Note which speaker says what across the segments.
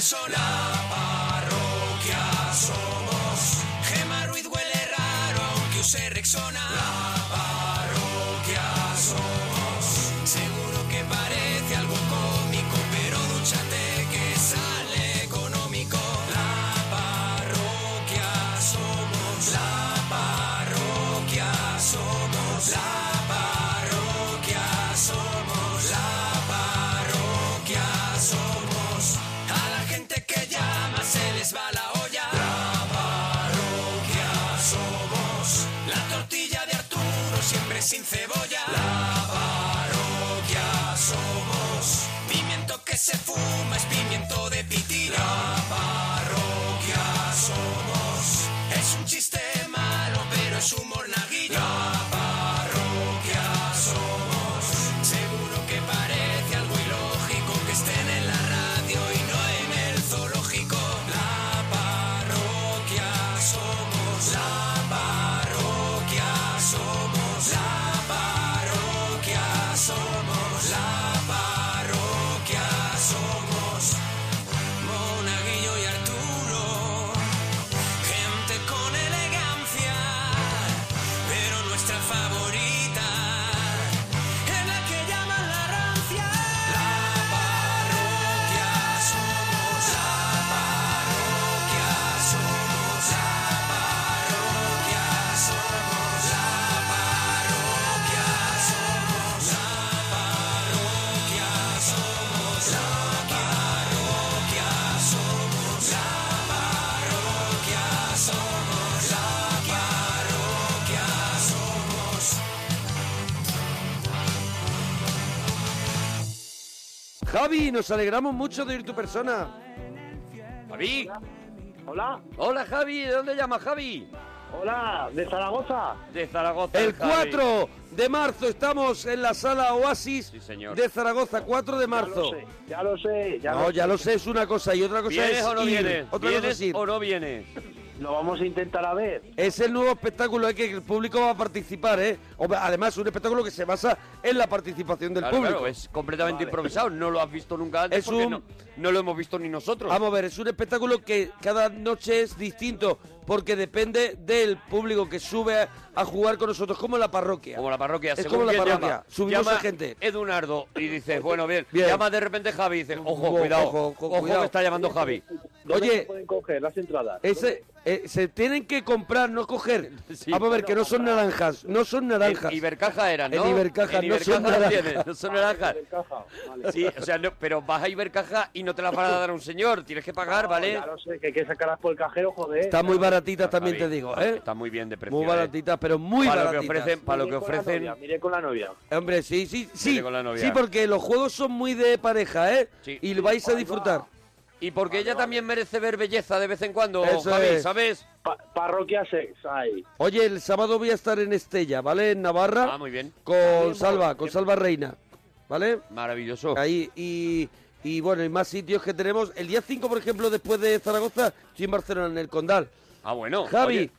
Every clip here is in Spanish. Speaker 1: son la parroquia, somos Gema Ruiz huele raro, aunque use Rexona. La parroquia somos, seguro que parece algo cómico, pero dúchate que sale económico. La parroquia somos, la parroquia somos, la parroquia somos, la parroquia somos. A la gente que llama se les va la olla. La parroquia somos. La tortilla de Arturo siempre sin cebolla. La parroquia somos. Pimiento que se fuma es pimiento de pitina. La parroquia somos. Es un chiste malo, pero es un monaguillo. La parroquia somos. Seguro que parece algo ilógico que estén en la radio y no en el zoológico. La parroquia somos. La parroquia somos. La parroquia somos. La parroquia somos. Monaguillo y Arturo. Gente con elegancia. Pero nuestra favorita. Es la que llaman la rancia. La parroquia somos, la parroquia somos, la parroquia somos, la parroquia somos, la parroquia somos, la parroquia somos, la parroquia somos, la parroquia somos.
Speaker 2: Javi, nos alegramos mucho de oír tu persona. Javi.
Speaker 3: Hola.
Speaker 2: Hola, Javi. ¿De dónde llamas, Javi?
Speaker 3: Hola, de Zaragoza.
Speaker 4: De Zaragoza.
Speaker 2: El
Speaker 4: Javi.
Speaker 2: 4 de marzo estamos en la sala Oasis
Speaker 4: señor.
Speaker 2: de Zaragoza, 4 de marzo.
Speaker 3: Ya lo sé, ya
Speaker 2: No,
Speaker 3: lo
Speaker 2: ya lo sé, es una cosa y otra cosa
Speaker 4: ¿Vienes
Speaker 2: es
Speaker 4: o no
Speaker 2: ir.
Speaker 4: vienes?
Speaker 2: Otra cosa
Speaker 4: ¿Vienes
Speaker 2: es ir.
Speaker 4: o no vienes?
Speaker 3: Lo vamos a intentar a ver.
Speaker 2: Es el nuevo espectáculo eh, que el público va a participar, ¿eh? Hombre, Además, un espectáculo que se basa en la participación del
Speaker 4: Claro,
Speaker 2: público.
Speaker 4: claro, es completamente
Speaker 3: Vale.
Speaker 4: improvisado. No lo has visto nunca antes
Speaker 2: Es
Speaker 4: porque
Speaker 2: un-
Speaker 4: no, no lo hemos visto ni nosotros.
Speaker 2: Vamos a ver, es un espectáculo que cada noche es distinto porque depende del público que sube a- a jugar con nosotros, como la parroquia.
Speaker 4: Como la parroquia.
Speaker 2: Es
Speaker 4: según
Speaker 2: como la
Speaker 4: quién
Speaker 2: parroquia.
Speaker 4: llama.
Speaker 2: Subimos
Speaker 4: Llama
Speaker 2: a gente.
Speaker 4: Edunardo y dices, bueno, bien.
Speaker 2: Bien.
Speaker 4: Llama de repente Javi y dices, ojo,
Speaker 2: Ojo,
Speaker 4: cuidado.
Speaker 2: ojo,
Speaker 4: Ojo,
Speaker 2: ojo, cuidado.
Speaker 4: que está llamando Javi.
Speaker 3: ¿Dónde
Speaker 2: Oye.
Speaker 3: se pueden coger las entradas?
Speaker 2: Ese, eh, se tienen que comprar, no coger.
Speaker 4: Sí.
Speaker 2: Vamos a ver, que no son naranjas, no son naranjas.
Speaker 4: En Ibercaja eran, ¿no?
Speaker 2: En Ibercaja,
Speaker 4: En
Speaker 2: no son
Speaker 4: Ibercaja
Speaker 2: naranjas.
Speaker 4: tienes, no son naranjas.
Speaker 3: Del caja, vale.
Speaker 4: Sí, o sea, no, pero vas a Ibercaja y no te las van a dar a un señor. Tienes que pagar,
Speaker 3: No,
Speaker 4: ¿vale?
Speaker 3: Ya lo sé, que hay que sacarlas por el cajero, joder.
Speaker 2: Están muy baratitas también,
Speaker 4: Javi,
Speaker 2: te digo, ¿eh?
Speaker 4: Está muy bien de precio.
Speaker 2: Muy
Speaker 4: ¿eh?
Speaker 2: baratitas, pero muy
Speaker 4: para
Speaker 2: baratitas.
Speaker 4: Lo que ofrecen, para lo que ofrecen.
Speaker 3: Miré con la novia.
Speaker 2: Hombre, sí, sí, sí.
Speaker 4: Vete con la novia.
Speaker 2: Sí, porque los juegos son muy de pareja, ¿eh?
Speaker 4: Sí.
Speaker 2: Y lo vais a
Speaker 3: Ahí va.
Speaker 2: disfrutar.
Speaker 4: Y porque ella también merece ver belleza de vez en cuando,
Speaker 2: Eso
Speaker 4: Javi,
Speaker 2: es.
Speaker 4: ¿sabes?
Speaker 3: Pa- parroquia sex, ahí.
Speaker 2: Oye, el sábado voy a estar en Estella, ¿vale? En Navarra.
Speaker 4: Ah, muy bien.
Speaker 2: Con Salva, con Salva Reina. ¿Vale?
Speaker 4: Maravilloso.
Speaker 2: Ahí, y, y bueno, y más sitios que tenemos. El día 5, por ejemplo, después de Zaragoza, estoy en Barcelona, en el Condal.
Speaker 4: Ah, bueno.
Speaker 2: Javi.
Speaker 4: oye,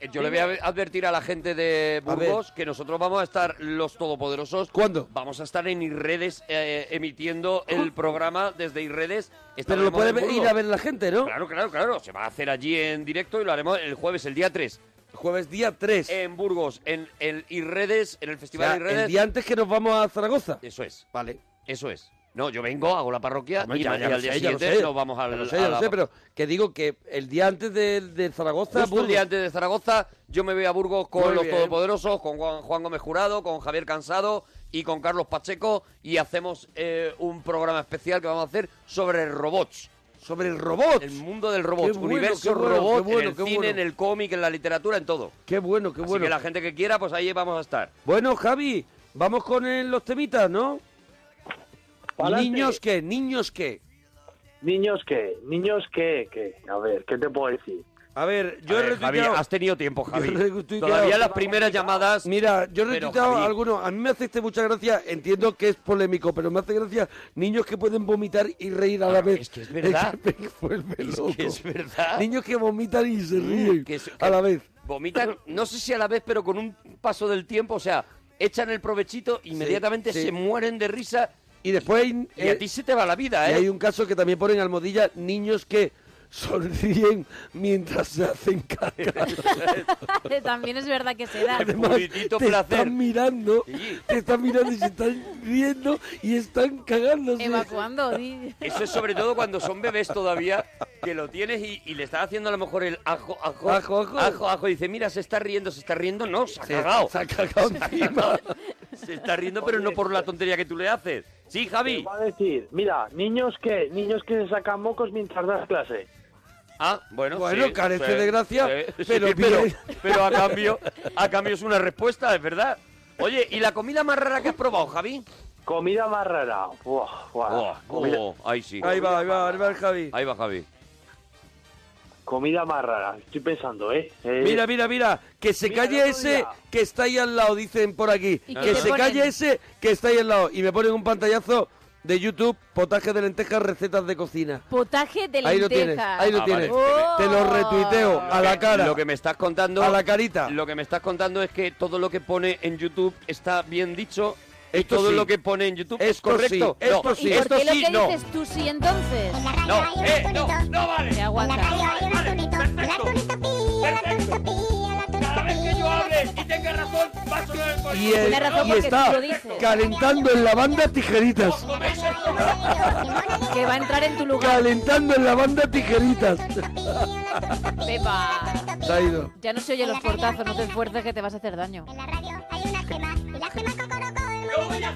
Speaker 4: eh, yo le voy a advertir a la gente de
Speaker 2: A
Speaker 4: Burgos que nosotros vamos a estar los todopoderosos.
Speaker 2: ¿Cuándo?
Speaker 4: Vamos a estar en Irredes eh, emitiendo el programa desde Irredes.
Speaker 2: Pero
Speaker 4: Estaremos
Speaker 2: lo puede
Speaker 4: en
Speaker 2: ver- ir
Speaker 4: Burgos.
Speaker 2: a ver la gente, ¿no?
Speaker 4: Claro, claro, claro. Se va a hacer allí en directo y lo haremos el jueves, el día 3.
Speaker 2: Jueves día 3.
Speaker 4: En Burgos, en el Irredes, en el
Speaker 2: o
Speaker 4: Festival
Speaker 2: sea,
Speaker 4: Irredes.
Speaker 2: el día antes que nos vamos a Zaragoza.
Speaker 4: Eso es,
Speaker 2: Vale.
Speaker 4: eso es. No, yo vengo, hago la parroquia
Speaker 2: Hombre,
Speaker 4: y,
Speaker 2: ya-
Speaker 4: ma-
Speaker 2: ya
Speaker 4: y
Speaker 2: lo
Speaker 4: al día
Speaker 2: sé, ya lo
Speaker 4: siguiente
Speaker 2: sé.
Speaker 4: nos vamos al,
Speaker 2: Ya lo sé,
Speaker 4: a
Speaker 2: ya
Speaker 4: la-
Speaker 2: lo sé, pero que digo que el día antes de, de Zaragoza...
Speaker 4: Justo el
Speaker 2: Burgos.
Speaker 4: día antes de Zaragoza, yo me voy a Burgos con
Speaker 2: Muy
Speaker 4: los
Speaker 2: bien.
Speaker 4: Todopoderosos, con Juan, Juan Gómez Jurado, con Javier Cansado y con Carlos Pacheco y hacemos eh, un programa especial que vamos a hacer sobre robots.
Speaker 2: Sobre el robot.
Speaker 4: El mundo del robot,
Speaker 2: Qué bueno,
Speaker 4: universo
Speaker 2: qué bueno,
Speaker 4: robot,
Speaker 2: qué bueno,
Speaker 4: en el
Speaker 2: qué
Speaker 4: cine,
Speaker 2: bueno.
Speaker 4: en el cómic, en la literatura, en todo.
Speaker 2: Qué bueno, qué
Speaker 4: Así
Speaker 2: bueno.
Speaker 4: que la gente que quiera, pues ahí vamos a estar.
Speaker 2: Bueno, Javi, vamos con eh, los temitas, ¿no?
Speaker 3: Pa'lante.
Speaker 2: Niños qué, niños qué.
Speaker 3: Niños qué, niños qué, qué. A ver, ¿qué te puedo decir?
Speaker 2: A ver, yo
Speaker 4: A
Speaker 2: he
Speaker 4: ver, Javi,
Speaker 2: retuiteado-
Speaker 4: has tenido tiempo, Javi.
Speaker 2: Yo he retuiteado-
Speaker 4: Todavía las primeras llamadas.
Speaker 2: Mira, yo he
Speaker 4: Pero,
Speaker 2: retuiteado
Speaker 4: Javi.
Speaker 2: algunos. A mí me hace este mucha gracia. Entiendo que es polémico, pero me hace gracia niños que pueden vomitar y reír a la
Speaker 4: Claro,
Speaker 2: vez.
Speaker 4: Ah, es que es verdad.
Speaker 2: que me vuelve
Speaker 4: Es
Speaker 2: loco.
Speaker 4: que es verdad.
Speaker 2: Niños que vomitan y se ríen
Speaker 4: que es-
Speaker 2: a la vez.
Speaker 4: vomitan, no sé si a la vez, pero con un paso del tiempo, o sea, echan el provechito, inmediatamente
Speaker 2: sí.
Speaker 4: se mueren de risa
Speaker 2: Y después hay,
Speaker 4: y a ti se te va la vida,
Speaker 2: Y
Speaker 4: ¿eh?
Speaker 2: hay un caso que también ponen almohadilla, niños que sonríen mientras se hacen caca.
Speaker 5: También es verdad que se da.
Speaker 2: Además, te están mirando, te están mirando y se están riendo y están cagándose.
Speaker 5: Evacuando, di.
Speaker 4: Eso es sobre todo cuando son bebés todavía, que lo tienes y, y le estás haciendo a lo mejor el ajo, ajo,
Speaker 2: Ajo, ajo.
Speaker 4: ajo, ajo, y dice, mira, se está riendo, se está riendo, no, se ha
Speaker 2: Se-
Speaker 4: cagado.
Speaker 2: se ha cagado
Speaker 4: Se ha cagado. Se está riendo, pero no por la tontería que tú le haces. Sí, Javi.
Speaker 3: Va a decir, mira, niños que niños que se sacan mocos mientras das clase.
Speaker 4: Ah, bueno,
Speaker 2: Bueno,
Speaker 4: sí,
Speaker 2: carece
Speaker 4: sí,
Speaker 2: de gracia,
Speaker 4: sí,
Speaker 2: pero
Speaker 4: sí, pero,
Speaker 2: bien.
Speaker 4: pero a cambio, a cambio es una respuesta, es verdad. Oye, ¿y la comida más rara que has probado, Javi?
Speaker 3: Comida más rara. Buah, buah.
Speaker 4: Buah,
Speaker 3: comida,
Speaker 4: oh, ahí sí.
Speaker 2: Ahí va, ahí va, ahí va el Javi.
Speaker 4: Ahí va, Javi.
Speaker 3: comida más rara. Estoy pensando, ¿eh? Eh,
Speaker 2: Mira, mira, mira, que se
Speaker 3: Mira,
Speaker 2: calle
Speaker 3: el otro
Speaker 2: ese
Speaker 3: día.
Speaker 2: que está ahí al lado, dicen por aquí. Que
Speaker 5: ¿Y qué te
Speaker 2: se
Speaker 5: ponen?
Speaker 2: calle ese que está ahí al lado. Y me ponen un pantallazo de YouTube, potaje de lentejas, recetas de cocina.
Speaker 5: Potaje de Oh, lentejas.
Speaker 2: Ahí lo tienes, ahí lo
Speaker 4: Ah,
Speaker 2: tienes.
Speaker 5: vale.
Speaker 2: Te lo retuiteo a la cara,
Speaker 4: Lo que me estás contando.
Speaker 2: a la carita.
Speaker 4: Lo que me estás contando es que todo lo que pone en YouTube está bien dicho. Y
Speaker 2: Esto
Speaker 4: todo
Speaker 2: sí.
Speaker 4: lo que pone en YouTube es
Speaker 2: Esto
Speaker 4: correcto.
Speaker 2: sí,
Speaker 4: No,
Speaker 2: esto sí.
Speaker 5: ¿Y por
Speaker 4: esto
Speaker 5: qué lo
Speaker 4: sí,
Speaker 5: que
Speaker 4: no.
Speaker 5: dices tú sí entonces?
Speaker 6: En la
Speaker 4: No,
Speaker 6: radio hay
Speaker 4: eh,
Speaker 6: unos
Speaker 4: no,
Speaker 6: tunitos.
Speaker 4: no vale.
Speaker 5: Te
Speaker 6: En la
Speaker 5: aguanta.
Speaker 6: radio hay unos tunitos. La tunita pía, la tunita pía, la tunita
Speaker 4: Cada vez que yo
Speaker 6: pía, la
Speaker 4: hable
Speaker 6: tunita
Speaker 4: y tenga razón, va a sonar el
Speaker 2: Y,
Speaker 4: polígono.
Speaker 2: el-
Speaker 5: Tiene razón
Speaker 2: y
Speaker 5: porque tú
Speaker 2: está
Speaker 5: lo dices.
Speaker 2: calentando en la banda tijeritas.
Speaker 5: Que va a entrar en tu lugar.
Speaker 2: Calentando en la banda tijeritas.
Speaker 5: Pepa.
Speaker 2: Se ha ido.
Speaker 5: Ya no se oye los portazos, no te esfuerces que te vas a hacer daño.
Speaker 6: En la radio hay unas gemas. Y las gemas cocorocó, el monito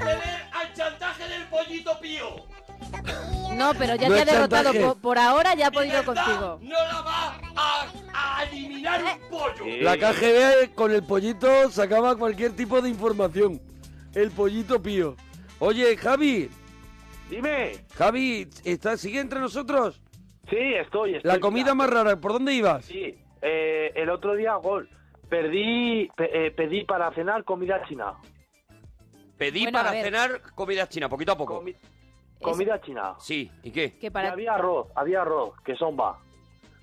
Speaker 4: al chantaje del pollito pío.
Speaker 6: cocorocó.
Speaker 5: No, pero ya
Speaker 2: No
Speaker 5: te ha
Speaker 2: es
Speaker 5: derrotado.
Speaker 2: chantaje.
Speaker 5: po- Por, ahora ya ha podido contigo.
Speaker 4: No la va a, eliminar un pollo.
Speaker 5: Eh.
Speaker 2: La KGB con el pollito sacaba cualquier tipo de información. El pollito pío. Oye, Javi,
Speaker 3: Dime.
Speaker 2: Javi, ¿está, ¿sigue entre nosotros?
Speaker 3: Sí, estoy, estoy.
Speaker 2: La comida más rara, ¿por dónde ibas?
Speaker 3: Sí, eh, el otro día gol. Perdí, pe- eh, pedí para cenar comida china.
Speaker 4: Pedí
Speaker 5: Bueno, a
Speaker 4: para
Speaker 5: ver.
Speaker 4: cenar comida china, poquito a poco.
Speaker 3: Comi- comida china.
Speaker 4: Sí, ¿y qué?
Speaker 5: Que
Speaker 3: Y
Speaker 5: para...
Speaker 3: había arroz, había arroz, que son va.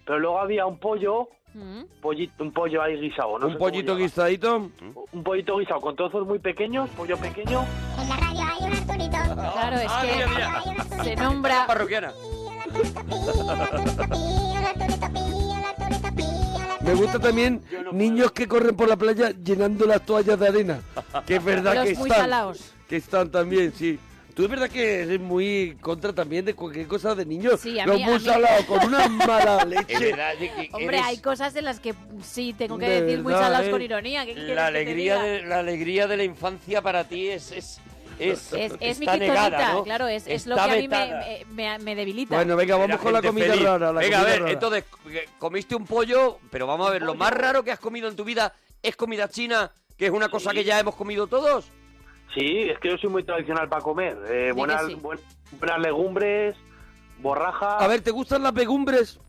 Speaker 3: Pero luego había un pollo,
Speaker 5: ¿Mm?
Speaker 3: pollito, un pollo ahí guisado. no
Speaker 2: Un
Speaker 3: sé cómo
Speaker 2: pollito
Speaker 3: llaman.
Speaker 2: guisadito.
Speaker 3: Un pollito guisado con trozos muy pequeños, pollo pequeño.
Speaker 6: En la radio hay unos tunitos.
Speaker 5: Claro, es
Speaker 4: Ah, mira,
Speaker 5: que
Speaker 4: mira.
Speaker 5: se nombra...
Speaker 4: Parroquiana.
Speaker 2: Me gusta también niños que corren por la playa llenando las toallas de arena. Que es verdad
Speaker 5: Los
Speaker 2: que
Speaker 5: muy
Speaker 2: están.
Speaker 5: salaos.
Speaker 2: Que están también, sí. Tú es verdad que eres muy contra también de cualquier cosa de niños.
Speaker 5: Sí, a
Speaker 2: Los
Speaker 5: mí- a
Speaker 2: muy
Speaker 5: mí-
Speaker 2: salados, con una mala
Speaker 4: Es
Speaker 2: leche.
Speaker 4: verdad, es que
Speaker 5: Hombre,
Speaker 4: eres
Speaker 5: hay cosas en las que sí tengo que
Speaker 2: De
Speaker 5: decir muy
Speaker 2: verdad,
Speaker 5: salados
Speaker 2: ¿eh?
Speaker 5: con ironía. ¿qué quieres
Speaker 4: la
Speaker 5: que te
Speaker 4: alegría
Speaker 5: diga?
Speaker 4: de la alegría de la infancia para ti es es es,
Speaker 5: Es, es mi
Speaker 4: está
Speaker 5: kriptonita,
Speaker 4: negada, ¿no?
Speaker 5: claro, es, es lo que
Speaker 4: Está
Speaker 5: a mí me,
Speaker 4: vetada.
Speaker 5: me- me- me debilita.
Speaker 2: Bueno, venga, vamos
Speaker 4: Era
Speaker 2: con la
Speaker 4: gente
Speaker 2: comida
Speaker 4: feliz.
Speaker 2: rara. la
Speaker 4: Venga, a
Speaker 2: comida
Speaker 4: ver,
Speaker 2: rara.
Speaker 4: entonces, eh, comiste un pollo, pero vamos a ver, lo más raro que has comido en tu vida es comida china, que es una cosa que ya hemos comido todos.
Speaker 3: Sí, es que yo soy muy tradicional para comer. Eh,
Speaker 5: que
Speaker 3: buenas,
Speaker 5: sí.
Speaker 3: buen- buenas legumbres, borraja.
Speaker 2: A ver, ¿te gustan las legumbres?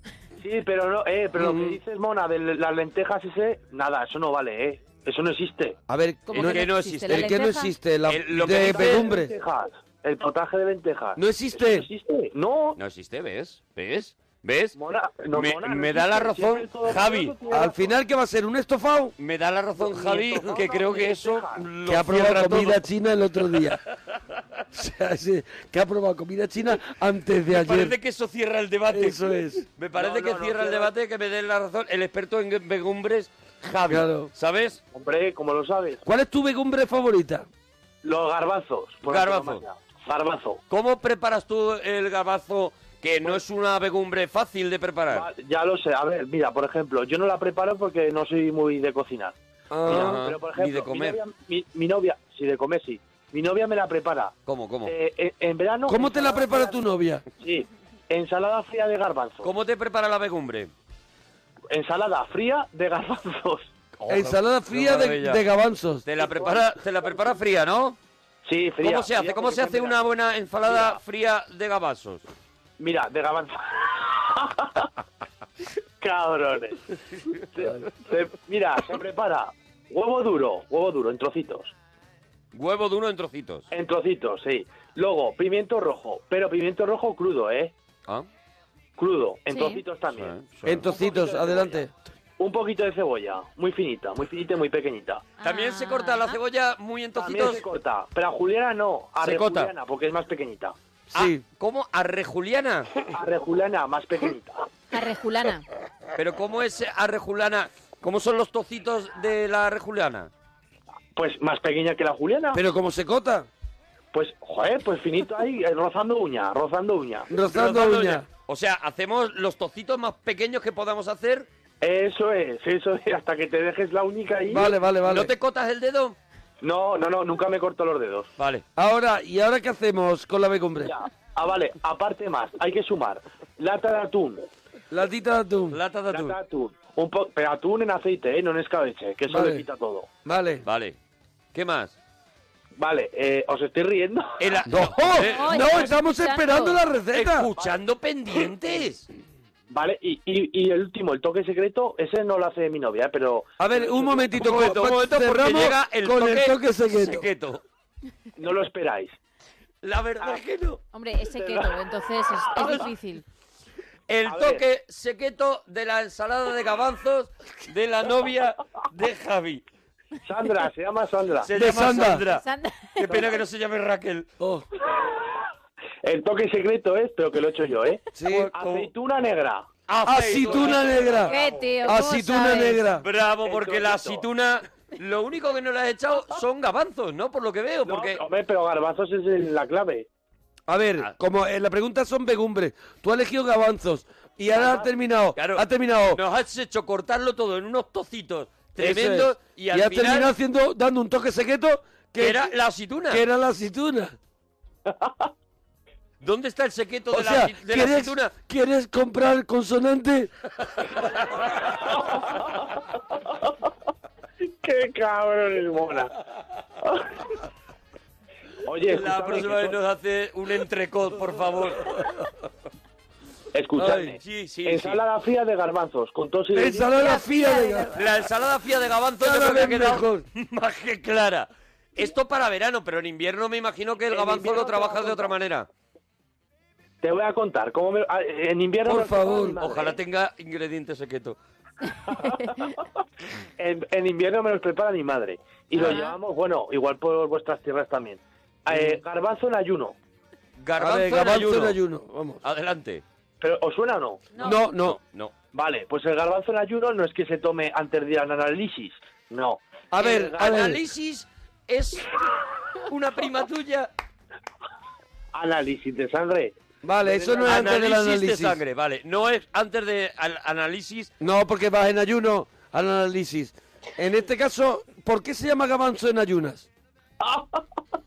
Speaker 3: Sí, pero no, eh, pero lo
Speaker 2: Mm.
Speaker 3: que dices, Mona, de las lentejas ese, nada, eso no vale, eh. Eso no existe.
Speaker 2: A ver,
Speaker 5: Como
Speaker 2: no-
Speaker 4: que no existe?
Speaker 5: la
Speaker 2: ¿el que no
Speaker 5: lenteja.
Speaker 2: existe? La
Speaker 4: El- Eh, lo que
Speaker 2: de
Speaker 4: dice-
Speaker 2: legumbres.
Speaker 3: Lentejas, el potaje de lentejas.
Speaker 2: No existe.
Speaker 3: Eso no existe. No.
Speaker 4: No existe, este ¿ves? ¿Ves? ¿Ves?
Speaker 3: Mona, no,
Speaker 4: me,
Speaker 3: Mona, no
Speaker 4: me da la
Speaker 3: existe.
Speaker 4: razón,
Speaker 3: Siempre todo
Speaker 4: Javi.
Speaker 3: mundo tiene
Speaker 2: Al
Speaker 3: razón.
Speaker 2: final, ¿qué va a ser? ¿Un estofado?
Speaker 4: Me da la razón, Javi,
Speaker 3: no,
Speaker 4: que
Speaker 3: no,
Speaker 4: creo que
Speaker 3: no,
Speaker 4: eso
Speaker 3: deja.
Speaker 4: lo
Speaker 2: Que
Speaker 4: cierra
Speaker 2: ha probado
Speaker 4: todo.
Speaker 2: comida china el otro día. o sea, ese- que ha probado comida china antes de
Speaker 4: Me parece
Speaker 2: ayer.
Speaker 4: que eso cierra el debate.
Speaker 2: Eso es.
Speaker 4: Me parece
Speaker 3: No,
Speaker 4: que
Speaker 3: no, no,
Speaker 4: cierra el
Speaker 3: cierra.
Speaker 4: debate, que me den la razón el experto en legumbres, Javi.
Speaker 2: Claro.
Speaker 4: ¿Sabes?
Speaker 3: Hombre, como lo sabes,
Speaker 2: ¿Cuál es tu legumbre favorita?
Speaker 3: los garbanzos. por
Speaker 4: Garbanzo.
Speaker 3: antonomasia. Garbanzo.
Speaker 4: ¿Cómo preparas tú el gabazo, que no es una legumbre fácil de preparar?
Speaker 3: Va- Ya lo sé. A ver, mira, por ejemplo, yo no la preparo porque no soy muy de cocinar. Mira,
Speaker 4: Ah, Ajá,
Speaker 3: pero por
Speaker 4: ni de
Speaker 3: ejemplo,
Speaker 4: comer.
Speaker 3: Mi, novia, mi- mi novia, sí, de comer sí. Mi novia me la prepara.
Speaker 4: ¿Cómo, cómo?
Speaker 3: Eh, eh, en verano.
Speaker 2: ¿Cómo te la
Speaker 3: ensalada
Speaker 2: prepara
Speaker 3: fría-
Speaker 2: tu novia?
Speaker 3: Sí, ensalada fría de garbanzos.
Speaker 4: ¿Cómo te prepara la legumbre?
Speaker 3: Ensalada fría de garbanzos.
Speaker 2: Ensalada
Speaker 4: Oh, qué
Speaker 2: fría de,
Speaker 4: maravilla.
Speaker 2: de garbanzos.
Speaker 4: Te la prepara, te la prepara fría, ¿no?
Speaker 3: Sí, fría.
Speaker 4: ¿Cómo se hace?
Speaker 3: fría
Speaker 4: ¿Cómo
Speaker 3: porque
Speaker 4: se hace
Speaker 3: son de
Speaker 4: una
Speaker 3: gar-
Speaker 4: buena ensalada fría de gabazos?
Speaker 3: Mira, de garbanzos. Cabrones. Se- se- mira, se prepara huevo duro, huevo duro, en trocitos.
Speaker 4: Huevo duro en trocitos.
Speaker 3: En trocitos, sí. Luego, pimiento rojo, pero pimiento rojo crudo, ¿eh?
Speaker 4: ¿Ah?
Speaker 3: Crudo, en
Speaker 5: Sí.
Speaker 3: trocitos también.
Speaker 4: sí, sí.
Speaker 3: Ah.
Speaker 2: En trocitos, adelante.
Speaker 3: un poquito de cebolla, muy finita, muy finita y muy pequeñita.
Speaker 4: También se corta la cebolla muy en
Speaker 3: Ah. También
Speaker 4: trocitos.
Speaker 3: se corta, pero a Juliana no, a
Speaker 4: Se
Speaker 3: Re
Speaker 4: corta.
Speaker 3: Juliana, porque es más pequeñita.
Speaker 2: Sí.
Speaker 4: Ah, ¿Cómo? ¿Arrejuliana?
Speaker 3: A Re Juliana, más pequeñita.
Speaker 5: Arrejulana.
Speaker 4: ¿Pero cómo es arrejuliana? ¿Cómo son los tocitos de la arrejuliana?
Speaker 3: Pues más pequeña que la Juliana.
Speaker 2: Pero como se cota,
Speaker 3: Pues, joder, pues finito ahí, eh, rozando uña, rozando uña.
Speaker 2: rozando,
Speaker 4: Rozando
Speaker 2: uña.
Speaker 4: ya. O sea, hacemos los tocitos más pequeños que podamos hacer.
Speaker 3: Eso es, eso es, hasta que te dejes la única ahí.
Speaker 2: Vale, vale, vale.
Speaker 4: ¿No te cotas el dedo?
Speaker 3: No, no, no, nunca me corto los dedos.
Speaker 4: Vale.
Speaker 2: Ahora, ¿y ahora qué hacemos con la becumbre?
Speaker 3: Ya. Ah, vale, aparte más, hay que sumar. Lata de atún.
Speaker 2: Latita de atún.
Speaker 4: Lata de
Speaker 3: Lata
Speaker 4: atún.
Speaker 3: de atún. Un po- pero atún en aceite, ¿eh? no en escabeche, que eso
Speaker 2: Vale.
Speaker 3: le quita todo.
Speaker 2: Vale.
Speaker 4: Vale. ¿Qué más?
Speaker 3: Vale, eh, ¿os estoy riendo?
Speaker 4: El a-
Speaker 2: ¡No!
Speaker 4: eh,
Speaker 5: Ay,
Speaker 2: ¡No!
Speaker 5: estás
Speaker 2: ¡Estamos
Speaker 5: escuchando.
Speaker 2: esperando la receta!
Speaker 4: escuchando pendientes.
Speaker 3: Vale, y, y, y el último, el toque secreto, ese no lo hace mi novia, ¿eh? pero...
Speaker 2: A ver, un momentito,
Speaker 4: Un momento,
Speaker 2: co-
Speaker 4: un momento, porque
Speaker 2: cerramos
Speaker 4: llega el
Speaker 2: con
Speaker 4: toque,
Speaker 2: el toque secreto.
Speaker 4: secreto.
Speaker 3: No lo esperáis.
Speaker 4: La verdad es que no.
Speaker 5: Hombre, es sequeto, entonces es, es difícil.
Speaker 4: El
Speaker 3: A ver.
Speaker 4: toque secreto de la ensalada de gabanzos de la novia de Javi.
Speaker 3: Sandra, se llama Sandra.
Speaker 4: Se
Speaker 2: De
Speaker 4: llama
Speaker 2: Sandra.
Speaker 4: Sandra.
Speaker 5: Sandra.
Speaker 4: Qué pena que no se llame Raquel.
Speaker 2: Oh,
Speaker 3: El toque secreto es, pero que lo he hecho yo, ¿eh?
Speaker 2: sí.
Speaker 3: Aceituna negra.
Speaker 2: Aceituna negra.
Speaker 5: ¿Qué, tío? ¿Cómo
Speaker 2: Ah, Aceituna
Speaker 5: sabes?
Speaker 2: negra.
Speaker 4: Bravo, porque la
Speaker 3: Entonito.
Speaker 4: aceituna... Lo único que no le has echado son garbanzos, ¿no? Por lo que veo,
Speaker 3: No,
Speaker 4: porque...
Speaker 3: hombre, pero garbanzos es el- la clave.
Speaker 2: A
Speaker 4: Ah.
Speaker 2: ver, como en la pregunta son legumbres, tú has elegido gabanzos y ahora has terminado.
Speaker 4: Claro.
Speaker 2: Has terminado.
Speaker 4: Nos has hecho cortarlo todo en unos tocitos
Speaker 2: Eso
Speaker 4: tremendos
Speaker 2: es.
Speaker 4: y al
Speaker 2: has
Speaker 4: final
Speaker 2: terminado haciendo, dando un toque secreto
Speaker 4: que
Speaker 2: que
Speaker 4: era la aceituna.
Speaker 2: que era la aceituna.
Speaker 4: ¿Dónde está el secreto
Speaker 2: O
Speaker 4: de, la
Speaker 2: sea,
Speaker 4: aci- de la
Speaker 2: ¿quieres,
Speaker 4: aceituna?
Speaker 2: ¿quieres comprar consonante?
Speaker 3: ¡Qué cabrón es mona! Oye,
Speaker 4: La
Speaker 3: escúchame,
Speaker 4: próxima
Speaker 3: que
Speaker 4: vez
Speaker 3: to-
Speaker 4: nos hace un entrecot, por favor.
Speaker 3: escúchame.
Speaker 4: Ay, sí, sí,
Speaker 3: Ensalada fría de garbanzos, con tos y de-
Speaker 2: Ensalada fría de
Speaker 4: sí. La ensalada fría de gabanzos yo
Speaker 2: Cada
Speaker 4: creo que ha
Speaker 2: vez
Speaker 4: quedado
Speaker 2: mejor.
Speaker 4: más que clara. Esto para verano, pero en invierno me imagino que el
Speaker 3: En
Speaker 4: gabanzo
Speaker 3: invierno
Speaker 4: lo
Speaker 3: te va a
Speaker 4: trabajas de otra
Speaker 3: contar.
Speaker 4: manera.
Speaker 3: Te voy a contar cómo me- ah, En invierno...
Speaker 2: Por
Speaker 3: me lo hace
Speaker 2: favor.
Speaker 3: mi madre.
Speaker 4: Ojalá tenga ingredientes secretos.
Speaker 3: En, en invierno me los prepara mi madre. Y lo
Speaker 5: Ah.
Speaker 3: llevamos, bueno, igual por vuestras tierras también. Eh, garbanzo en ayuno.
Speaker 4: Garbanzo,
Speaker 2: A ver,
Speaker 4: en
Speaker 2: garbanzo
Speaker 4: ayuno.
Speaker 2: de ayuno. Vamos.
Speaker 4: Adelante.
Speaker 3: ¿Pero os suena o no?
Speaker 5: No.
Speaker 2: No, no.
Speaker 4: No.
Speaker 3: Vale, pues el garbanzo en ayuno no es que se tome antes de ir al análisis. No.
Speaker 2: A ver,
Speaker 4: El
Speaker 2: a ver.
Speaker 4: análisis es una prima tuya.
Speaker 3: Análisis de sangre.
Speaker 2: Vale, eso no es antes del
Speaker 4: Análisis de
Speaker 2: análisis.
Speaker 4: sangre, vale. No es antes de al- análisis.
Speaker 2: No, porque vas en ayuno al análisis. En este caso, ¿por qué se llama gabanzo en ayunas?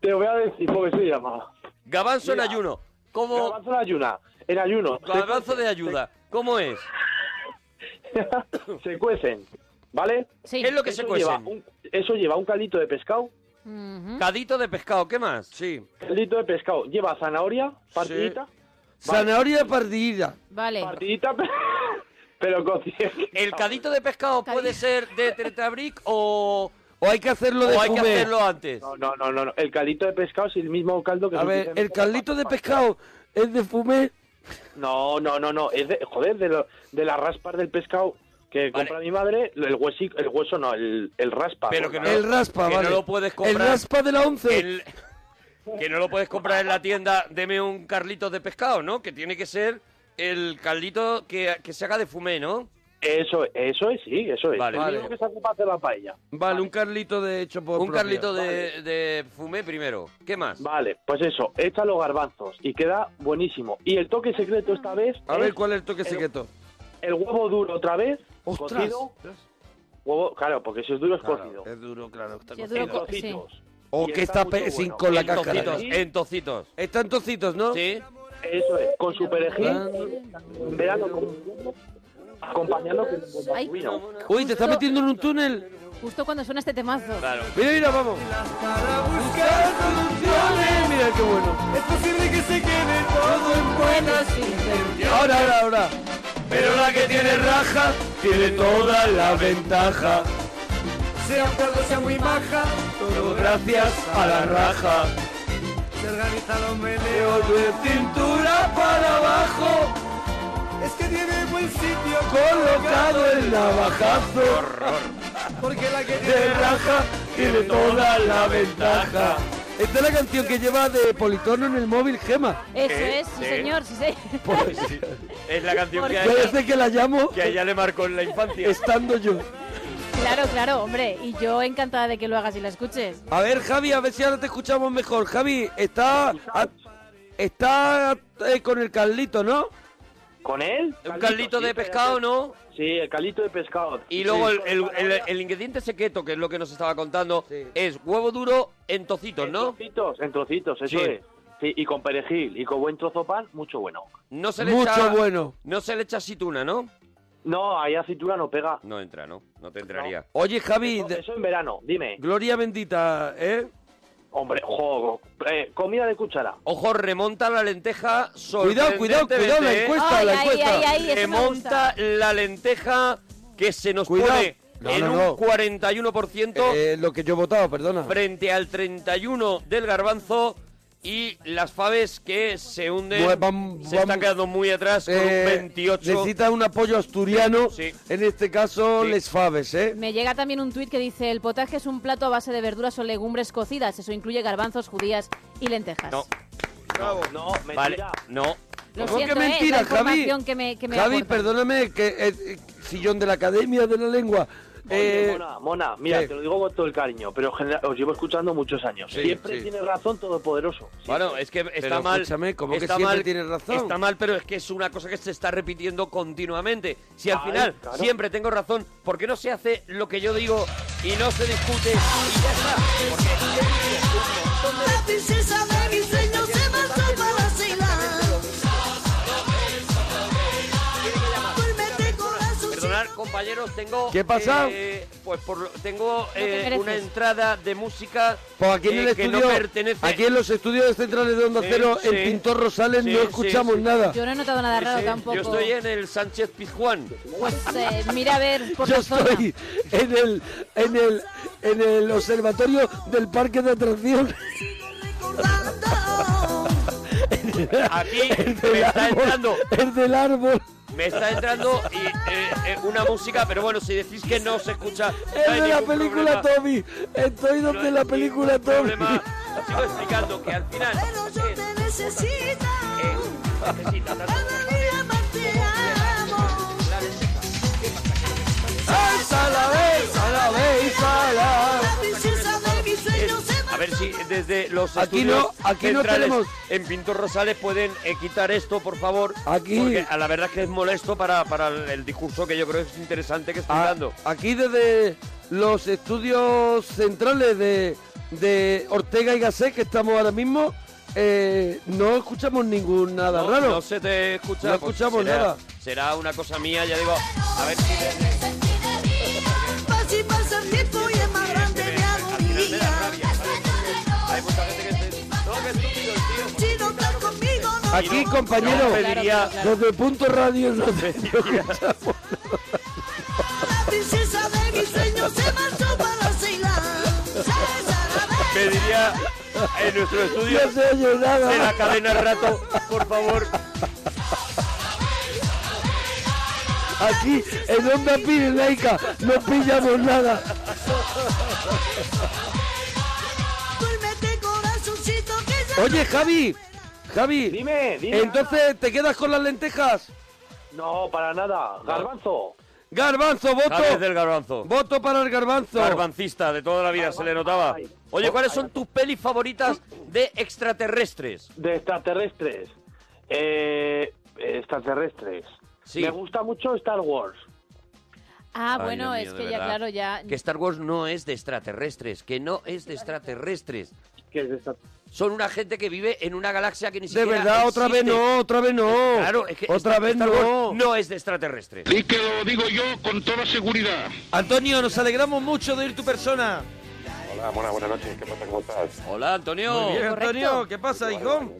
Speaker 3: Te voy a decir por qué se llama.
Speaker 4: Gabanzo en
Speaker 3: Mira.
Speaker 4: ayuno. Como
Speaker 3: Garbanzo en ayuna. En ayuno.
Speaker 4: gabanzo de ayuda. ¿Cómo es?
Speaker 3: Se, se cuecen, ¿vale?
Speaker 5: Sí.
Speaker 4: Es lo que se
Speaker 3: Eso lleva,
Speaker 4: cuecen.
Speaker 3: un, eso lleva un caldito de pescado.
Speaker 5: Ujú.
Speaker 4: Cadito de pescado, ¿qué más?
Speaker 2: Sí.
Speaker 3: Caldito de pescado. Lleva zanahoria, partidita.
Speaker 2: Zanahoria pardilla.
Speaker 5: Vale.
Speaker 3: Partidita, pero con
Speaker 4: ¿El cadito de pescado puede
Speaker 5: Cadito.
Speaker 4: ser de Tetrabric o,
Speaker 2: O hay que hacerlo de
Speaker 4: o hay que
Speaker 2: fumé.
Speaker 4: hacerlo antes?
Speaker 3: No, no, no, no, no. El caldito de pescado es el mismo caldo que
Speaker 2: A
Speaker 3: se
Speaker 2: ver,
Speaker 3: utiliza en-
Speaker 2: el caldito de pescado es de fumé.
Speaker 3: No, no, no, no. Es de, joder, de, lo- de las raspas del pescado que
Speaker 4: Vale.
Speaker 3: compra mi madre, el huesico, el hueso no, el, el raspa.
Speaker 4: Pero que no-
Speaker 2: El raspa,
Speaker 4: que no
Speaker 2: vale.
Speaker 4: lo puedes
Speaker 2: El
Speaker 4: comprar.
Speaker 2: raspa de la once.
Speaker 4: El- que no lo puedes comprar en la tienda, deme un Carlitos de pescado, ¿no? Que tiene que ser el caldito que, que se haga de fumé, ¿no?
Speaker 3: Eso, eso es, sí, eso es.
Speaker 4: Vale.
Speaker 3: El
Speaker 2: Vale.
Speaker 3: mismo que se ocupa de la paella.
Speaker 2: Vale, un carlito de hecho por
Speaker 4: Un
Speaker 2: propia.
Speaker 4: carlito de, de fumé primero. ¿Qué más?
Speaker 3: Vale, pues eso, echa los garbanzos y queda buenísimo. Y el toque secreto esta vez
Speaker 2: A
Speaker 3: es
Speaker 2: ver, ¿cuál es el toque
Speaker 3: el-
Speaker 2: secreto?
Speaker 3: el huevo duro otra vez,
Speaker 2: ¡Ostras!
Speaker 3: cocido, huevo, claro, porque si es duro es
Speaker 2: Claro,
Speaker 3: cocido.
Speaker 2: es duro, claro. Está
Speaker 5: Sí, es
Speaker 2: cocido.
Speaker 5: duro.
Speaker 3: En
Speaker 5: co-
Speaker 3: trocitos.
Speaker 2: O
Speaker 3: Y
Speaker 2: que
Speaker 3: está
Speaker 2: está
Speaker 3: mucho
Speaker 2: pe- sin
Speaker 3: bueno.
Speaker 2: con la
Speaker 4: en
Speaker 2: cáscara.
Speaker 4: tocitos, en tocitos.
Speaker 2: Está en tocitos, ¿no?
Speaker 4: ¿Sí?
Speaker 3: Eso es, con su
Speaker 2: Ah.
Speaker 3: perejil, en verano, con invierno, acompañando con un buen
Speaker 5: Ay.
Speaker 3: vino.
Speaker 2: Uy, te está
Speaker 5: Justo-
Speaker 2: metiendo en un túnel.
Speaker 5: Justo cuando suena este temazo.
Speaker 4: Claro.
Speaker 2: Mira, mira, vamos. Eh, Mira qué bueno.
Speaker 1: Es posible que se quede todo en
Speaker 2: Ahora, ahora, ahora.
Speaker 1: Pero la que tiene raja
Speaker 2: Tiene toda la ventaja.
Speaker 1: Sea un cerdo, sea muy maja
Speaker 2: Todo gracias a la raja.
Speaker 1: Se organiza los meleos
Speaker 2: Leo de cintura para abajo.
Speaker 1: Es que tiene buen sitio
Speaker 2: colocado el navajazo
Speaker 1: Porque la que tiene
Speaker 2: de raja tiene toda la ventaja. Esta es la canción que lleva de Politono en el móvil Gema.
Speaker 5: Eso
Speaker 4: Eh,
Speaker 5: es, sí,
Speaker 4: eh.
Speaker 5: señor, sí, sí.
Speaker 2: Pues,
Speaker 4: Es la canción que a, ella,
Speaker 2: parece que la llamo
Speaker 4: que a ella le marcó en la infancia.
Speaker 2: estando yo.
Speaker 5: Claro, claro, hombre. Y yo encantada de que lo hagas y la escuches.
Speaker 2: A ver, Javi, a ver si ahora te escuchamos mejor. Javi, está, a- está eh, con el Carlito, ¿no?
Speaker 3: ¿Con él?
Speaker 4: Un caldito de
Speaker 3: sí,
Speaker 4: pescado,
Speaker 3: espérate.
Speaker 4: ¿no?
Speaker 3: Sí, el calito de pescado.
Speaker 4: Y
Speaker 3: Sí.
Speaker 4: luego el, el- el- el ingrediente secreto, que es lo que nos estaba contando, es huevo duro en tocitos,
Speaker 3: En
Speaker 4: ¿no?
Speaker 3: trocitos, en trocitos, eso
Speaker 4: Sí.
Speaker 3: es. Sí, y con perejil y con buen trozo pan, mucho bueno.
Speaker 4: No se le echa,
Speaker 2: Mucho bueno.
Speaker 4: No se le echa aceituna, ¿no?
Speaker 3: No, ahí aceituna no pega.
Speaker 4: No entra, ¿no? No te entraría.
Speaker 2: Oye, Javi,
Speaker 3: Eso,
Speaker 2: de-
Speaker 3: eso en verano, dime.
Speaker 2: gloria bendita, ¿eh?
Speaker 3: Hombre, juego. Eh, comida de cuchara.
Speaker 4: Ojo, remonta la lenteja
Speaker 2: Cuidado, cuidado, cuidado, la
Speaker 4: sorprendentemente, ¿eh?
Speaker 2: encuesta,
Speaker 5: Ay,
Speaker 2: la
Speaker 5: ay,
Speaker 2: encuesta.
Speaker 5: ay, ay, eso me
Speaker 4: Remonta
Speaker 5: gusta.
Speaker 4: la lenteja que se nos
Speaker 2: Cuidado.
Speaker 4: pone
Speaker 2: No,
Speaker 4: en
Speaker 2: no,
Speaker 4: un
Speaker 2: no.
Speaker 4: 41%
Speaker 2: Eh, lo que yo he votado, perdona.
Speaker 4: frente al 31 del garbanzo y las faves que se hunden.
Speaker 2: Pues vam-
Speaker 4: se
Speaker 2: vam-
Speaker 4: están quedando muy atrás con
Speaker 2: Eh,
Speaker 4: un 28.
Speaker 2: Necesita un apoyo asturiano,
Speaker 4: Sí.
Speaker 2: en este caso
Speaker 4: Sí.
Speaker 2: Les Faves, ¿eh?
Speaker 5: Me llega también un tuit que dice, el potaje es un plato a base de verduras o legumbres cocidas. Eso incluye garbanzos, judías y lentejas.
Speaker 4: No.
Speaker 3: No, mentira.
Speaker 4: Vale, no.
Speaker 5: Lo
Speaker 2: ¿Cómo
Speaker 5: siento,
Speaker 2: que
Speaker 5: eh,
Speaker 2: mentira,
Speaker 5: la información
Speaker 2: Javi?
Speaker 5: que me, que me
Speaker 2: Javi,
Speaker 5: aportan.
Speaker 2: perdóname, que eh, eh, sillón de la Academia de la Lengua.
Speaker 3: Oye,
Speaker 2: Eh,
Speaker 3: Mona, Mona, mira,
Speaker 2: ¿qué?
Speaker 3: te lo digo con todo el cariño, pero en general, os llevo escuchando muchos años.
Speaker 2: Sí,
Speaker 3: Siempre
Speaker 2: sí.
Speaker 3: tienes razón, todopoderoso. Siempre.
Speaker 4: Bueno, eh, es que está
Speaker 2: Pero
Speaker 4: mal.
Speaker 2: escúchame, ¿cómo que
Speaker 4: está
Speaker 2: siempre tienes razón?
Speaker 4: Está mal, pero es que es una cosa que se está repitiendo continuamente. Si al
Speaker 3: Ay,
Speaker 4: final
Speaker 3: claro.
Speaker 4: siempre tengo razón, ¿por qué no se hace lo que yo digo y no se discute? Y ya está.
Speaker 7: La princesa de mi sueño se marchó para Ceilán. Duérmete con la sucia.
Speaker 4: Perdonad, compañeros, tengo.
Speaker 2: ¿Qué pasa?
Speaker 4: eh, pues por, lo- tengo
Speaker 5: te
Speaker 4: eh,
Speaker 5: mereces.
Speaker 4: una entrada de música
Speaker 2: pues aquí en
Speaker 4: eh,
Speaker 2: el
Speaker 4: que
Speaker 2: estudio,
Speaker 4: no pertenece.
Speaker 2: aquí en los estudios centrales de Onda
Speaker 4: Sí,
Speaker 2: Cero,
Speaker 4: sí.
Speaker 2: el pintor Rosales
Speaker 4: Sí,
Speaker 2: no
Speaker 4: sí,
Speaker 2: escuchamos
Speaker 4: sí.
Speaker 2: nada.
Speaker 5: Yo no he notado nada raro
Speaker 4: Sí,
Speaker 5: tampoco.
Speaker 4: Yo estoy en el Sánchez Pizjuán.
Speaker 5: Pues eh, mira a ver por
Speaker 2: Yo
Speaker 5: la zona.
Speaker 2: estoy en el, en el, en el observatorio del parque de atracción.
Speaker 7: Sigo recordando.
Speaker 4: Aquí
Speaker 2: el del
Speaker 4: me está
Speaker 2: árbol,
Speaker 4: entrando
Speaker 2: El del árbol.
Speaker 4: Me está entrando y, eh, eh, una música, pero bueno, si decís que no se escucha. no hay
Speaker 2: El de la
Speaker 4: ningún
Speaker 2: película
Speaker 4: problema.
Speaker 2: Tommy. Estoy
Speaker 4: No
Speaker 2: donde
Speaker 4: hay
Speaker 2: la
Speaker 4: ningún
Speaker 2: película Tommy.
Speaker 4: problema. Os Sigo explicando que al final.
Speaker 7: Pero yo te necesito.
Speaker 4: eh, necesita tanto-
Speaker 7: Todavía más te amo.
Speaker 2: ¡Alza la vez! ¡A la vez! ¡A la
Speaker 7: La princesa de mi sueño se
Speaker 4: A ver
Speaker 7: marchó
Speaker 4: si desde los
Speaker 2: Aquí
Speaker 4: estudios
Speaker 2: no, aquí no
Speaker 4: centrales
Speaker 2: tenemos-
Speaker 4: en Pintor Rosales pueden eh, quitar esto, por favor.
Speaker 2: Aquí-
Speaker 4: Porque a la verdad es que es molesto para, para el, el discurso que yo creo que es interesante que estoy
Speaker 2: A-
Speaker 4: dando.
Speaker 2: Ah, aquí desde los estudios centrales de, de Ortega y Gasset, que estamos ahora mismo, eh, no escuchamos ningún nada
Speaker 4: no,
Speaker 2: raro.
Speaker 4: no se te escucha.
Speaker 2: No
Speaker 4: pues
Speaker 2: escuchamos
Speaker 4: será-
Speaker 2: nada.
Speaker 4: Será una cosa mía, ya digo. A ver si.
Speaker 7: Pasa y pasa el tiempo y es más grande mi
Speaker 4: Me da
Speaker 7: agonía.
Speaker 4: rabia, ¿sabes? Hay mucha gente que se... No, que estúpido el tío.
Speaker 7: Si no estás conmigo, no
Speaker 2: Aquí,
Speaker 7: puedo
Speaker 2: compañero,
Speaker 4: Yo pediría-
Speaker 2: desde Punto Radio no te escuchamos.
Speaker 7: La princesa de mis sueños se marchó para Ceilán.
Speaker 4: Pediría en nuestro estudio
Speaker 2: No se oye
Speaker 4: de la
Speaker 2: nada.
Speaker 4: cadena Rato, por favor.
Speaker 2: Aquí, en Onda Pirenaica, no pillamos nada.
Speaker 7: Duérmete corazoncito que ya
Speaker 2: Oye, Javi, Javi,
Speaker 3: Dime, dime.
Speaker 2: entonces, ¿te quedas con las lentejas?
Speaker 3: No, para nada. Garbanzo.
Speaker 2: Garbanzo, voto.
Speaker 4: Javier del Garbanzo.
Speaker 2: Voto para el garbanzo.
Speaker 4: Garbancista de toda la vida, se le notaba. Oye, ¿cuáles son tus pelis favoritas de extraterrestres?
Speaker 3: De extraterrestres. Eh, extraterrestres.
Speaker 4: Sí.
Speaker 3: Me gusta mucho Star Wars.
Speaker 5: Ah,
Speaker 4: Ay,
Speaker 5: bueno,
Speaker 4: Dios
Speaker 5: es
Speaker 4: mío,
Speaker 5: que
Speaker 4: de
Speaker 5: ya
Speaker 4: verdad.
Speaker 5: claro, ya...
Speaker 4: Que Star Wars no es de extraterrestres, que no es de extraterrestres.
Speaker 3: Que es de esta-
Speaker 4: Son una gente que vive en una galaxia que ni
Speaker 2: De
Speaker 4: siquiera
Speaker 2: verdad, otra vez
Speaker 4: existe.
Speaker 2: no, otra vez no.
Speaker 4: Claro, es que
Speaker 2: otra
Speaker 4: Star-
Speaker 2: vez
Speaker 4: Star Wars
Speaker 2: no.
Speaker 4: no es de extraterrestres.
Speaker 8: Y que lo digo yo con toda seguridad.
Speaker 1: Antonio, nos alegramos mucho de oír tu persona.
Speaker 9: Hola, Mona, buenas noches. ¿Qué pasa? ¿Cómo estás?
Speaker 4: Hola, Antonio.
Speaker 1: Bien,
Speaker 5: correcto.
Speaker 1: Antonio, ¿qué pasa, hijo?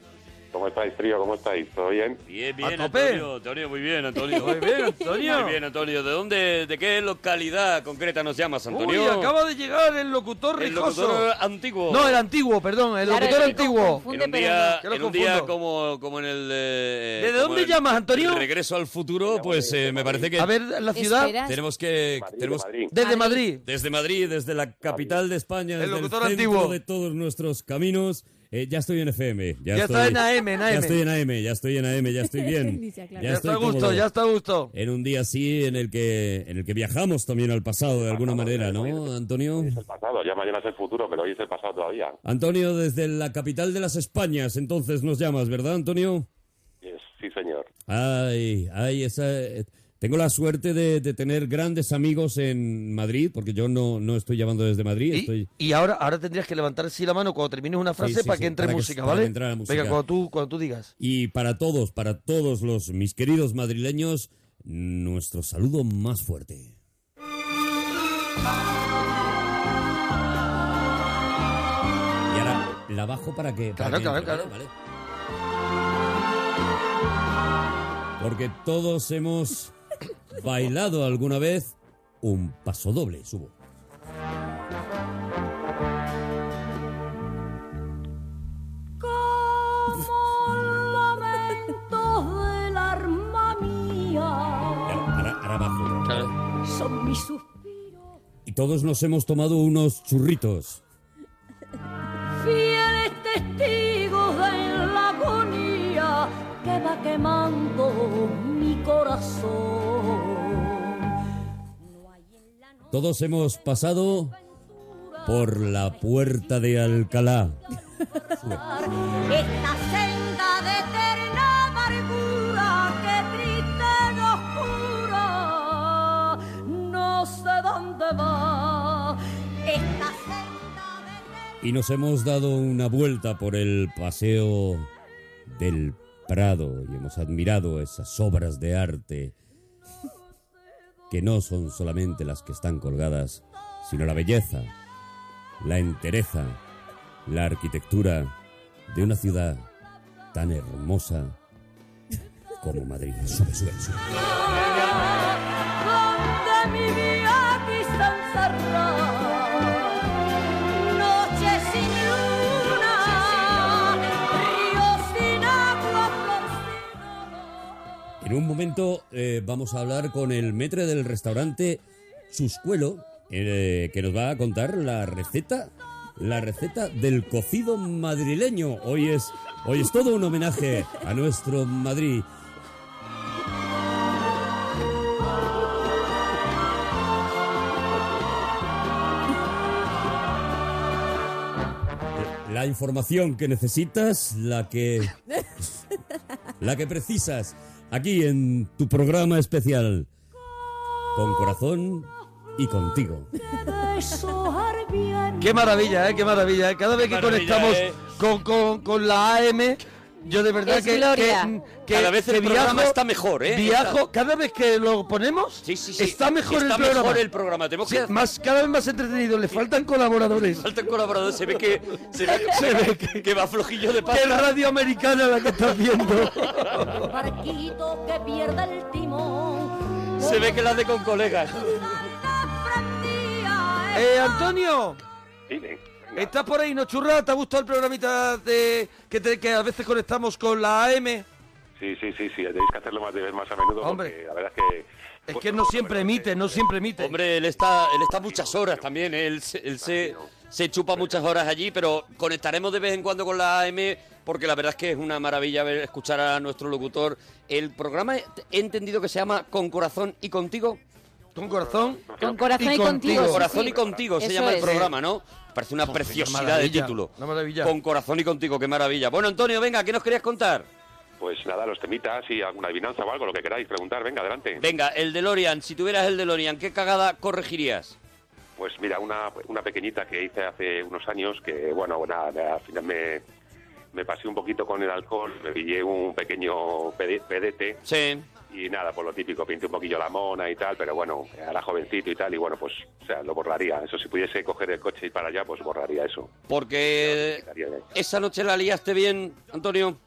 Speaker 9: ¿Cómo estáis, trío? ¿Cómo estáis? ¿Todo bien?
Speaker 4: Bien, bien,
Speaker 9: A tope.
Speaker 4: Antonio, Antonio, muy bien, Antonio.
Speaker 9: Muy bien, Antonio.
Speaker 4: Muy bien, Antonio. ¿De dónde, de qué localidad concreta nos llamas, Antonio?
Speaker 3: Uy, acaba de llegar el locutor
Speaker 4: El
Speaker 3: rijoso.
Speaker 4: locutor antiguo.
Speaker 3: No, el antiguo, perdón, el
Speaker 4: Claro,
Speaker 3: locutor
Speaker 4: el que
Speaker 3: antiguo.
Speaker 4: En un día,
Speaker 3: Que lo
Speaker 4: en un día
Speaker 3: confundo.
Speaker 4: como, como en el... eh,
Speaker 3: ¿Desde
Speaker 4: como
Speaker 3: dónde
Speaker 4: el-
Speaker 3: llamas, Antonio?
Speaker 4: el regreso al futuro, pues eh, me parece que...
Speaker 3: A ver, la ciudad. Espera.
Speaker 4: Tenemos que... tenemos...
Speaker 3: Desde Madrid.
Speaker 4: Desde Madrid, desde la capital de España, desde el
Speaker 3: locutor
Speaker 4: centro
Speaker 3: antiguo.
Speaker 4: de todos nuestros caminos. Eh, ya estoy en FM. Ya,
Speaker 3: Ya
Speaker 4: estoy,
Speaker 3: está en AM, en
Speaker 4: Ya
Speaker 3: AM.
Speaker 4: estoy en AM, ya estoy en AM, ya estoy bien.
Speaker 3: Ni se
Speaker 4: ya,
Speaker 3: aclara. Ya está a gusto,
Speaker 4: cómodo.
Speaker 3: ya está a gusto.
Speaker 4: En un día así en el que en el que viajamos también al pasado de alguna manera, ¿no, Antonio?
Speaker 9: El pasado, ya mañana es el futuro, pero hoy es el pasado todavía.
Speaker 4: Antonio, desde la capital de las Españas, entonces nos llamas, ¿verdad, Antonio?
Speaker 9: Yes, sí, señor.
Speaker 4: Ay, ay, esa. eh, Tengo la suerte de, de tener grandes amigos en Madrid, porque yo no, no estoy llamando desde Madrid, estoy
Speaker 2: Y ahora, ahora tendrías que levantar así la mano cuando termines una frase
Speaker 4: Sí, sí,
Speaker 2: para
Speaker 4: sí,
Speaker 2: que entre
Speaker 4: para que-
Speaker 2: música,
Speaker 4: para
Speaker 2: ¿vale?
Speaker 4: que entre la música.
Speaker 2: Venga, cuando tú, cuando tú digas.
Speaker 4: Y para todos, para todos los mis queridos madrileños, nuestro saludo más fuerte. Y ahora la bajo para que. para
Speaker 2: Claro,
Speaker 4: que
Speaker 2: claro,
Speaker 4: entre,
Speaker 2: claro.
Speaker 4: ¿vale? Vale. Porque todos hemos bailado alguna vez un paso doble, subo.
Speaker 6: Como lamentos del arma mía
Speaker 4: Ahora, ahora bajo.
Speaker 6: son mis suspiros.
Speaker 4: Y todos nos hemos tomado unos churritos.
Speaker 6: fieles testigos de la agonía que va quemando mi corazón.
Speaker 4: Todos hemos pasado por la puerta de Alcalá.
Speaker 6: Esta senda de eterna amargura que triste y oscura no sé dónde va. Esta senda
Speaker 4: Y nos hemos dado una vuelta por el paseo del Prado y hemos admirado esas obras de arte que no son solamente las que están colgadas, sino la belleza, la entereza, la arquitectura de una ciudad tan hermosa como Madrid. Sube, sube, sube.
Speaker 6: donde mi vida quizá encerrar. Noche sin luna, río sin agua, flor
Speaker 4: En un momento eh, vamos a hablar con el metre del restaurante Chuscuelo, eh, que nos va a contar la receta, la receta del cocido madrileño. Hoy es, hoy es todo un homenaje a nuestro Madrid. La información que necesitas, la que la que precisas aquí en tu programa especial. Con corazón y contigo.
Speaker 6: de esos arbienes.
Speaker 2: Qué maravilla, ¿eh? Qué maravilla, ¿eh? Cada vez
Speaker 4: Qué
Speaker 2: que
Speaker 4: maravilla,
Speaker 2: conectamos
Speaker 4: ¿eh?
Speaker 2: con, con, con la AM, yo de verdad
Speaker 4: Es
Speaker 2: que,
Speaker 4: gloria.
Speaker 2: que-
Speaker 4: Cada vez el programa está mejor, ¿eh?
Speaker 2: Viajo,
Speaker 4: Está-
Speaker 2: cada vez que lo ponemos,
Speaker 4: sí.
Speaker 2: está mejor
Speaker 4: Está
Speaker 2: el programa.
Speaker 4: mejor el programa, tenemos
Speaker 2: Sí,
Speaker 4: que-
Speaker 2: más, cada vez más entretenido, le faltan colaboradores.
Speaker 4: Falta el colaborador, se ve que, se ve,
Speaker 2: Se ve
Speaker 4: que, va flojillo de
Speaker 2: Qué
Speaker 4: pata.
Speaker 2: radio americana la que estás viendo.
Speaker 6: barquito que pierde el timón.
Speaker 4: Se ve que la hace con colegas.
Speaker 3: Eh, Antonio. ¿Estás por ahí, no churra? ¿Te ha gustado el programita de que, te- que a veces conectamos con la AM?
Speaker 9: Sí, sí, sí, sí, tenéis que hacerlo más de vez más a menudo porque la verdad es que...
Speaker 2: Es que no siempre emite, no siempre emite.
Speaker 4: Hombre, él está, él está muchas horas también, ¿eh? él, se- él se, se chupa muchas horas allí, pero conectaremos de vez en cuando con la AM porque la verdad es que es una maravilla ver, escuchar a nuestro locutor. El programa he he entendido que se llama Con Corazón y Contigo.
Speaker 2: Con corazón.
Speaker 10: Con corazón y contigo, sí,
Speaker 4: Con corazón
Speaker 10: sí.
Speaker 4: y contigo se
Speaker 10: Eso
Speaker 4: llama el
Speaker 10: es.
Speaker 4: programa, ¿no? Parece una preciosidad de
Speaker 9: maravilla,
Speaker 4: título.
Speaker 9: una maravilla.
Speaker 4: Con corazón y contigo, qué maravilla. Bueno, Antonio, venga, ¿qué nos querías contar?
Speaker 9: Pues nada, los temitas y alguna adivinanza o algo, lo que queráis preguntar, venga, adelante.
Speaker 4: Venga, el DeLorean, si tuvieras el DeLorean, ¿qué cagada corregirías?
Speaker 9: Pues mira, una, una pequeñita que hice hace unos años que, bueno, nada, nada, al final me, me pasé un poquito con el alcohol, me pillé un pequeño pede- pedete.
Speaker 4: Sí.
Speaker 9: Y nada, por lo típico, pinté un poquillo la mona y tal, pero bueno, era jovencito y tal, y bueno, pues, o sea, lo borraría. Eso, si pudiese coger el coche y ir para allá, pues borraría eso.
Speaker 4: Porque esa noche la liaste bien, Antonio.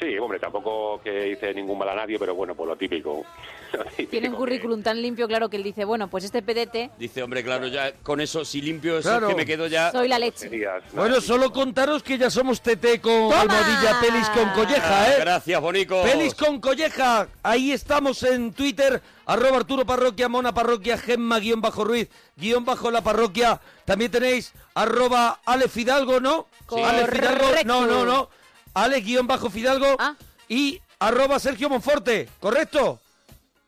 Speaker 9: Sí, hombre, tampoco que hice ningún mal a nadie, pero bueno, pues lo típico. Lo típico.
Speaker 5: Tiene un currículum tan limpio, claro, que él dice, bueno, pues este pedete
Speaker 4: Dice, hombre, claro, ya con eso, si limpio eso,
Speaker 1: Claro.
Speaker 4: es que me quedo ya...
Speaker 5: soy la leche.
Speaker 1: Bueno, solo contaros que ya somos TT con almohadilla pelis con colleja, ¿eh?
Speaker 4: Gracias, Bonico.
Speaker 1: Pelis con colleja, ahí estamos en Twitter, arroba Arturo Parroquia, Mona Parroquia, Gemma guión bajo Ruiz, guión bajo la parroquia. También tenéis arroba Ale Fidalgo, ¿no?
Speaker 5: Sí.
Speaker 1: Ale Fidalgo, no, no,
Speaker 5: Correcto. Ah.
Speaker 1: no. Ale guión bajo Fidalgo y arroba Sergio Monforte, ¿correcto?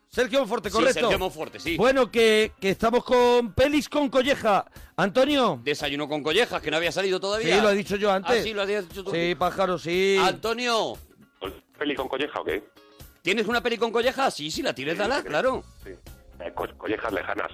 Speaker 1: Sergio Monforte,
Speaker 4: Sí,
Speaker 1: correcto.
Speaker 4: Sergio Monforte, sí.
Speaker 1: Bueno, que, que estamos con Pelis con colleja. Antonio.
Speaker 4: Desayuno con collejas, que no había salido todavía.
Speaker 1: Sí, lo he dicho yo antes.
Speaker 4: Ah, sí, lo habías dicho tú.
Speaker 1: Sí, pájaro, sí.
Speaker 4: Antonio,
Speaker 9: ¿Peli con colleja o qué?
Speaker 4: ¿tienes una peli con collejas? Sí, sí, la tienes, dala, claro.
Speaker 9: Eh, co- collejas lejanas.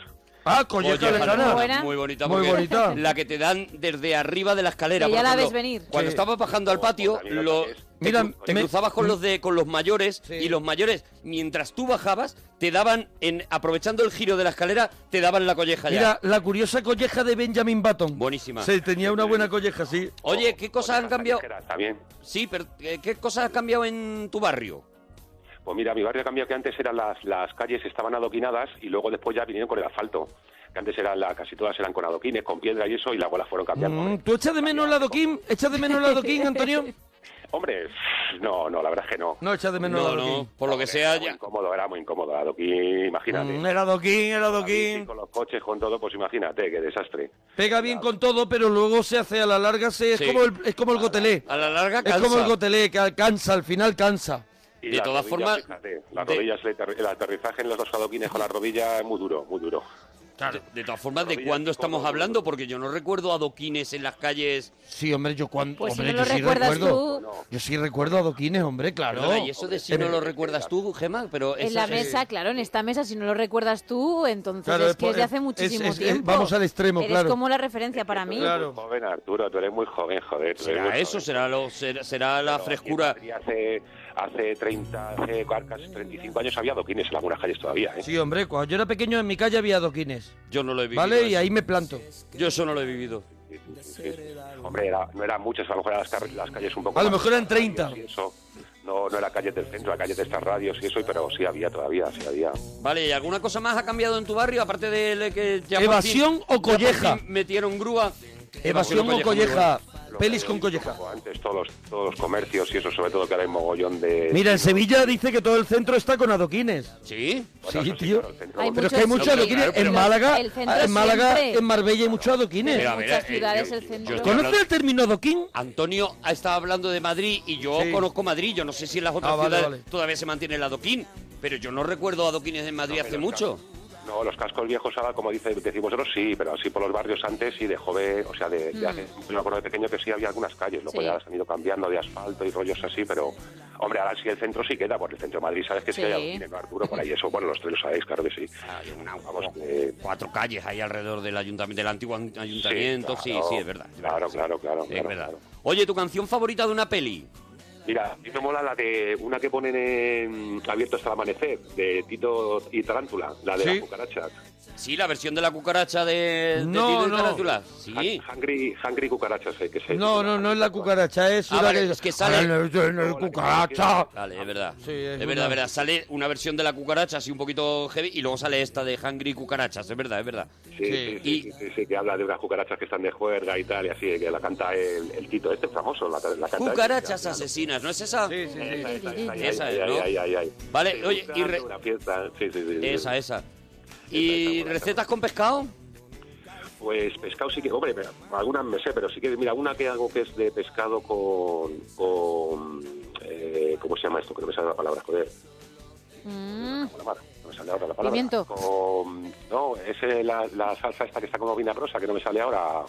Speaker 1: Ah,
Speaker 4: Collejas
Speaker 1: colleja lejana.
Speaker 4: Muy bonita.
Speaker 1: Muy
Speaker 4: porque
Speaker 1: bonita.
Speaker 4: La que te dan desde arriba de la escalera.
Speaker 5: Que ya
Speaker 4: por
Speaker 5: la
Speaker 4: ejemplo.
Speaker 5: ves venir.
Speaker 4: Cuando
Speaker 1: Sí.
Speaker 4: estabas bajando
Speaker 9: Oh,
Speaker 4: al
Speaker 9: pues
Speaker 4: patio, lo, te,
Speaker 1: Mira,
Speaker 4: cru- te
Speaker 1: me-
Speaker 4: cruzabas con los, de, con los mayores y los mayores, mientras tú bajabas, te daban, en, aprovechando el giro de la escalera, te daban la colleja ya.
Speaker 1: Mira, la curiosa colleja de Benjamin Button.
Speaker 4: Buenísima.
Speaker 1: Sí, tenía una buena colleja, sí.
Speaker 4: Oye, ¿qué cosas han cambiado?
Speaker 9: Está bien.
Speaker 4: Sí, pero eh, ¿qué cosas han cambiado en tu barrio?
Speaker 9: Pues mira, mi barrio ha cambiado que antes eran las, las calles estaban adoquinadas y luego después ya vinieron con el asfalto. Que antes eran la, casi todas eran con adoquines, con piedra y eso, y las bolas fueron cambiando.
Speaker 1: Mm, ¿Tú echas de menos la doquín? ¿Echas de menos la doquín, Antonio?
Speaker 9: Hombre, no, no, la verdad es que no.
Speaker 1: No echas de menos la doquín.
Speaker 4: por lo que sea,
Speaker 9: era muy incómodo, era muy incómodo la adoquín, imagínate.
Speaker 1: Mm, era doquín, era
Speaker 9: La bici
Speaker 1: doquín.
Speaker 9: Con los coches, con todo, pues imagínate, qué desastre.
Speaker 1: Pega bien con todo, pero luego se hace a la larga, se, es,
Speaker 9: Sí.
Speaker 1: como el, es como el gotelé.
Speaker 4: A la larga
Speaker 1: Es como
Speaker 4: cansa.
Speaker 1: el gotelé, que alcanza, al final cansa.
Speaker 9: Y
Speaker 4: De
Speaker 9: las
Speaker 4: todas
Speaker 9: rodillas,
Speaker 4: formas,
Speaker 9: fíjate, las
Speaker 4: de-
Speaker 9: rodillas, el aterri- el aterrizaje en los dos adoquines con las rodillas es muy duro, muy duro.
Speaker 4: De, de todas formas, ¿de cuándo estamos hablando? Porque yo no recuerdo adoquines en las calles.
Speaker 1: Sí, hombre, yo cuando.
Speaker 4: Pues si
Speaker 1: hombre,
Speaker 4: no lo
Speaker 1: yo sí
Speaker 4: recuerdas
Speaker 1: recuerdo.
Speaker 4: tú.
Speaker 1: Yo sí recuerdo adoquines, hombre, claro. Eh,
Speaker 4: Perdona, y eso de si
Speaker 3: Eh,
Speaker 4: no lo recuerdas tú, Gemma, pero
Speaker 5: En
Speaker 4: eso
Speaker 5: la
Speaker 4: es-
Speaker 5: mesa, claro, en esta mesa, si no lo recuerdas tú, entonces
Speaker 9: Claro,
Speaker 5: es
Speaker 9: es
Speaker 5: que
Speaker 9: por-
Speaker 5: es de hace
Speaker 9: es-
Speaker 5: muchísimo
Speaker 9: es- es-
Speaker 5: tiempo.
Speaker 9: vamos al extremo,
Speaker 5: Eres
Speaker 9: claro.
Speaker 5: como la referencia para mí.
Speaker 9: Tú eres muy joven, Arturo, tú eres muy joven, joder. tú eres muy
Speaker 4: Será eso, será, lo, será, será la frescura.
Speaker 9: joven. Y hace, hace 30, hace casi 35 años había adoquines en algunas calles todavía, ¿eh?
Speaker 1: Sí, hombre, cuando yo era pequeño en mi calle había adoquines.
Speaker 4: Yo no lo he vivido.
Speaker 1: ¿Vale? Y
Speaker 4: eso.
Speaker 1: ahí me planto.
Speaker 4: Yo eso no lo he vivido.
Speaker 9: Hombre, era- no eran muchas, a lo mejor eran las, car- las calles un poco
Speaker 1: A lo
Speaker 9: más-
Speaker 1: mejor eran 30.
Speaker 9: y eso. No, no era calles del centro, era calles de estas radios y eso, y- pero sí había todavía, sí había.
Speaker 4: Vale, ¿y alguna cosa más ha cambiado en tu barrio? Aparte de le- que ya por
Speaker 1: Evasión
Speaker 4: fin-
Speaker 1: o
Speaker 4: ya por
Speaker 1: colleja.
Speaker 4: fin metieron grúa.
Speaker 1: Evasión o colleja. Pelis con colleja.
Speaker 9: Antes todos los, todos los comercios y eso, sobre todo que era el mogollón de...
Speaker 1: Mira, en Sevilla dice que todo el centro está con adoquines.
Speaker 4: Sí.
Speaker 1: Sí, tío.
Speaker 5: Hay
Speaker 1: pero es que hay
Speaker 5: muchos-
Speaker 1: muchos adoquines.
Speaker 5: claro, pero-
Speaker 1: en Málaga, Ah,
Speaker 5: el centro
Speaker 1: en, Málaga
Speaker 5: siempre.
Speaker 1: en Marbella hay muchos adoquines.
Speaker 4: Pero, a ver,
Speaker 5: Muchas
Speaker 4: eh,
Speaker 5: ciudades,
Speaker 4: yo-
Speaker 5: el
Speaker 4: yo
Speaker 5: centro.
Speaker 4: estoy
Speaker 1: ¿Conoces
Speaker 4: hablando-
Speaker 1: el término adoquín?
Speaker 4: Antonio ha estado hablando de Madrid y yo
Speaker 1: Sí.
Speaker 4: conozco Madrid. Yo no sé si en las otras
Speaker 1: Ah, vale,
Speaker 4: ciudades
Speaker 1: vale.
Speaker 4: todavía se mantiene el adoquín, pero yo no recuerdo adoquines en Madrid hace mucho.
Speaker 9: No, los cascos viejos ahora, como dice, decís vosotros, sí, pero así por los barrios antes y de joven, o sea, de, de
Speaker 4: Mm.
Speaker 9: hace- yo me acuerdo de pequeño que sí había algunas calles, luego
Speaker 4: Sí.
Speaker 9: ya se han ido cambiando de asfalto y rollos así, pero, hombre, ahora sí el centro sí queda, porque el centro de Madrid, sabes que sí,
Speaker 4: Sí.
Speaker 9: hay alguien, ¿no, Arturo? Por ahí eso, bueno, los tres lo sabéis, claro que sí. Vamos, eh, que-
Speaker 4: Cuatro calles ahí alrededor del ayuntamiento, del antiguo an- ayuntamiento. Sí,
Speaker 9: claro.
Speaker 4: sí, es verdad. es verdad,
Speaker 9: Claro,
Speaker 4: sí.
Speaker 9: claro, claro,
Speaker 4: Sí,
Speaker 9: claro,
Speaker 4: es verdad.
Speaker 9: claro.
Speaker 4: Oye, tu canción favorita de una peli.
Speaker 9: Mira, a mí me mola la de una que ponen en abierto hasta el amanecer, de Tito y Tarántula, la de
Speaker 4: Sí.
Speaker 9: las cucarachas.
Speaker 4: Sí, la versión de la cucaracha de, de
Speaker 1: No,
Speaker 4: Tito y
Speaker 1: no.
Speaker 4: Tarántula. Sí.
Speaker 9: Hungry, hungry cucarachas, eh, que se
Speaker 1: No, no, no es la cucaracha, es
Speaker 4: Ah,
Speaker 1: una
Speaker 4: vale, es que sale-
Speaker 1: Ah, no, no, no, no, cucaracha.
Speaker 4: Vale, es verdad. es,
Speaker 1: es
Speaker 4: verdad,
Speaker 1: una-
Speaker 4: verdad. Sale una versión de la cucaracha así un poquito heavy y luego sale esta de Hungry Cucarachas. Es verdad, es verdad.
Speaker 9: Sí, sí, sí, sí, sí, sí, que habla de unas cucarachas que están de juerga y tal, y así, que la canta el, el Tito, este famoso, la, la canta.
Speaker 4: Cucarachas asesinas, ¿no es esa? Sí, sí,
Speaker 9: Ay, ay,
Speaker 4: Esa
Speaker 9: ay,
Speaker 4: es, ¿no?
Speaker 9: ay, ay, ay.
Speaker 4: Vale,
Speaker 9: Te
Speaker 4: oye, y
Speaker 9: gusta
Speaker 4: re-
Speaker 9: una fiesta, sí, sí, sí, sí.
Speaker 4: esa, esa. ¿Y recetas con pescado?
Speaker 9: Pues pescado sí que, hombre, pero algunas me sé, pero sí que, mira, una que hago que es de pescado con, con eh, ¿cómo se llama esto? Que no me sale la palabra, joder.
Speaker 5: Mm,
Speaker 9: Con la mar, no me sale ahora la palabra.
Speaker 5: Pimiento.
Speaker 9: Con- no, es eh, la, la salsa esta que está como vinagrosa, que no me sale ahora.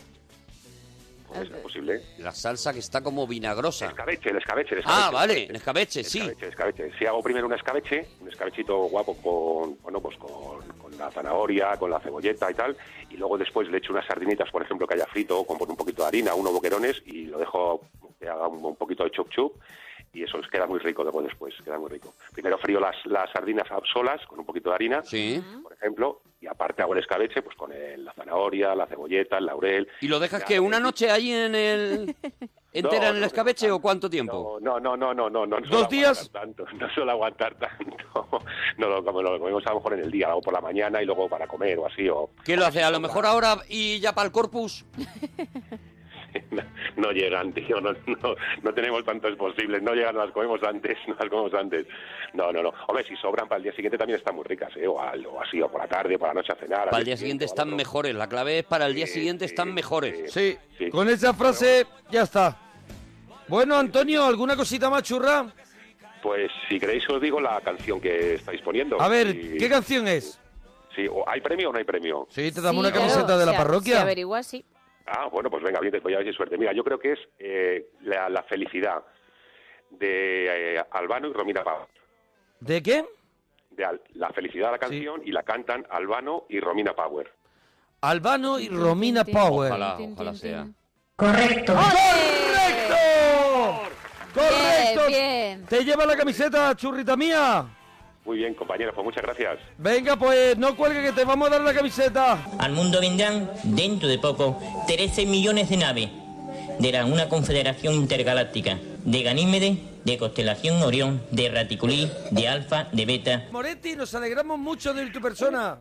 Speaker 9: ¿Cómo es posible?
Speaker 4: La salsa que está como vinagrosa.
Speaker 9: Escabeche, el escabeche, el escabeche.
Speaker 4: Ah, vale, en escabeche, sí.
Speaker 9: Escabeche, escabeche. Si hago primero un escabeche, un escabechito guapo con, bueno, pues con, con la zanahoria, con la cebolleta y tal, y luego después le echo unas sardinitas, por ejemplo, que haya frito, con con un poquito de harina, unos boquerones, y lo dejo que haga un, un poquito de chup chup, y eso es- queda muy rico luego después, queda muy rico. Primero frío las, las sardinas a- solas, con un poquito de harina, por ejemplo, y aparte hago el escabeche, pues con el- la zanahoria, la cebolleta, el laurel.
Speaker 4: ¿Y lo dejas
Speaker 9: Ya,
Speaker 4: que una noche ahí en el...? ¿Entera
Speaker 9: No,
Speaker 4: en el
Speaker 9: no,
Speaker 4: escabeche o cuánto tiempo?
Speaker 9: No, no, no, no, no, no. no
Speaker 4: ¿Dos
Speaker 9: suelo
Speaker 4: días?
Speaker 9: aguantar Tanto, no suelo aguantar tanto. No, lo, como lo comemos a lo mejor en el día, o por la mañana y luego para comer o así. O,
Speaker 4: ¿Quién lo hace? A lo mejor ahora y ya para el corpus.
Speaker 9: no llegan, tío, no, no, no tenemos tantos posibles, no llegan, no las comemos antes, no las comemos antes. No, no, no. Hombre, si sobran para el día siguiente también están muy ricas, ¿eh? O, al- o así, o por la tarde, o por la noche a cenar.
Speaker 4: Para el día siguiente están mejores. La clave es para el día siguiente están mejores.
Speaker 1: Sí. Con esa frase ya está. Bueno, Antonio, ¿alguna cosita más churra?
Speaker 9: Pues si queréis os digo la canción que estáis poniendo.
Speaker 1: A ver,
Speaker 9: Y-
Speaker 1: ¿qué canción es?
Speaker 9: sí, o- ¿Hay premio o no hay premio?
Speaker 1: Sí, te
Speaker 5: Sí, claro, si a- Si averiguas, sí.
Speaker 9: Ah, bueno, pues venga, bien, te voy a ver si suerte. Mira, yo creo que es eh, la, la felicidad de eh, Albano y Romina Pavón.
Speaker 1: ¿De qué?
Speaker 9: De Al- la felicidad de la canción y la cantan Albano y Romina Power.
Speaker 1: Albano y Romina Power.
Speaker 4: Ojalá, ojalá sea.
Speaker 1: Correcto. ¡Correcto! ¡Correcto!
Speaker 5: Bien,
Speaker 1: ¿Te lleva la camiseta, churrita mía?
Speaker 9: Muy bien, compañeros, pues muchas gracias.
Speaker 1: Venga, pues no cuelgue que te vamos a dar la camiseta.
Speaker 11: Al mundo vendrán, dentro de poco, 13 millones de naves de la, una confederación intergaláctica, de Ganímedes, de Constelación Orión, de Raticulí, de Alfa, de Beta.
Speaker 1: Moretti, nos alegramos mucho de tu persona.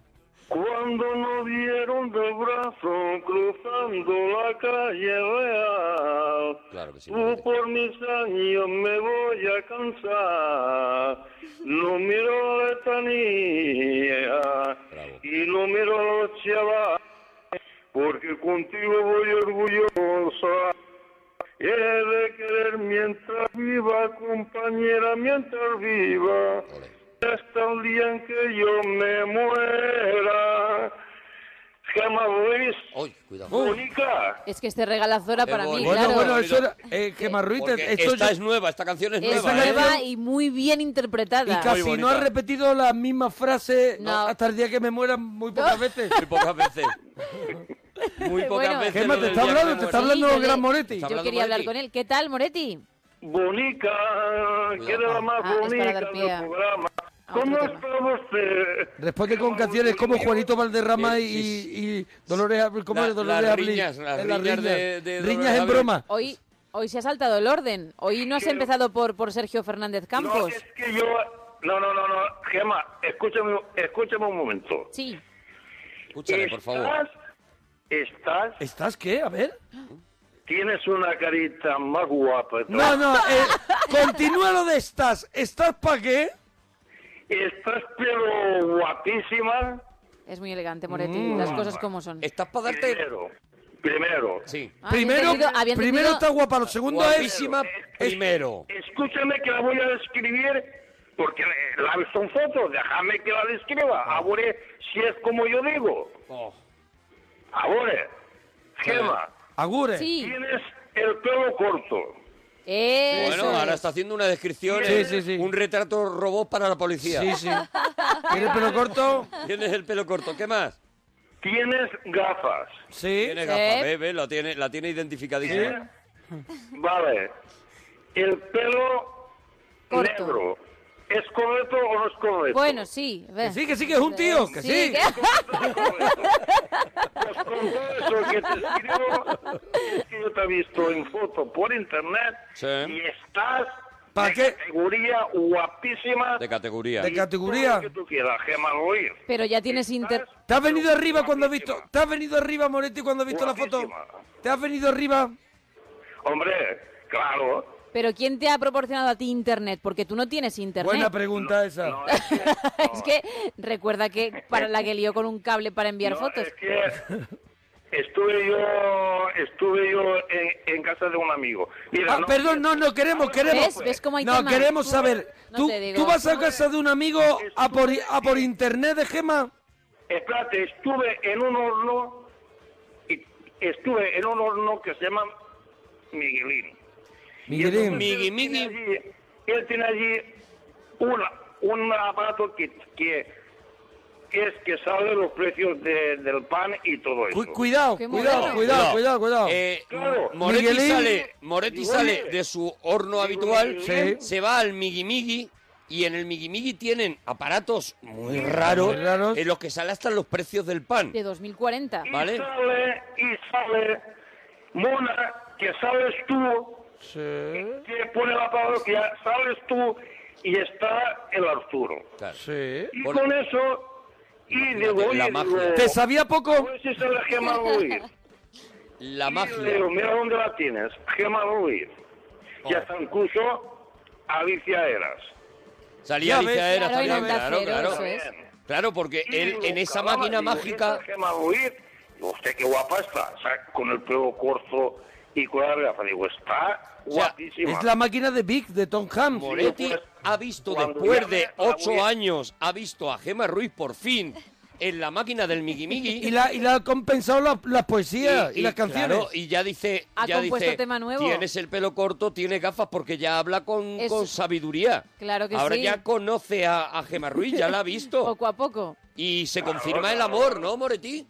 Speaker 12: Cuando nos dieron de brazo cruzando la calle real,
Speaker 4: Claro que sí.
Speaker 12: tú por mis años me voy a cansar. No miro la letanía y no miro a los chavales, porque contigo voy orgullosa. He de querer mientras viva, compañera, mientras viva hasta el día en que yo me muera. Gemma Ruiz.
Speaker 4: cuidado.
Speaker 12: Mónica.
Speaker 5: es que este regalazo era para mí,
Speaker 1: bueno,
Speaker 5: claro.
Speaker 1: bueno, eso era. Eh, Gemma Ruiz,
Speaker 4: Porque
Speaker 1: esto
Speaker 4: esta
Speaker 1: yo-
Speaker 4: es nueva, esta canción es
Speaker 5: Es
Speaker 4: nueva. ¿eh?
Speaker 5: nueva y muy bien interpretada.
Speaker 1: Y casi no ha repetido la misma frase
Speaker 5: No.
Speaker 1: hasta el día que me mueran muy pocas veces. Muy
Speaker 4: pocas veces. Muy
Speaker 5: pocas Bueno. veces
Speaker 1: Gemma,
Speaker 5: lo
Speaker 1: te
Speaker 5: del
Speaker 1: está
Speaker 5: día que
Speaker 1: hablando,
Speaker 5: me
Speaker 1: te está
Speaker 5: muera.
Speaker 1: hablando
Speaker 5: Sí,
Speaker 1: el
Speaker 5: yo
Speaker 1: gran
Speaker 5: le-
Speaker 1: Moretti.
Speaker 5: Yo quería hablar con él. ¿Qué tal, Moretti?
Speaker 12: Bonica, que era la más
Speaker 5: Ah, es para
Speaker 12: bonita
Speaker 5: dar
Speaker 12: del
Speaker 5: pie a-
Speaker 12: programa. ¿Cómo está usted?
Speaker 1: Responde con canciones como Juanito Valderrama y,
Speaker 12: Sí,
Speaker 1: y Dolores Abril. ¿Cómo
Speaker 4: Eh, La-
Speaker 1: es Dolores
Speaker 4: las
Speaker 1: Abril?
Speaker 4: riñas, las
Speaker 1: Eh,
Speaker 4: riñas de- de
Speaker 1: Riñas
Speaker 4: Dolores
Speaker 1: en
Speaker 4: Abril.
Speaker 1: broma.
Speaker 5: Hoy, hoy se ha saltado el orden. Hoy no has empezado por, por Sergio Fernández
Speaker 12: No,
Speaker 5: Campos.
Speaker 12: es que yo... No, no, no, no. Gemma, escúchame, escúchame un momento.
Speaker 5: Sí.
Speaker 12: Escúchame, por favor. Estás...
Speaker 1: ¿Estás qué? A ver.
Speaker 12: Tienes una carita más guapa. ¿no?
Speaker 1: No, no, eh, continúa lo de estas. ¿Estás para qué?
Speaker 12: Estás pero guapísima.
Speaker 5: Es muy elegante, Moretti.
Speaker 12: Mm.
Speaker 5: Las cosas como son.
Speaker 4: ¿Estás para
Speaker 12: Primero. Primero.
Speaker 4: Sí.
Speaker 5: Ah, había
Speaker 1: primero
Speaker 5: entendido- había
Speaker 1: primero
Speaker 5: entendido-
Speaker 1: está guapa, lo segundo
Speaker 4: Guapísima
Speaker 1: es...
Speaker 4: primero.
Speaker 12: Escúchame que la voy a describir porque eh, la son fotos. Déjame que la describa. Ahora, si es como yo digo. Ahora, Gema.
Speaker 1: Agure.
Speaker 5: Sí.
Speaker 12: Tienes el pelo corto.
Speaker 5: Eso
Speaker 4: Bueno, ahora
Speaker 5: es.
Speaker 4: está haciendo una descripción,
Speaker 1: Sí,
Speaker 4: eh,
Speaker 1: sí,
Speaker 4: un retrato robot para la policía.
Speaker 1: Sí, sí. ¿Tienes pelo corto?
Speaker 4: Tienes el pelo corto, ¿qué más?
Speaker 12: Tienes gafas.
Speaker 1: Sí.
Speaker 4: Tienes gafas,
Speaker 12: Sí.
Speaker 4: ve, ve, la tiene, la tiene identificadísima.
Speaker 12: Vale. El pelo negro. ¿Es correcto o no es correcto?
Speaker 5: Bueno, sí. ve.
Speaker 1: sí, que sí, que es un tío, que sí.
Speaker 12: Eso que te escribo es que yo te he visto en foto por internet y estás
Speaker 1: ¿Para
Speaker 12: de
Speaker 1: qué?
Speaker 12: categoría guapísima.
Speaker 4: De categoría.
Speaker 1: De categoría.
Speaker 12: Todo lo que tú quieras, Gemma Ruiz.
Speaker 5: Pero ya tienes inter...
Speaker 1: ¿Te has venido arriba cuando has visto? ¿Te has venido arriba, Moretti, cuando has visto la foto? ¿Te has venido arriba?
Speaker 12: Hombre, claro.
Speaker 5: Pero ¿quién te ha proporcionado a ti internet? Porque tú no tienes internet.
Speaker 1: Buena pregunta esa.
Speaker 5: es que recuerda que para la que lió con un cable para enviar fotos.
Speaker 12: que estuve yo estuve yo en, en casa de un amigo. Mira,
Speaker 1: Ah,
Speaker 12: no-
Speaker 1: perdón, no, no queremos, queremos.
Speaker 5: ¿Ves? ¿Ves cómo hay
Speaker 1: no,
Speaker 5: tema?
Speaker 1: queremos saber.
Speaker 5: No
Speaker 1: ¿Tú,
Speaker 5: te digo.
Speaker 1: ¿Tú vas a casa de un amigo a por, a por internet de Gema?
Speaker 12: Espérate, estuve en un horno, y- estuve en un horno que se llama Miguelín.
Speaker 1: Miguelín.
Speaker 12: Migui, Migui. Él tiene allí una, un aparato que, que es que sabe los precios de- del pan y todo eso.
Speaker 1: Cuidado,
Speaker 12: Qué
Speaker 1: cuidado,
Speaker 12: moderno.
Speaker 1: cuidado,
Speaker 12: Cuidado.
Speaker 1: cuidado, cuidado.
Speaker 4: Eh,
Speaker 12: Claro.
Speaker 4: Moretti
Speaker 1: Miguelín.
Speaker 4: sale, Moretti
Speaker 1: Miguel.
Speaker 4: sale de su horno habitual,
Speaker 1: Sí.
Speaker 4: se va al Migi Migi y en el Migi Migi tienen aparatos muy raros, en los que sale hasta los precios del pan.
Speaker 5: De 2040.
Speaker 4: Vale.
Speaker 12: Y sabe, y sabe, Mona, que sabes tú
Speaker 2: Sí.
Speaker 12: que pone la parroquia, sales tú y está el Arturo.
Speaker 2: Sí.
Speaker 12: Y con eso, y digo,
Speaker 4: Imagínate,
Speaker 12: oye,
Speaker 4: la
Speaker 12: digo,
Speaker 4: magia.
Speaker 2: ¿Te sabía poco?
Speaker 12: Pues esa es la Gemma Ruiz.
Speaker 4: La magia.
Speaker 12: Digo, mira dónde la tienes, Gemma Ruiz. Y hasta incluso Alicia Eras.
Speaker 4: Salía
Speaker 12: Ya
Speaker 4: Alicia
Speaker 12: ves.
Speaker 4: Eras
Speaker 12: Claro,
Speaker 4: también,
Speaker 12: en Onda
Speaker 4: claro,
Speaker 12: Cero,
Speaker 4: claro.
Speaker 12: eso es.
Speaker 4: Claro, porque
Speaker 12: Y
Speaker 4: él
Speaker 12: digo,
Speaker 4: en esa
Speaker 12: caramba,
Speaker 4: máquina
Speaker 12: digo,
Speaker 4: mágica.
Speaker 12: esta Gemma Ruiz, digo, usted qué guapa está, o sea, con el pelo corto y con la gafa. Digo, está guapísima.
Speaker 2: Es la máquina de Big, de Tom Hanks.
Speaker 4: Moretti ha visto
Speaker 2: cuando
Speaker 4: después
Speaker 2: llame
Speaker 4: de
Speaker 2: a la
Speaker 4: ocho
Speaker 2: abuela-
Speaker 4: años, ha visto a Gemma Ruiz por fin en la máquina del Migi Migi.
Speaker 2: Y la, y la ha compensado la- las poesías y, las canciones.
Speaker 4: claro, y ya dice,
Speaker 5: Ha
Speaker 4: ya
Speaker 5: compuesto
Speaker 4: dice,
Speaker 5: tema nuevo.
Speaker 4: tienes el pelo corto, tiene gafas, porque ya habla con,
Speaker 5: Eso.
Speaker 4: con sabiduría.
Speaker 5: Claro que
Speaker 4: Ahora
Speaker 5: sí.
Speaker 4: ya conoce a, a Gemma Ruiz, ya la ha visto.
Speaker 5: Poco a poco.
Speaker 4: y se confirma el amor, ¿no, Moretti?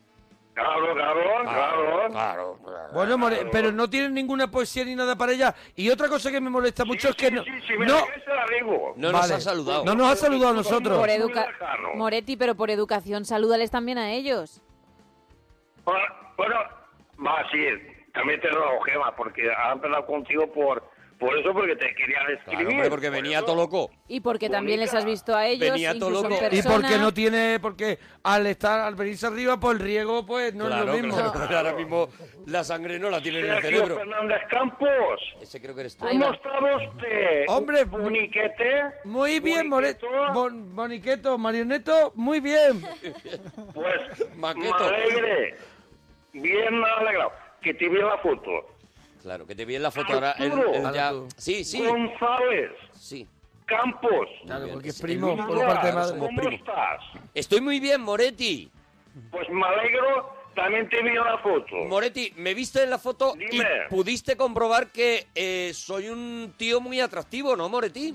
Speaker 4: Ah,
Speaker 12: Claro, claro,
Speaker 4: claro.
Speaker 2: Bueno, More- pero no tiene ninguna poesía ni nada para ella. Y otra cosa que me molesta mucho es que no...
Speaker 12: me
Speaker 2: no,
Speaker 12: regresa la digo.
Speaker 2: Vale. No nos ha saludado a nosotros.
Speaker 5: Por educa- Moretti, pero por educación, salúdales también a ellos.
Speaker 12: Bueno, bueno, va, sí, también te lo Gema, porque ha empezado contigo por, por eso, porque te quería describir.
Speaker 4: Claro, hombre, porque venía todo loco.
Speaker 5: Y porque también les has visto a ellos, incluso en
Speaker 2: Y
Speaker 5: persona.
Speaker 2: porque no tiene, porque al estar, al venirse arriba, pues el riego, pues no
Speaker 4: claro,
Speaker 2: es lo mismo.
Speaker 4: claro, claro, ahora mismo la sangre no la tiene en el
Speaker 2: Sergio
Speaker 4: cerebro.
Speaker 12: Fernández Campos.
Speaker 4: Ese creo que eres tú.
Speaker 12: ¿Cómo está usted?
Speaker 2: Hombre,
Speaker 12: boniquete.
Speaker 2: Muy bien, Moreto. Bon- boniqueto, marioneto, muy bien.
Speaker 12: Pues,
Speaker 4: Maqueto.
Speaker 12: me alegre, bien alegrado, que te vi la foto.
Speaker 4: Claro, que te vi en la foto ahora. él-
Speaker 12: Arturo.
Speaker 4: él ya-
Speaker 12: Arturo.
Speaker 4: Sí, sí.
Speaker 12: González.
Speaker 4: Sí.
Speaker 12: Campos.
Speaker 4: Claro, porque es
Speaker 2: primo, por parte de madre.
Speaker 12: ¿Cómo estás?
Speaker 4: Estoy muy bien, Moretti.
Speaker 12: Pues me alegro, también te vi en la foto.
Speaker 4: Moretti, me viste en la foto y pudiste comprobar que eh, soy un tío muy atractivo, ¿no, Moretti?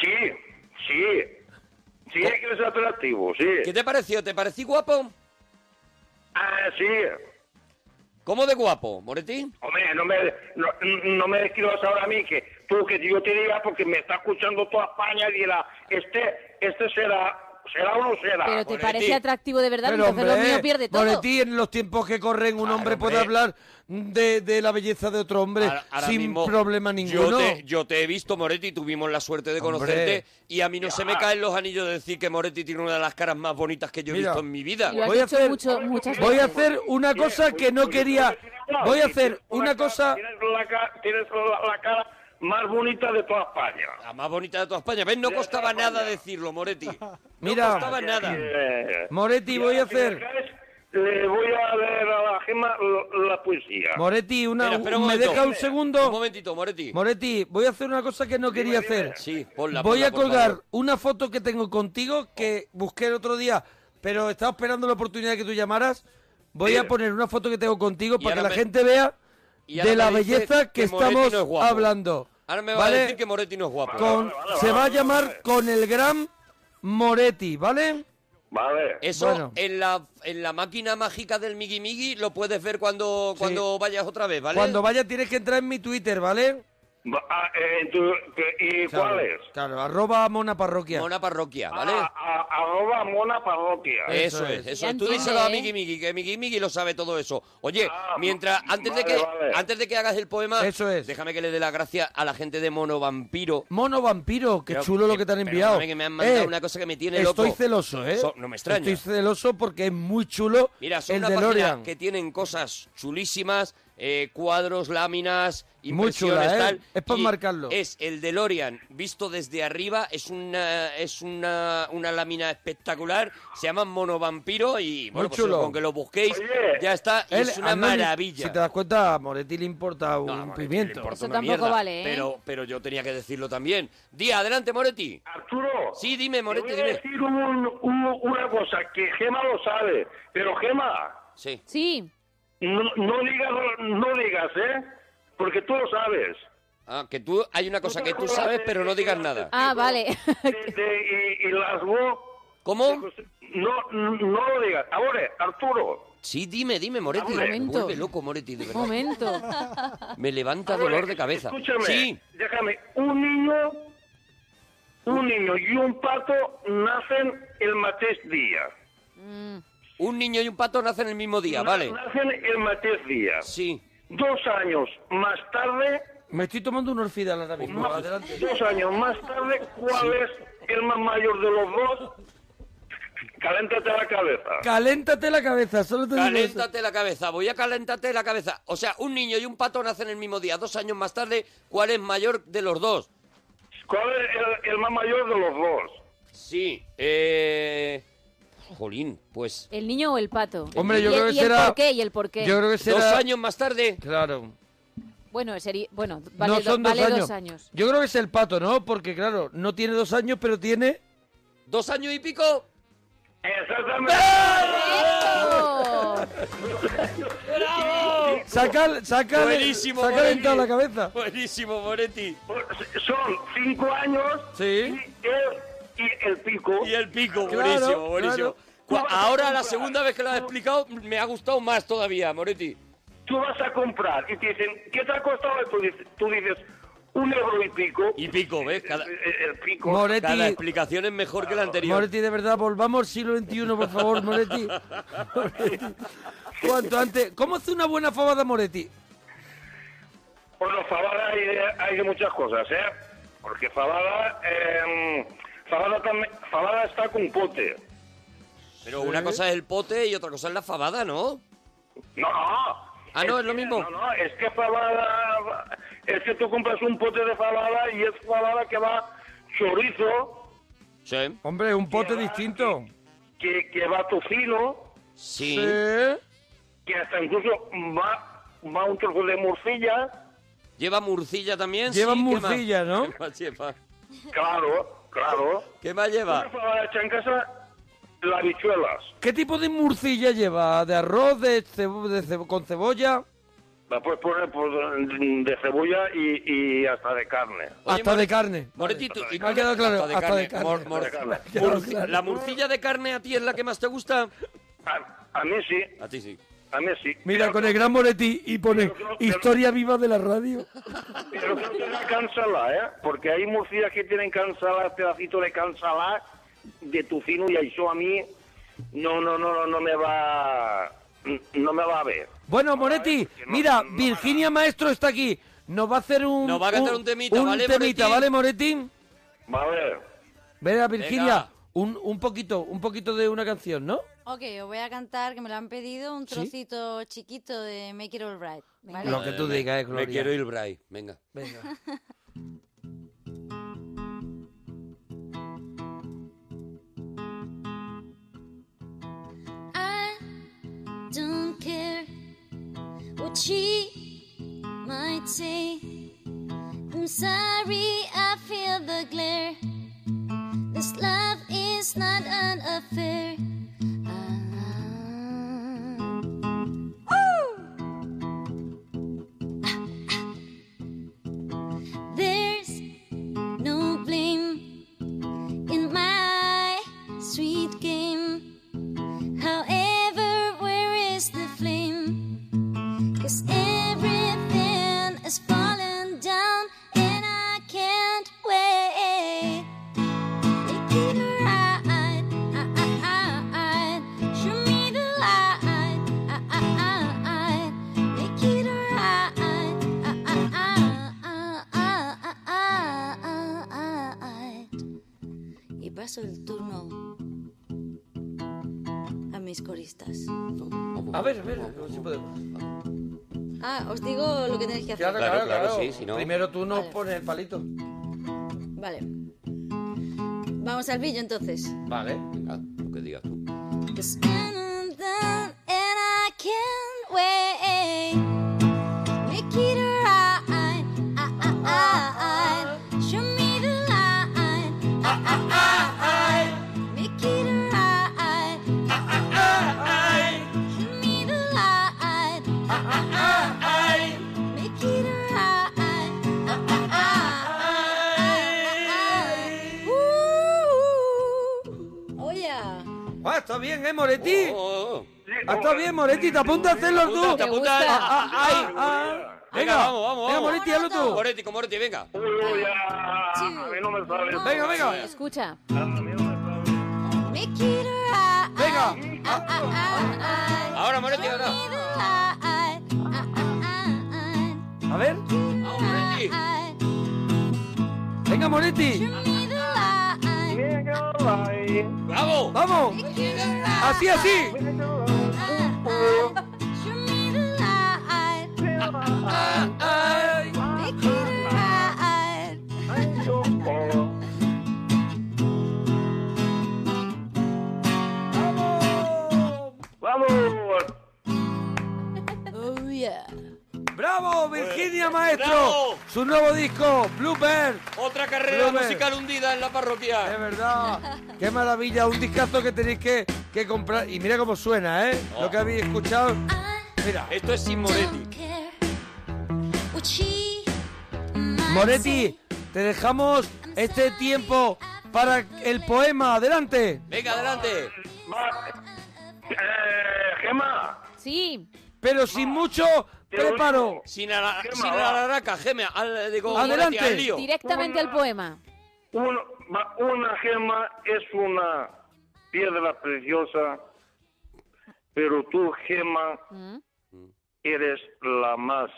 Speaker 12: Sí, sí. Sí, que eres atractivo, sí.
Speaker 4: ¿Qué te pareció? ¿Te parecí guapo?
Speaker 12: Ah, sí.
Speaker 4: ¿Cómo de guapo, Moretti?
Speaker 12: Hombre, no me, no, no me describas ahora a mí que tú que yo te diga porque me está escuchando toda España y dirá, este, este será, será o no será.
Speaker 5: Pero te parece atractivo de verdad, entonces lo mío pierde todo.
Speaker 2: Moretti, en los tiempos que corren, un hombre puede hablar de, de la belleza de otro hombre
Speaker 4: Ahora- ahora
Speaker 2: sin
Speaker 4: mismo
Speaker 2: problema
Speaker 4: Yo
Speaker 2: ninguno.
Speaker 4: te, yo te he visto, Moretti, tuvimos la suerte de
Speaker 2: Hombre.
Speaker 4: conocerte y a mí no se me caen los anillos de decir que Moretti tiene una de las caras más bonitas que yo he
Speaker 2: Mira,
Speaker 4: visto en mi vida.
Speaker 5: Lo has
Speaker 2: Voy a
Speaker 5: dicho
Speaker 2: hacer-
Speaker 5: mucho- muchas
Speaker 2: Voy a
Speaker 5: veces.
Speaker 2: hacer una cosa que no quería. Voy a hacer una cosa.
Speaker 12: Tienes la, ca- tienes la- la cara más bonita de toda España.
Speaker 4: La más bonita de toda España. ¿Ves? No costaba nada decirlo, Moretti. No costaba
Speaker 2: Mira,
Speaker 4: nada.
Speaker 2: Moretti, voy a hacer.
Speaker 12: Le voy a leer a la Gema la, la poesía.
Speaker 2: Moretti, una,
Speaker 4: Espera, espera un
Speaker 2: me
Speaker 4: momento.
Speaker 2: deja un segundo.
Speaker 4: Un momentito, Moretti.
Speaker 2: Moretti, voy a hacer una cosa que no quería hacer.
Speaker 4: Sí, ponla,
Speaker 2: voy
Speaker 4: ponla,
Speaker 2: a
Speaker 4: por
Speaker 2: colgar
Speaker 4: favor.
Speaker 2: una foto que tengo contigo que busqué el otro día, pero estaba esperando la oportunidad que tú llamaras. Voy a poner una foto que tengo contigo
Speaker 4: Eh, Y
Speaker 2: para que
Speaker 4: ahora
Speaker 2: la
Speaker 4: me-
Speaker 2: gente vea
Speaker 4: y ahora
Speaker 2: de la
Speaker 4: me dice
Speaker 2: belleza que,
Speaker 4: que Moretti
Speaker 2: estamos
Speaker 4: no es guapo.
Speaker 2: hablando.
Speaker 4: Ahora me va
Speaker 2: ¿Vale?
Speaker 4: a decir que Moretti no es guapo.
Speaker 2: Con- se va a llamar con el gran Moretti, ¿vale?
Speaker 12: Vale.
Speaker 4: Eso
Speaker 2: Bueno.
Speaker 4: en, la, en la máquina mágica del Migi Migi lo puedes ver cuando, cuando vayas otra vez, ¿vale?
Speaker 2: Cuando vaya tienes que entrar en mi Twitter, ¿vale?
Speaker 12: Va- ah, eh, tú- ¿Y Ah,
Speaker 2: Claro,
Speaker 12: cuál es?
Speaker 2: Claro, arroba mona parroquia.
Speaker 4: Mona parroquia, ¿vale?
Speaker 12: A- a- Arroba mona parroquia.
Speaker 4: Eso es, eso es. Tú díselo a Miki Miki, que Miki Miki lo sabe todo eso. Oye, mientras, antes de
Speaker 12: Ah, vale,
Speaker 4: que
Speaker 12: vale.
Speaker 4: antes de que hagas el poema,
Speaker 2: Eso es.
Speaker 4: déjame que le dé la gracia a la gente de Mono Vampiro.
Speaker 2: Mono vampiro, qué
Speaker 4: Pero-
Speaker 2: chulo lo que te han
Speaker 4: pero
Speaker 2: enviado.
Speaker 4: dame que me han mandado
Speaker 2: Eh,
Speaker 4: una cosa que me tiene
Speaker 2: Estoy
Speaker 4: loco.
Speaker 2: celoso, ¿eh?
Speaker 4: So- no me extraña.
Speaker 2: Estoy celoso porque es muy chulo
Speaker 4: Mira, son
Speaker 2: el
Speaker 4: una
Speaker 2: de
Speaker 4: página
Speaker 2: Lorian.
Speaker 4: que tienen cosas chulísimas, eh, cuadros, láminas,
Speaker 2: Muy chula,
Speaker 4: impresiones,
Speaker 2: ¿eh?
Speaker 4: tal.
Speaker 2: Es por
Speaker 4: y
Speaker 2: marcarlo.
Speaker 4: Es el DeLorean visto desde arriba, es una es una, una lámina espectacular, se llama Monovampiro y bueno,
Speaker 2: Muy
Speaker 4: pues,
Speaker 2: chulo.
Speaker 4: con que lo busquéis
Speaker 12: Oye.
Speaker 4: ya está, y
Speaker 2: Él-
Speaker 4: Ah, es una
Speaker 2: a Moretti,
Speaker 4: maravilla.
Speaker 2: Si te das cuenta, a Moretti le importa un pimiento.
Speaker 4: Importa
Speaker 5: Eso
Speaker 4: una
Speaker 5: tampoco
Speaker 4: mierda,
Speaker 5: vale, ¿eh?
Speaker 4: Pero, pero yo tenía que decirlo también. Día, adelante, Moretti.
Speaker 12: Arturo.
Speaker 4: Sí, dime,
Speaker 12: Te
Speaker 4: Moretti,
Speaker 12: voy a
Speaker 4: dime.
Speaker 12: decir un- un- una cosa que Gema lo sabe, pero Gema,
Speaker 4: Sí.
Speaker 5: Sí,
Speaker 12: no, no digas, no digas, ¿eh? Porque tú lo sabes.
Speaker 4: Ah, que tú, hay una cosa que tú sabes, pero no digas nada.
Speaker 5: ah, vale.
Speaker 12: De- de- y, y las go-
Speaker 4: ¿Cómo?
Speaker 12: no, no lo digas. Ahora, Arturo,
Speaker 4: Sí, dime, dime, Moretti.
Speaker 12: Hombre.
Speaker 4: Me
Speaker 5: Momento.
Speaker 4: vuelve loco, Moretti, de verdad.
Speaker 5: Momento.
Speaker 4: Me levanta dolor de cabeza.
Speaker 12: escúchame,
Speaker 4: Sí,
Speaker 12: déjame, un niño, un niño y un pato nacen el mateix día.
Speaker 4: un niño y un pato nacen el mismo día,
Speaker 12: Na-
Speaker 4: vale.
Speaker 12: Nacen el mateix día.
Speaker 4: Sí,
Speaker 12: Dos años más tarde,
Speaker 2: Me estoy tomando un orfidal ahora mismo.
Speaker 12: más-
Speaker 2: Adelante.
Speaker 12: dos años más tarde, ¿cuál es el más mayor de los dos? Caléntate la cabeza.
Speaker 2: Caléntate la cabeza, solo te digo eso.
Speaker 4: Caléntate la cabeza, voy a calentarte la cabeza. O sea, un niño y un pato nacen el mismo día, dos años más tarde, ¿cuál es mayor de los dos?
Speaker 12: ¿Cuál es el, más mayor de los dos?
Speaker 4: Sí, eh... Jolín, pues...
Speaker 5: ¿El niño o el pato?
Speaker 4: Hombre, yo
Speaker 5: ¿Y
Speaker 4: creo
Speaker 5: el-
Speaker 4: que
Speaker 5: ¿Y el
Speaker 4: será-
Speaker 5: por qué? ¿Y el por qué?
Speaker 4: Dos años más tarde.
Speaker 2: Claro.
Speaker 5: Bueno, sería... Bueno, vale,
Speaker 2: no
Speaker 5: do-
Speaker 2: son
Speaker 5: vale
Speaker 2: dos, años.
Speaker 5: dos años.
Speaker 2: Yo creo que es el pato, ¿no? Porque, claro, no tiene dos años, pero tiene...
Speaker 4: ¿Dos años y pico? ¡Bravo!
Speaker 2: Saca, saca,
Speaker 4: Buenísimo,
Speaker 2: saca
Speaker 4: Moretti.
Speaker 2: la cabeza.
Speaker 4: Buenísimo, Moretti.
Speaker 12: Son cinco años y, el, y el pico.
Speaker 4: Y el pico,
Speaker 12: Claro,
Speaker 4: buenísimo, buenísimo.
Speaker 12: claro.
Speaker 4: Cu- Ahora, la segunda vez que lo has explicado, me ha gustado más todavía, Moretti.
Speaker 12: Tú vas a comprar y te dicen, ¿qué te ha costado? Y tú dices, tú dices, un euro y pico. Eh,
Speaker 4: Y pico, ¿ves? Cada,
Speaker 12: el pico.
Speaker 2: Moretti.
Speaker 4: Cada explicación es mejor que la anterior.
Speaker 2: Moretti, de verdad, volvamos al siglo XXI, por favor, Moretti. Moretti. Cuanto antes. ¿Cómo hace una buena fabada, Moretti?
Speaker 12: Bueno, fabada hay de, hay de muchas cosas, ¿eh? Porque fabada, eh, fabada, también, fabada está con pote.
Speaker 4: Pero una cosa es el pote y otra cosa es la fabada, ¿no?
Speaker 12: No, no.
Speaker 4: Ah, no, es lo
Speaker 12: que-
Speaker 4: mismo.
Speaker 12: No, no, es que fabada, es que tú compras un pote de fabada y es fabada que va chorizo,
Speaker 2: Hombre, un pote distinto.
Speaker 12: que, que va tocino.
Speaker 4: Sí.
Speaker 12: Que hasta incluso va, va un trozo de morcilla.
Speaker 4: ¿Lleva murcilla también?
Speaker 12: Lleva
Speaker 4: Sí, ¿qué más?
Speaker 12: murcilla, ¿no?
Speaker 4: ¿Qué más lleva?
Speaker 12: Claro, claro.
Speaker 4: ¿Qué más
Speaker 12: Una
Speaker 4: lleva?
Speaker 12: fabada hecha en casa, las habichuelas.
Speaker 2: ¿Qué tipo de murcilla lleva? ¿De arroz? De cebo- de cebo- ¿Con cebolla?
Speaker 12: La puedes poner por- de cebolla y, y hasta de carne.
Speaker 2: Hasta de carne.
Speaker 4: Moretti, tú- y-
Speaker 2: Me ha quedado claro, hasta de carne.
Speaker 4: Mor- mor-
Speaker 12: Hasta de carne.
Speaker 4: murci- ¿La murcilla de carne a ti es la que más te gusta?
Speaker 12: A, a mí sí.
Speaker 4: A ti sí.
Speaker 12: A mí sí.
Speaker 2: Mira, con el gran Moretti y pone historia viva de la radio.
Speaker 12: Pero creo que era cansala, ¿eh? Porque hay murcias que tienen cansala, este pedacito de cansala, de tocino y eso a mí no, no, no, no, no me va, no eh, me va a ver.
Speaker 2: Bueno, Moretti, mira, Virginia Maestro está aquí. Nos va a hacer un...
Speaker 12: Nos va a cantar un temita, ¿vale,
Speaker 2: temita,
Speaker 12: Moretti?
Speaker 2: ¿vale, Moretti?
Speaker 12: Vale.
Speaker 2: Verá, Virginia, un, un poquito, un poquito de una canción, ¿no?
Speaker 13: Ok, os voy a cantar, que me lo han pedido, un trocito chiquito de Make It All Right. ¿vale?
Speaker 2: Lo que tú digas, eh, Gloria.
Speaker 4: Me quiero ir, Bray. Venga.
Speaker 6: I don't care what she might say. I'm sorry I feel the glare. This love is not an affair. Ah. Woo! Ah, ah. There's no blame in my sweet game. However, where is the flame? Cause everything is falling down and I can't wait. Make it right, ah, ah, ah, ah. show me the light, ah, ah, ah, ah. make it right, ah, ah, ah, ah, ah, ah, ah, ah, ah, ah. Y paso el turno a mis coristas.
Speaker 2: A ver, a ver, a ver si podemos.
Speaker 13: Ah, os digo lo que tenéis que hacer.
Speaker 2: Claro, claro, claro. Primero tú nos pones el palito.
Speaker 13: Vale. Vamos al billo entonces.
Speaker 2: Vale.
Speaker 4: lo que digas tú.
Speaker 13: Cause
Speaker 6: and done, and I can't wait. Make it right, ah, ah, ah, ah. show me the light. Ah, ah, ah, ah. Make it right, ah, ah, ah, ah. show me the light. Ah, ah, ah, ah. Make it right, ah, ah, ah, ah, ah, ah.
Speaker 13: Oh yeah.
Speaker 2: Ah, está bien, ¿eh, Moretti?
Speaker 4: Oh,
Speaker 2: Ah, está bien, Moretti, te apunta a hacerlo tú.
Speaker 4: Te apunta, te apunta.
Speaker 2: Ah, ah, ay, ah. Venga,
Speaker 4: vamos, vamos.
Speaker 2: Venga,
Speaker 4: vamos.
Speaker 2: Moretti, hazlo tú.
Speaker 4: Moretti, con Moretti, venga.
Speaker 12: A mí no me sale.
Speaker 2: Venga, venga.
Speaker 5: Ah, Escucha.
Speaker 6: Make it right.
Speaker 2: Venga.
Speaker 6: Ah, ah, ah, ah.
Speaker 4: Ahora, Moretti, ahora.
Speaker 6: Make it right. Ah, ah, ah,
Speaker 1: A ver. Venga, Moretti. ¡Bravo! ¡Vamos! ¡Así, así!
Speaker 12: ¡Vamos!
Speaker 13: Oh, yeah.
Speaker 1: ¡Bravo, Virginia
Speaker 4: Bueno,
Speaker 1: Maestro!
Speaker 4: bravo.
Speaker 1: Su nuevo disco, Bluebird.
Speaker 4: Otra carrera
Speaker 1: Bloomer.
Speaker 4: musical hundida en la parroquia.
Speaker 1: Es verdad. ¡Qué maravilla! Un discazo que tenéis que, que comprar. Y mira cómo suena, ¿eh? Lo que habéis escuchado. Mira.
Speaker 4: Oh. Esto es sin Moretti.
Speaker 1: Moretti, te dejamos este tiempo para el poema. ¡Adelante!
Speaker 4: Venga, adelante.
Speaker 1: Eh, Gema.
Speaker 5: Sí.
Speaker 1: Pero sin mucho preparo.
Speaker 4: Sin, ala-
Speaker 1: Gema,
Speaker 4: sin
Speaker 1: va.
Speaker 4: alaraca, gemea. Al, digo,
Speaker 1: Adelante.
Speaker 4: Moretti, al lío.
Speaker 5: Directamente al poema.
Speaker 12: Una, ma- una gema es una piedra preciosa, pero tú, gema,
Speaker 5: Mm.
Speaker 12: eres la más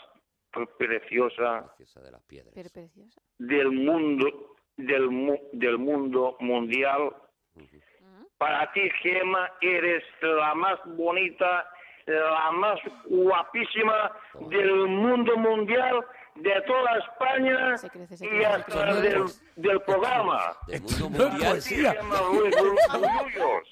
Speaker 12: pre- preciosa
Speaker 5: Pero preciosa.
Speaker 12: del mundo, del, mu- del mundo mundial.
Speaker 5: Mm.
Speaker 12: Para ti, gema, eres la más bonita, la más guapísima del mundo mundial, de toda España y hasta del, del programa.
Speaker 1: No es poesía.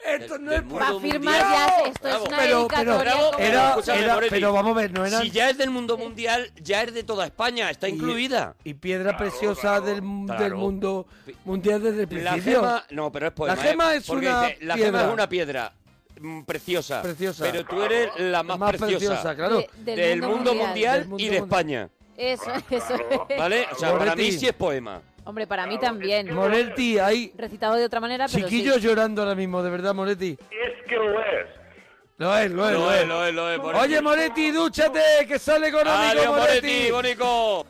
Speaker 12: Esto no es
Speaker 5: Va a firmar ya, esto es una
Speaker 4: Pero-
Speaker 5: dedicatoria.
Speaker 4: pero-
Speaker 5: como-
Speaker 1: Era-
Speaker 4: Escúchame,
Speaker 1: era-
Speaker 4: Moretti.
Speaker 1: pero vamos a ver, no eran-
Speaker 4: Si ya es del mundo mundial, ya es de toda España, está incluida.
Speaker 1: Y piedra preciosa del, mu- del
Speaker 4: claro.
Speaker 1: mundo mundial desde el
Speaker 4: La
Speaker 1: principio.
Speaker 4: gema, no, pero es poema.
Speaker 1: La gema
Speaker 4: ¿eh?
Speaker 1: es
Speaker 4: Porque
Speaker 1: una
Speaker 4: dice, la
Speaker 1: piedra.
Speaker 4: gema es una piedra mm, preciosa.
Speaker 1: Preciosa.
Speaker 4: Pero tú eres la más,
Speaker 1: más preciosa, claro.
Speaker 5: De-
Speaker 4: del,
Speaker 5: del mundo
Speaker 4: mundo,
Speaker 5: mundial.
Speaker 4: mundial,
Speaker 5: Del mundo
Speaker 4: y de España.
Speaker 5: Eso, eso es.
Speaker 4: ¿Vale? O sea, para mí
Speaker 1: Moretti.
Speaker 4: sí es poema.
Speaker 5: Hombre, para mí también.
Speaker 1: Moretti, hay
Speaker 5: Recitado de otra manera, pero
Speaker 1: chiquillos
Speaker 5: sí.
Speaker 1: llorando ahora mismo, de verdad, Moretti.
Speaker 12: Es que lo es.
Speaker 1: Lo es, lo es,
Speaker 4: Lo
Speaker 1: lo
Speaker 4: es,
Speaker 1: es.
Speaker 4: lo es, lo es, Moretti.
Speaker 1: Oye, Moretti, dúchate, que sale económico,
Speaker 4: Adiós,
Speaker 1: Moretti.
Speaker 4: Moretti, Bonico.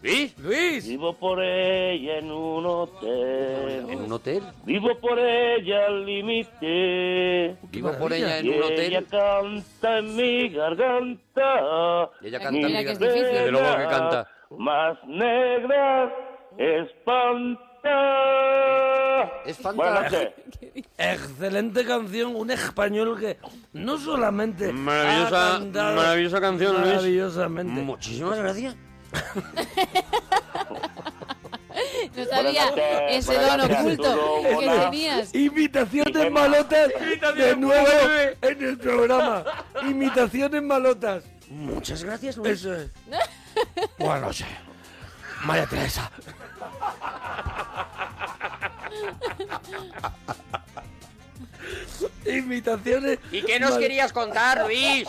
Speaker 4: ¿Luis?
Speaker 1: Luis.
Speaker 14: Vivo por ella en un hotel.
Speaker 4: ¿En un hotel?
Speaker 14: Vivo por ella al límite.
Speaker 4: Vivo por ella en
Speaker 14: Y
Speaker 4: un hotel.
Speaker 14: Ella canta en mi garganta.
Speaker 4: Ella canta en mi Mira que es
Speaker 14: garganta.
Speaker 4: difícil. Desde luego que canta.
Speaker 14: Más negras espanta.
Speaker 4: Es
Speaker 14: Buenas noches.
Speaker 2: Excelente canción, un español que no solamente.
Speaker 4: Maravillosa-
Speaker 2: ha cantado
Speaker 4: maravillosa canción, Luis.
Speaker 2: Maravillosamente.
Speaker 4: Muchísimas gracias.
Speaker 5: No sabía
Speaker 2: Buenas
Speaker 5: ese
Speaker 2: noches.
Speaker 5: don
Speaker 2: Buenas
Speaker 5: oculto
Speaker 2: noches.
Speaker 5: que
Speaker 2: Hola.
Speaker 5: tenías.
Speaker 2: Imitaciones malotas de
Speaker 1: Imitaciones
Speaker 2: nuevo
Speaker 1: malotas.
Speaker 2: en el programa. Imitaciones malotas.
Speaker 4: Muchas gracias,
Speaker 1: Luis.
Speaker 2: Eso es. Buenas noches. María Teresa. Imitaciones.
Speaker 4: ¿Y qué nos
Speaker 2: mal-
Speaker 4: querías contar, Luis?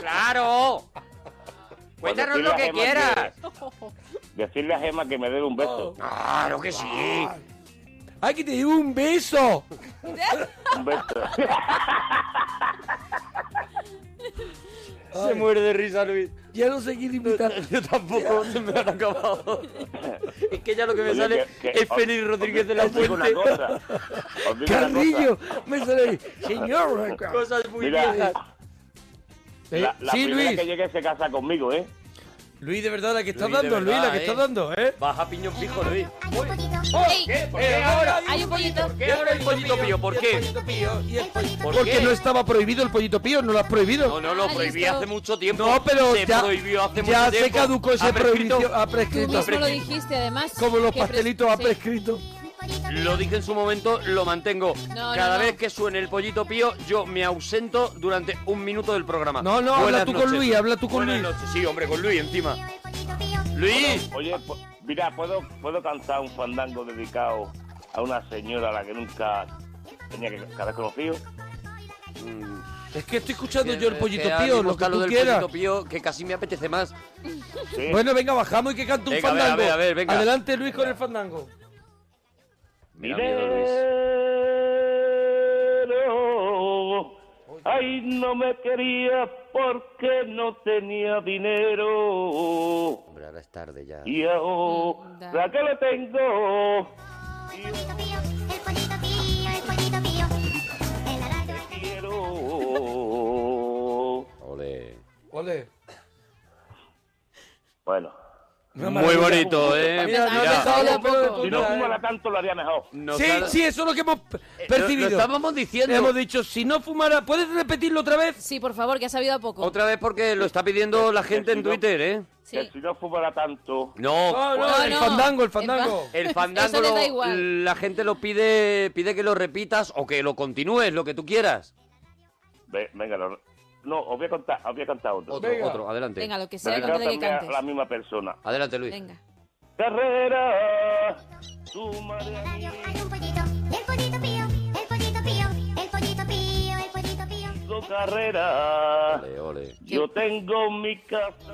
Speaker 4: ¡Claro! Cuéntanos lo que quieras. Oh.
Speaker 14: Decirle a Gema que me dé un beso.
Speaker 4: Claro que sí.
Speaker 1: ¡Ay, que te digo un beso!
Speaker 14: Un beso.
Speaker 4: Se muere de risa, Luis.
Speaker 2: Ya no sé quién imitar.
Speaker 4: Yo tampoco, se me han acabado. Es que ya lo que me
Speaker 14: Oye,
Speaker 4: sale
Speaker 14: que- que-
Speaker 4: es Félix
Speaker 14: os-
Speaker 4: Rodríguez
Speaker 14: os
Speaker 4: de la
Speaker 14: digo una
Speaker 4: Fuente.
Speaker 14: cosa, os digo una
Speaker 2: Carrillo,
Speaker 14: cosa.
Speaker 2: me sale. Señor.
Speaker 4: Cosas muy
Speaker 14: Mira,
Speaker 4: viejas.
Speaker 14: La, la
Speaker 1: Eh, Sí,
Speaker 14: primera
Speaker 1: Luis.
Speaker 14: que llegue se casa conmigo, ¿eh?
Speaker 1: Luis, de verdad, la que estás
Speaker 14: Luis, de
Speaker 1: dando, Luis, la
Speaker 14: verdad,
Speaker 1: que
Speaker 14: eh.
Speaker 1: estás dando, ¿eh?
Speaker 4: Baja piñón fijo, Luis.
Speaker 1: ¿Qué? ¿Por
Speaker 4: qué ahora?
Speaker 5: Hay un pollito.
Speaker 4: ¿Qué ahora el pollito pío? ¿Por qué? ¿Por
Speaker 1: Porque
Speaker 4: qué?
Speaker 1: no estaba prohibido el pollito pío, no lo has prohibido.
Speaker 4: No, no, lo prohibí hace mucho tiempo.
Speaker 1: No, pero
Speaker 4: se
Speaker 1: ya,
Speaker 4: prohibió
Speaker 1: ya
Speaker 4: hace mucho
Speaker 1: se
Speaker 4: tiempo.
Speaker 1: caducó Ah, esa
Speaker 4: Ha prescrito.
Speaker 1: prohibición. Ha
Speaker 5: Tú
Speaker 1: prescrito.
Speaker 5: mismo lo dijiste, además.
Speaker 1: Como los
Speaker 5: que pres-
Speaker 1: pastelitos ha
Speaker 5: sí.
Speaker 1: prescrito.
Speaker 4: Lo dije en su momento, lo mantengo.
Speaker 5: No,
Speaker 4: Cada
Speaker 5: no, no.
Speaker 4: vez que suene el pollito pío, yo me ausento durante un minuto del programa.
Speaker 1: No, no, habla
Speaker 4: Buenas
Speaker 1: tú
Speaker 4: noches.
Speaker 1: con Luis, habla tú con
Speaker 4: Buenas
Speaker 1: Luis.
Speaker 4: noches. Sí, hombre, con Luis encima. Luis.
Speaker 14: Oye, po- mira, ¿puedo, puedo cantar un fandango dedicado a una señora a la que nunca tenía que, que haber conocido.
Speaker 1: Es que estoy escuchando
Speaker 4: Que-
Speaker 1: yo el
Speaker 4: que
Speaker 1: pollito
Speaker 4: ahora
Speaker 1: pío,
Speaker 4: mismo
Speaker 1: lo que
Speaker 4: está
Speaker 1: tú
Speaker 4: del
Speaker 1: quieras.
Speaker 4: pollito pío, que casi me apetece más.
Speaker 1: Bueno, venga, bajamos y que cante un
Speaker 4: Venga, a ver,
Speaker 1: fandango.
Speaker 4: a ver, a ver, venga.
Speaker 1: Adelante, Luis, con el fandango.
Speaker 14: dinero. Ay, no me quería porque no tenía dinero.
Speaker 4: Hombre, ahora es tarde ya.
Speaker 14: Y ahora que lo tengo, quiero.
Speaker 4: Ole.
Speaker 1: Ole.
Speaker 14: Bueno.
Speaker 15: Muy bonito, ¿eh?
Speaker 14: Mira, no
Speaker 15: Mira.
Speaker 14: dejaba los pelos de punta, Si no fumara tanto, lo haría mejor.
Speaker 1: sí, sí, eso es lo que hemos p- percibido.
Speaker 4: Eh, estábamos diciendo.
Speaker 1: Hemos dicho, si no fumara, ¿puedes repetirlo otra vez?
Speaker 5: Sí, por favor, que ha sabido a poco.
Speaker 4: Otra vez porque lo está pidiendo la gente en Twitter, ¿eh?
Speaker 14: Que si no fumara tanto.
Speaker 4: No,
Speaker 1: No, no,
Speaker 4: pues-
Speaker 1: el No, no. fandango, el fandango.
Speaker 4: El
Speaker 1: Eso
Speaker 4: fandango,
Speaker 1: les da
Speaker 4: lo-
Speaker 1: igual.
Speaker 4: la gente lo pide, pide que lo repitas o que lo continúes, lo que tú quieras.
Speaker 14: Ve- Venga, lo- no, os voy a contar, os voy a contar otro.
Speaker 4: Otro, Venga. otro, adelante. Venga, lo que sea,
Speaker 14: Dedicado
Speaker 4: con que le
Speaker 14: también a
Speaker 4: cantes.
Speaker 14: la misma persona.
Speaker 4: Adelante, Luis.
Speaker 5: Venga.
Speaker 14: Carrera, tu tu carrera. Yo tengo mi casa.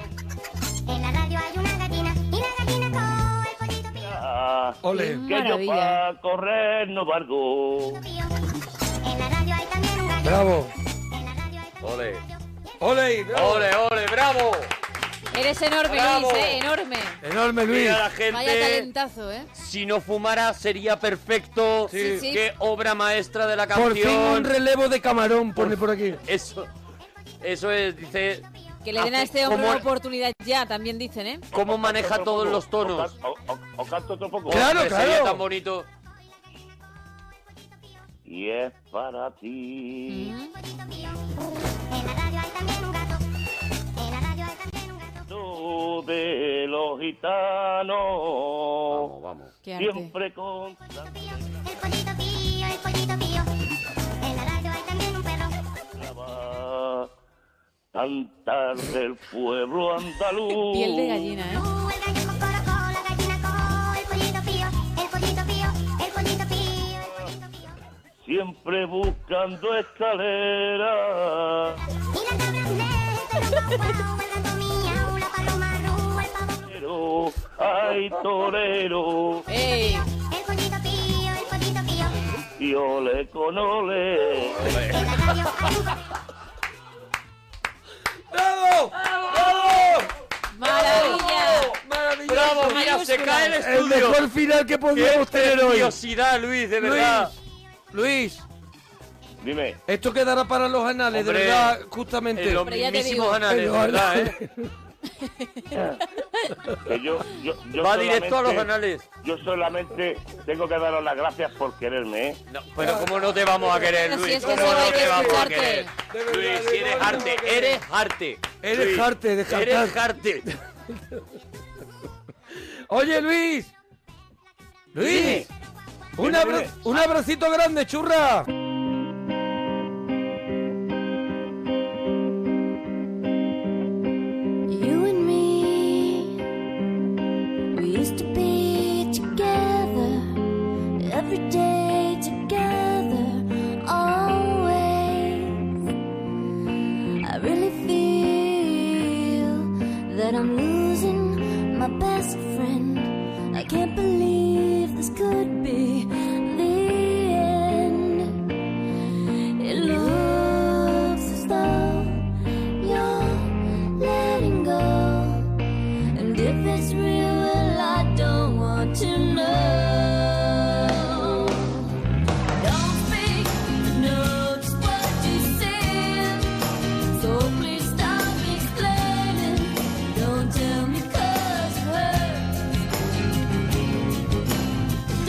Speaker 1: Ole.
Speaker 14: Que yo para correr no valgo.
Speaker 1: Bravo.
Speaker 4: Ole.
Speaker 1: Ole,
Speaker 4: Ole, ole, bravo.
Speaker 5: Eres enorme,
Speaker 4: Bravo.
Speaker 5: Luis, ¿eh? Enorme.
Speaker 1: Enorme Luis.
Speaker 4: Mira la
Speaker 5: Vaya
Speaker 4: gente.
Speaker 5: talentazo, ¿eh?
Speaker 4: Si no fumara sería perfecto.
Speaker 5: Sí. Sí, sí.
Speaker 4: Qué obra maestra de la
Speaker 1: Por fin un
Speaker 4: canción.
Speaker 1: relevo de camarón, pone por aquí.
Speaker 4: Eso, eso es, dice,
Speaker 5: Que le den a
Speaker 4: Hace-
Speaker 5: este hombre
Speaker 4: ¿cómo-
Speaker 5: una oportunidad ya, también dicen, ¿eh?
Speaker 4: cómo maneja todos los tonos.
Speaker 14: O canto otro poco.
Speaker 4: Claro, Hombre, sería claro. tan bonito.
Speaker 14: Y es para ti. Tú de los gitanos. Vamos,
Speaker 4: vamos.
Speaker 5: Qué arte.
Speaker 14: Siempre con. va Cantar del pueblo andaluz.
Speaker 5: Piel de gallina, ¿eh?
Speaker 14: Siempre buscando escalera. Pero hay torero.
Speaker 5: ¡Ey!
Speaker 14: Y ole con ole.
Speaker 1: ¡Bravo! ¡Bravo!
Speaker 5: ¡Maravilla!
Speaker 1: ¡Maravilla!
Speaker 4: Bravo, mira, se cae el estudio.
Speaker 1: mejor final que podíamos
Speaker 4: Qué
Speaker 1: tener hoy.
Speaker 4: preciosidad, Luis, de verdad.
Speaker 1: Luis.
Speaker 14: Dime.
Speaker 1: Esto quedará para los anales,
Speaker 4: Hombre,
Speaker 1: de verdad, justamente.
Speaker 4: en los Hombre, ya te mismísimos digo. anales,
Speaker 1: En los
Speaker 4: de verdad, ¿eh?
Speaker 1: anales.
Speaker 14: Que yo, yo, yo
Speaker 4: Va directo a los
Speaker 14: solamente-
Speaker 4: anales.
Speaker 14: Yo solamente tengo que daros las gracias por quererme, ¿eh?
Speaker 4: Pero cómo no te vamos a querer, Luis.
Speaker 14: es que
Speaker 4: ¿Cómo
Speaker 14: solo hay
Speaker 4: no
Speaker 14: que
Speaker 4: te vamos a
Speaker 14: escucharte.
Speaker 4: querer? Luis, si eres arte, eres arte.
Speaker 1: Eres
Speaker 4: Luis,
Speaker 1: arte, descartar.
Speaker 4: Eres arte.
Speaker 1: Oye, Luis. Luis. Un, abra- un abracito grande, churra.
Speaker 6: You and me, we used to be together every day, together, always. I really feel that I'm losing my best friend. I can't believe this could be the end. It looks as though you're letting go. And if it's real, well, I don't want to know. Don't speak, know just what you said. So please stop explaining. Don't tell me 'cause it hurts.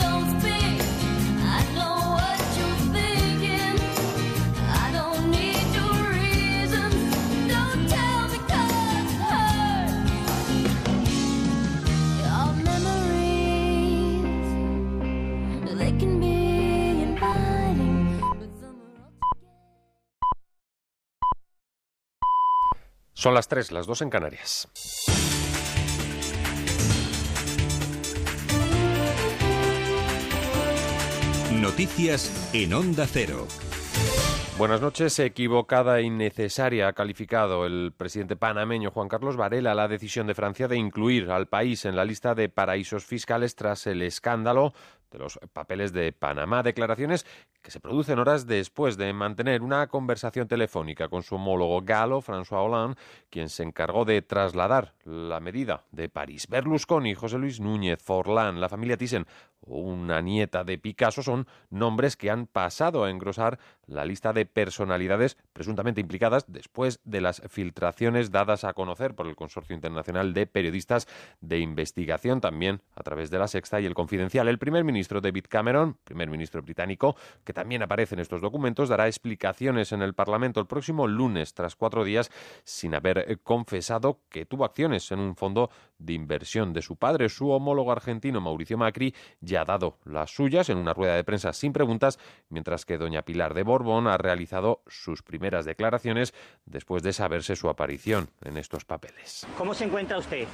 Speaker 6: Don't speak, I know what you're thinking. I don't need your reasons. Don't tell me 'cause it hurts. Your memories, they can be inviting.
Speaker 16: Son las 3, las 2 en Canarias.
Speaker 17: Noticias en Onda Cero.
Speaker 16: Buenas noches. Equivocada e innecesaria ha calificado el presidente panameño Juan Carlos Varela la decisión de Francia de incluir al país en la lista de paraísos fiscales tras el escándalo de los papeles de Panamá. Declaraciones que se producen horas después de mantener una conversación telefónica con su homólogo galo, François Hollande, quien se encargó de trasladar la medida de París. Berlusconi, José Luis Núñez, Forlán, la familia Thyssen o una nieta de Picasso son nombres que han pasado a engrosar la lista de personalidades presuntamente implicadas después de las filtraciones dadas a conocer por el Consorcio Internacional de Periodistas de Investigación, también a través de la Sexta y el Confidencial. El primer ministro David Cameron, primer ministro británico, que también aparece en estos documentos, dará explicaciones en el Parlamento el próximo lunes, tras cuatro días, sin haber eh, confesado que tuvo acciones en un fondo de inversión de su padre. Su homólogo argentino, Mauricio Macri, ya ha dado las suyas en una rueda de prensa sin preguntas, mientras que doña Pilar de Borbón ha realizado sus primeras declaraciones después de saberse su aparición en estos papeles.
Speaker 18: ¿Cómo se encuentra usted?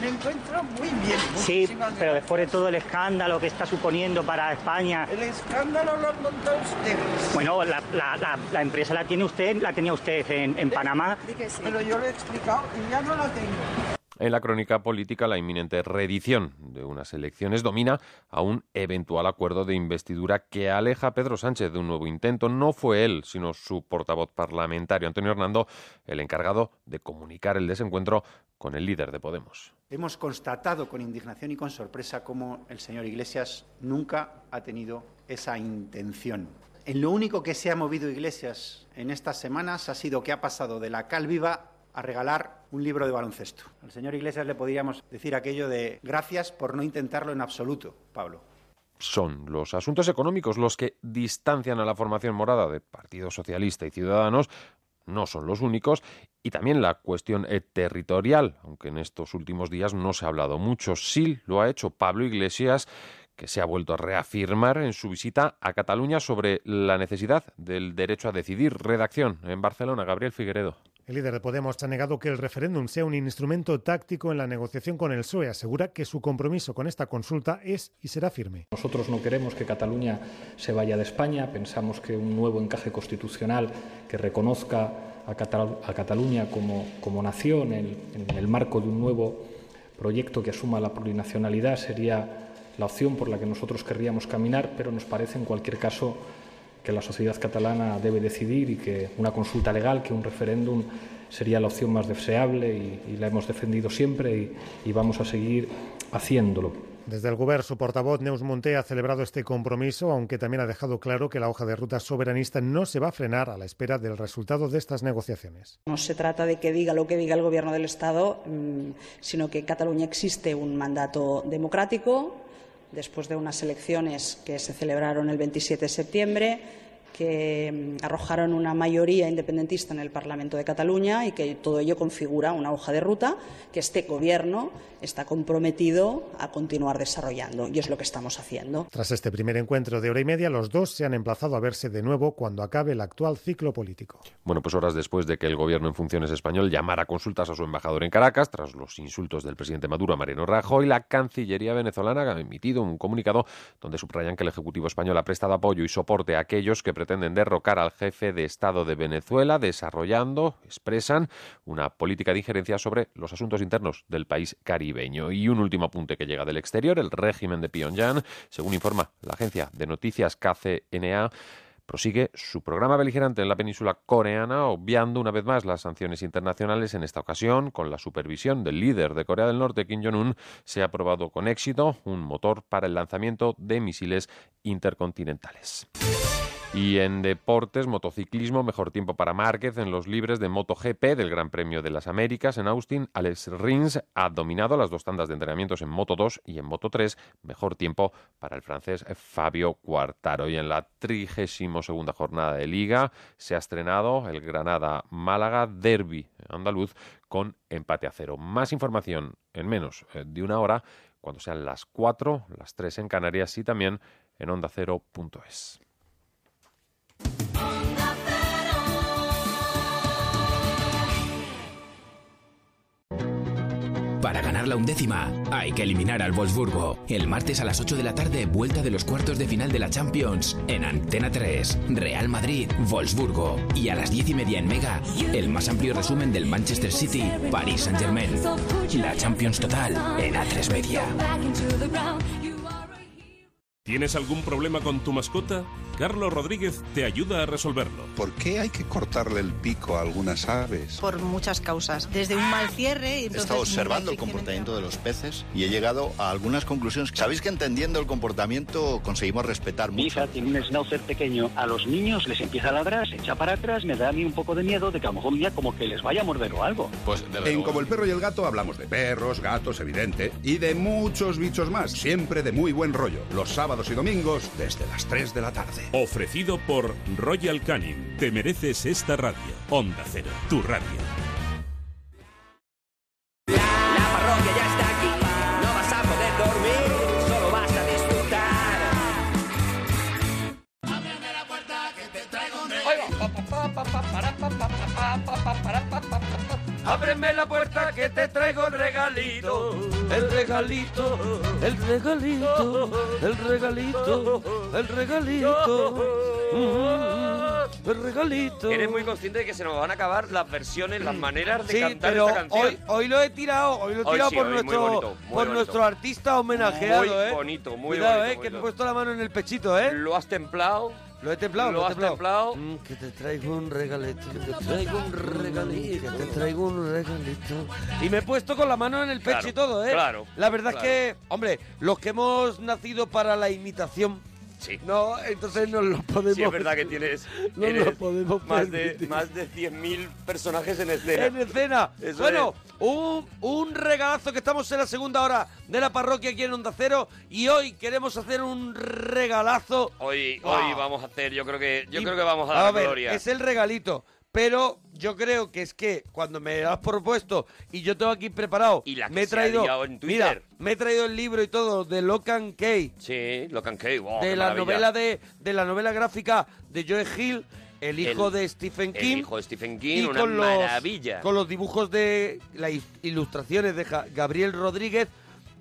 Speaker 19: Me encuentro muy bien.
Speaker 18: Sí,
Speaker 19: muchísimas
Speaker 18: pero después de todo el escándalo que está suponiendo para España.
Speaker 19: El escándalo lo han montado ustedes.
Speaker 18: Bueno, la, la- la- la empresa la tiene usted, la tenía usted en, en Panamá.
Speaker 19: Pero yo lo he explicado y ya no la tengo.
Speaker 16: En la crónica política, la inminente reedición de unas elecciones domina a un eventual acuerdo de investidura que aleja a Pedro Sánchez de un nuevo intento. No fue él, sino su portavoz parlamentario, Antonio Hernando, el encargado de comunicar el desencuentro con el líder de Podemos.
Speaker 20: Hemos constatado con indignación y con sorpresa cómo el señor Iglesias nunca ha tenido esa intención. En lo único que se ha movido Iglesias en estas semanas ha sido que ha pasado de la cal viva a regalar un libro de baloncesto. Al señor Iglesias le podríamos decir aquello de gracias por no intentarlo en absoluto, Pablo.
Speaker 16: son los asuntos económicos los que distancian a la formación morada de Partido Socialista y Ciudadanos, no son los únicos, y también la cuestión eh, territorial, aunque en estos últimos días no se ha hablado mucho. Sí lo ha hecho Pablo Iglesias, que se ha vuelto a reafirmar en su visita a Cataluña sobre la necesidad del derecho a decidir. Redacción en Barcelona, Gabriel Figueredo.
Speaker 21: El líder de Podemos ha negado que el referéndum sea un instrumento táctico en la negociación con el PSOE. E. Asegura que su compromiso con esta consulta es y será firme.
Speaker 22: Nosotros no queremos que Cataluña se vaya de España, pensamos que un nuevo encaje constitucional que reconozca a, Catal- a Cataluña como, como nación en, en el marco de un nuevo proyecto que asuma la plurinacionalidad sería la opción por la que nosotros querríamos caminar, pero nos parece en cualquier caso que la sociedad catalana debe decidir y que una consulta legal, que un referéndum sería la opción más deseable y, y la hemos defendido siempre y- y vamos a seguir haciéndolo.
Speaker 21: Desde el Gobierno, su portavoz Neus Monté ha celebrado este compromiso, aunque también ha dejado claro que la hoja de ruta soberanista no se va a frenar a la espera del resultado de estas negociaciones.
Speaker 23: No se trata de que diga lo que diga el Gobierno del Estado, mm, sino que en Cataluña existe un mandato democrático después de unas elecciones que se celebraron el 27 de septiembre que mm, arrojaron una mayoría independentista en el Parlamento de Cataluña y que todo ello configura una hoja de ruta que este Gobierno está comprometido a continuar desarrollando y es lo que estamos haciendo.
Speaker 21: Tras este primer encuentro de hora y media, los dos se han emplazado a verse de nuevo cuando acabe el actual ciclo político.
Speaker 16: Bueno, pues horas después de que el gobierno en funciones español llamara a consultas a su embajador en Caracas, tras los insultos del presidente Maduro a Mariano Rajoy, la Cancillería venezolana ha emitido un comunicado donde subrayan que el Ejecutivo español ha prestado apoyo y soporte a aquellos que pretenden derrocar al jefe de Estado de Venezuela, desarrollando, expresan, una política de injerencia sobre los asuntos internos del país caribeño. Y un último apunte que llega del exterior, el régimen de Pyongyang, según informa la agencia de noticias KCNA, prosigue su programa beligerante en la península coreana, obviando una vez más las sanciones internacionales. En esta ocasión, con la supervisión del líder de Corea del Norte, Kim Jong-un, se ha aprobado con éxito un motor para el lanzamiento de misiles intercontinentales. Y en deportes, motociclismo, mejor tiempo para Márquez en los libres de MotoGP del Gran Premio de las Américas en Austin. Alex Rins ha dominado las dos tandas de entrenamientos en Moto 2 y en Moto 3. Mejor tiempo para el francés Fabio Quartaro. Y en la 32 jornada de Liga se ha estrenado el Granada-Málaga Derby andaluz con empate a cero. Más información en menos eh, de una hora cuando sean las 4, las 3 en Canarias y también en ondacero.es.
Speaker 24: Para ganar la undécima, hay que eliminar al Wolfsburgo. El martes a las 8 de la tarde, vuelta de los cuartos de final de la Champions en Antena 3, Real Madrid, Wolfsburgo. Y a las 10 y media en Mega, el más amplio resumen del Manchester City, Paris Saint Germain. La Champions total en A3 Media.
Speaker 9: ¿Tienes algún problema con tu mascota? Carlos Rodríguez te ayuda a resolverlo.
Speaker 25: ¿Por qué hay que cortarle el pico a algunas aves?
Speaker 23: por muchas causas, desde un mal cierre. y
Speaker 25: He
Speaker 23: Entonces,
Speaker 25: estado observando el
Speaker 23: infecciones-
Speaker 25: comportamiento de los peces y he llegado a algunas conclusiones. Sabéis que entendiendo el comportamiento conseguimos respetar
Speaker 20: Mi
Speaker 25: mucho.
Speaker 20: hija tiene un schnauzer pequeño. A los niños les empieza a ladrar, se echa para atrás, me da a mí un poco de miedo de que a lo mejor un día como que les vaya a morder o algo.
Speaker 26: Pues en Como el perro y el gato hablamos de perros, gatos, evidente, y de muchos bichos más, siempre de muy buen rollo, los sábados y domingos desde las 3 de la tarde.
Speaker 9: Ofrecido por Royal Canin. Te mereces esta radio. Onda Cero, tu radio.
Speaker 27: No vas a poder dormir, solo vas a disfrutar.
Speaker 3: Ábreme la puerta que te traigo el regalito. El regalito, el regalito, el regalito, el regalito. Mm, El regalito.
Speaker 4: Eres muy consciente de que se nos van a acabar las versiones, las maneras de
Speaker 3: Sí,
Speaker 4: cantar
Speaker 3: pero
Speaker 4: esta canción.
Speaker 3: hoy, hoy lo he tirado, hoy lo he
Speaker 4: Hoy
Speaker 3: tirado
Speaker 4: sí,
Speaker 3: por,
Speaker 4: hoy muy
Speaker 3: nuestro,
Speaker 4: bonito, muy
Speaker 3: por
Speaker 4: bonito.
Speaker 3: nuestro artista homenajeado,
Speaker 4: Muy
Speaker 3: ¿eh?
Speaker 4: bonito, muy
Speaker 3: Cuidado,
Speaker 4: bonito,
Speaker 3: ¿eh?
Speaker 4: muy
Speaker 3: Que te he
Speaker 4: bonito.
Speaker 3: puesto la mano en el pechito, ¿eh?
Speaker 4: Lo has templado.
Speaker 3: Lo he templado,
Speaker 4: Lo
Speaker 3: he
Speaker 4: has templado.
Speaker 3: Mm, que te traigo un regalito, que te traigo un regalito, que te traigo un regalito. Y me he puesto con la mano en el pecho
Speaker 4: Claro,
Speaker 3: y todo, ¿eh?
Speaker 4: claro,
Speaker 3: La verdad
Speaker 4: claro.
Speaker 3: es que, hombre, los que hemos nacido para la imitación, no, entonces nos lo podemos...
Speaker 4: Sí, es verdad que tienes,
Speaker 3: No
Speaker 4: eres
Speaker 3: lo podemos
Speaker 4: más de,
Speaker 3: permitir.
Speaker 4: más de 10.000 personajes en escena.
Speaker 3: En escena.
Speaker 4: Eso
Speaker 3: bueno, un, un regalazo que estamos en la segunda hora de la parroquia aquí en Onda Cero y hoy queremos hacer un regalazo.
Speaker 4: Hoy,
Speaker 3: Wow.
Speaker 4: hoy vamos a hacer, yo creo que, yo
Speaker 3: Y-
Speaker 4: creo que vamos a dar
Speaker 3: ver,
Speaker 4: gloria.
Speaker 3: Es el regalito. Pero yo creo que es que cuando me lo has propuesto y yo tengo aquí preparado, me he
Speaker 4: se ha
Speaker 3: traído.
Speaker 4: liado en
Speaker 3: mira,
Speaker 4: Twitter.
Speaker 3: me he traído el libro y todo de Locan Kay.
Speaker 4: Sí, Locan Kay, wow,
Speaker 3: de
Speaker 4: qué
Speaker 3: la
Speaker 4: maravilla.
Speaker 3: novela de, de la novela gráfica de Joe Hill, el hijo de Stephen King.
Speaker 4: El hijo de Stephen King,
Speaker 3: y
Speaker 4: una
Speaker 3: con los,
Speaker 4: maravilla.
Speaker 3: Con los dibujos de las is- ilustraciones de Ja- Gabriel Rodríguez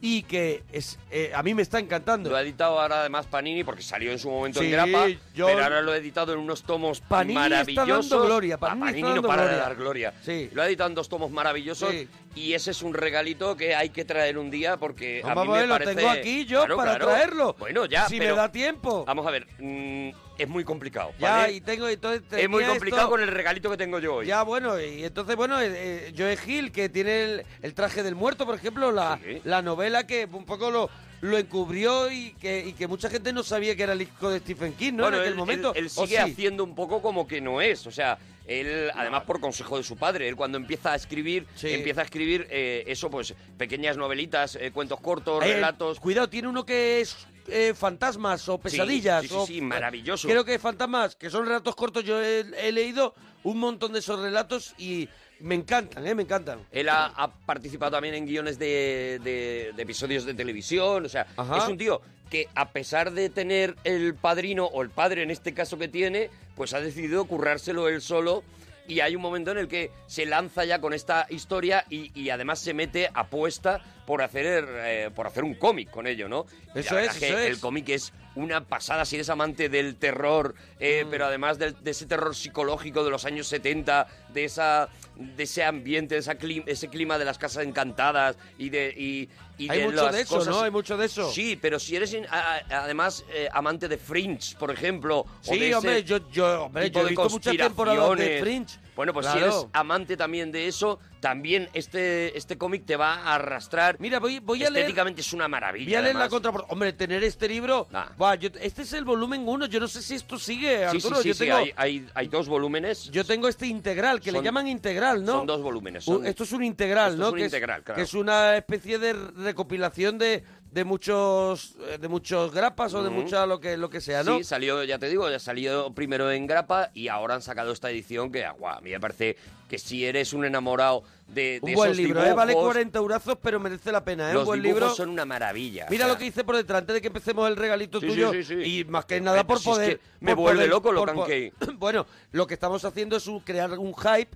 Speaker 3: y que es eh, a mí me está encantando.
Speaker 4: Lo ha editado ahora además Panini porque salió en su momento
Speaker 3: Sí,
Speaker 4: en grapa,
Speaker 3: yo-
Speaker 4: pero ahora lo ha editado en unos tomos
Speaker 3: Panini está
Speaker 4: maravillosos.
Speaker 3: dando gloria,
Speaker 4: Ah,
Speaker 3: Panini está
Speaker 4: no
Speaker 3: dando
Speaker 4: para de
Speaker 3: gloria.
Speaker 4: dar gloria. Lo ha editado en dos tomos maravillosos
Speaker 3: Sí.
Speaker 4: y ese es un regalito que hay que traer un día porque Eh, a
Speaker 3: Vamos
Speaker 4: mí
Speaker 3: a ver,
Speaker 4: me
Speaker 3: lo
Speaker 4: parece-
Speaker 3: tengo aquí yo
Speaker 4: Claro,
Speaker 3: para
Speaker 4: claro.
Speaker 3: traerlo.
Speaker 4: Bueno, ya,
Speaker 3: Si
Speaker 4: pero-
Speaker 3: me da tiempo.
Speaker 4: Vamos a ver, mm, es muy complicado,
Speaker 3: Ya,
Speaker 4: ¿vale?
Speaker 3: y tengo entonces
Speaker 4: es muy
Speaker 3: tenía
Speaker 4: complicado
Speaker 3: esto-
Speaker 4: con el regalito que tengo yo hoy.
Speaker 3: Ya, bueno, y entonces, bueno, eh, eh, Joe Hill, que tiene el, el traje del muerto, por ejemplo, la, la novela que un poco lo, lo encubrió y que, y que mucha gente no sabía que era el hijo de Stephen King, ¿no?
Speaker 4: Bueno,
Speaker 3: en aquel
Speaker 4: él,
Speaker 3: momento.
Speaker 4: él- él
Speaker 3: ¿O
Speaker 4: sigue
Speaker 3: sí?
Speaker 4: haciendo un poco como que no es. O sea, él, además por consejo de su padre, él cuando empieza a escribir, empieza a escribir eh, eso, pues pequeñas novelitas, eh, cuentos cortos,
Speaker 3: Eh,
Speaker 4: relatos.
Speaker 3: Cuidado, tiene uno que es eh, fantasmas o pesadillas.
Speaker 4: sí, sí,
Speaker 3: o-
Speaker 4: sí, maravilloso.
Speaker 3: Creo que fantasmas, que son relatos cortos, yo he, he leído un montón de esos relatos y me encantan, ¿eh? Me encantan.
Speaker 4: Él ha, ha participado también en guiones de, de- de episodios de televisión. O sea,
Speaker 3: Ajá.
Speaker 4: es un tío que a pesar de tener el padrino, o el padre en este caso que tiene, pues ha decidido currárselo él solo. Y hay un momento en el que se lanza ya con esta historia y, y además se mete apuesta por hacer, eh, por hacer un cómic con ello, ¿no? Y la
Speaker 3: Eso
Speaker 4: verdad
Speaker 3: es,
Speaker 4: que
Speaker 3: eso es.
Speaker 4: El cómic es una pasada si eres amante del terror, eh,
Speaker 3: Mm.
Speaker 4: pero además del- de, ese terror psicológico de los años 70, de esa de ese ambiente, de esa clim- ese clima de las casas encantadas y de y, y
Speaker 3: Hay
Speaker 4: de
Speaker 3: mucho
Speaker 4: las
Speaker 3: de eso,
Speaker 4: cosas-
Speaker 3: ¿no? Hay mucho de eso.
Speaker 4: Sí, pero si eres in- a- a- además eh, amante de Fringe, por ejemplo, o
Speaker 3: Sí,
Speaker 4: de ese
Speaker 3: hombre, yo, yo, hombre,
Speaker 4: tipo
Speaker 3: yo he
Speaker 4: de
Speaker 3: visto muchas temporadas de
Speaker 4: conspiraciones.
Speaker 3: Fringe.
Speaker 4: Bueno, pues si
Speaker 3: Claro.
Speaker 4: eres amante también de eso, también este este cómic te va a arrastrar.
Speaker 3: Mira, voy, voy a leer-
Speaker 4: Estéticamente es una maravilla.
Speaker 3: Voy a leer la
Speaker 4: además.
Speaker 3: contraportada. Hombre, tener este libro. Buah, yo- este es el volumen 1. Yo no sé si esto sigue,
Speaker 4: Sí, sí,
Speaker 3: Arturo.
Speaker 4: sí,
Speaker 3: yo
Speaker 4: sí,
Speaker 3: tengo,
Speaker 4: hay, hay- hay dos volúmenes.
Speaker 3: yo tengo este integral, que le
Speaker 4: Son-
Speaker 3: llaman integral, ¿no?
Speaker 4: Son dos volúmenes.
Speaker 3: Un-
Speaker 4: son-
Speaker 3: esto es un integral,
Speaker 4: Esto
Speaker 3: ¿no?
Speaker 4: es un
Speaker 3: que
Speaker 4: integral, claro.
Speaker 3: Que es una especie de recopilación de, de muchos eh, de muchos grapas o de
Speaker 4: Ujú.
Speaker 3: mucha lo que lo que sea, ¿no?
Speaker 4: Mm. Sí, salió, ya te digo, ya salió primero en grapa y ahora han sacado esta edición que, guau, a mí me parece que si eres un enamorado de, de
Speaker 3: un buen
Speaker 4: esos
Speaker 3: libro,
Speaker 4: dibujos,
Speaker 3: ¿eh? Vale 40 eurazos, pero merece la pena, ¿eh?
Speaker 4: los
Speaker 3: un buen
Speaker 4: dibujos
Speaker 3: libro.
Speaker 4: son una maravilla.
Speaker 3: Mira
Speaker 4: o sea,
Speaker 3: lo que hice por detrás, antes de que empecemos el regalito
Speaker 4: Sí,
Speaker 3: tuyo.
Speaker 4: sí, sí, sí.
Speaker 3: Y más que nada
Speaker 4: Pero
Speaker 3: por
Speaker 4: si es
Speaker 3: poder.
Speaker 4: que me
Speaker 3: por
Speaker 4: vuelve
Speaker 3: poder-
Speaker 4: loco lo
Speaker 3: por po-
Speaker 4: canquei.
Speaker 3: Bueno, lo que estamos haciendo es un- crear un hype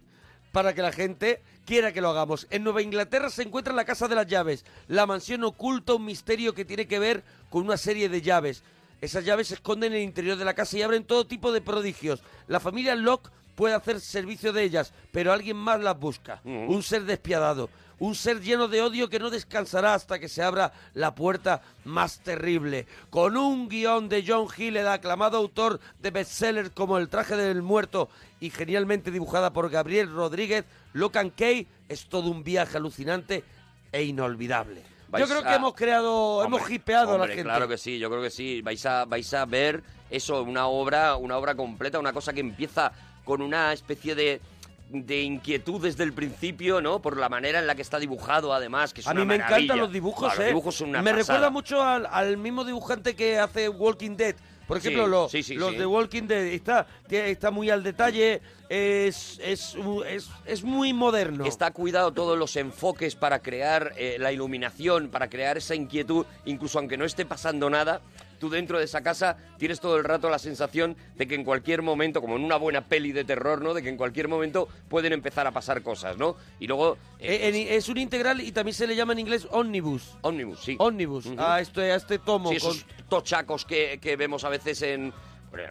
Speaker 3: para que la gente quiera que lo hagamos. En Nueva Inglaterra se encuentra la Casa de las Llaves. La mansión oculta un misterio que tiene que ver con una serie de llaves. Esas llaves se esconden en el interior de la casa y abren todo tipo de prodigios. La familia Locke
Speaker 1: puede hacer servicio de ellas, pero alguien más las busca.
Speaker 4: Mm.
Speaker 1: Un ser despiadado, un ser lleno de odio que no descansará hasta que se abra la puerta más terrible. Con un guión de John Hill, el aclamado autor de bestsellers como El traje del muerto y genialmente dibujada por Gabriel Rodríguez, Locan Key es todo un viaje alucinante e inolvidable.
Speaker 4: Vais
Speaker 1: Yo creo
Speaker 4: a-
Speaker 1: que hemos creado, hemos hipeado a la
Speaker 4: Hombre,
Speaker 1: gente.
Speaker 4: Claro que sí, yo creo que sí. Vais a, vais a ver eso, una obra, una obra completa, una cosa que empieza con una especie de de inquietud desde el principio, ¿no? Por la manera en la que está dibujado, además, que es
Speaker 1: a mí
Speaker 4: una
Speaker 1: me
Speaker 4: maravilla.
Speaker 1: encantan los dibujos,
Speaker 4: Ah,
Speaker 1: ¿eh?
Speaker 4: Los dibujos son una
Speaker 1: me
Speaker 4: pasada.
Speaker 1: recuerda mucho al, al mismo dibujante que hace Walking Dead. Por
Speaker 4: Sí,
Speaker 1: ejemplo, los,
Speaker 4: sí, sí,
Speaker 1: los
Speaker 4: sí.
Speaker 1: de Walking Dead está, tie- está muy al detalle, es, es, un- es- es muy moderno.
Speaker 4: Está cuidado todos los enfoques para crear eh, la iluminación, para crear esa inquietud, incluso aunque no esté pasando nada. Tú dentro de esa casa tienes todo el rato la sensación de que en cualquier momento, como en una buena peli de terror, ¿no? De que en cualquier momento pueden empezar a pasar cosas, ¿no? Y luego...
Speaker 1: Eh, en- es un integral y también se le llama en inglés omnibus.
Speaker 4: Omnibus, sí.
Speaker 1: Omnibus, a, este, a este tomo.
Speaker 4: Sí, esos
Speaker 1: con-
Speaker 4: tochacos que, que vemos a veces en...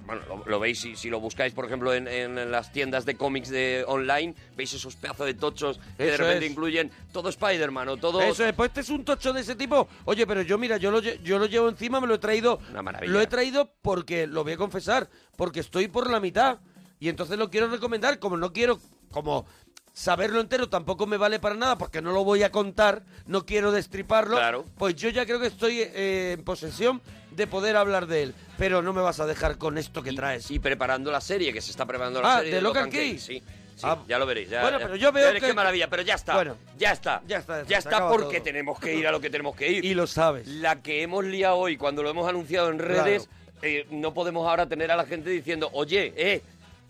Speaker 4: Bueno, lo, lo veis si, si lo buscáis, por ejemplo, en, en las tiendas de cómics de online, veis esos pedazos de tochos que de
Speaker 1: Eso
Speaker 4: repente
Speaker 1: es.
Speaker 4: incluyen todo Spider-Man o todo...
Speaker 1: Eso es, pues este es un tocho de ese tipo. Oye, pero yo, mira, yo lo, lle- yo lo llevo encima, me lo he traído.
Speaker 4: Una maravilla.
Speaker 1: Lo he traído porque, lo voy a confesar, porque estoy por la mitad. Y entonces lo quiero recomendar, como no quiero, como saberlo entero tampoco me vale para nada, porque no lo voy a contar, no quiero destriparlo. Pues yo ya creo que estoy eh, en posesión de poder hablar de él. Pero no me vas a dejar con esto que traes.
Speaker 4: Y preparando la serie, que se está preparando la
Speaker 1: Ah,
Speaker 4: serie
Speaker 1: ¿de Locan Key? Ah.
Speaker 4: Sí, sí, ya lo veréis. ya-
Speaker 1: Bueno,
Speaker 4: ya-
Speaker 1: pero yo veo
Speaker 4: ya veréis
Speaker 1: que-
Speaker 4: qué maravilla, pero ya está.
Speaker 1: Bueno.
Speaker 4: ya está. Ya está, ya
Speaker 1: se
Speaker 4: está
Speaker 1: acaba
Speaker 4: porque
Speaker 1: todo.
Speaker 4: tenemos que ir a lo que tenemos que ir.
Speaker 1: Y lo sabes.
Speaker 4: La que hemos liado hoy, cuando lo hemos anunciado en redes, eh, no podemos ahora tener a la gente diciendo, oye, eh,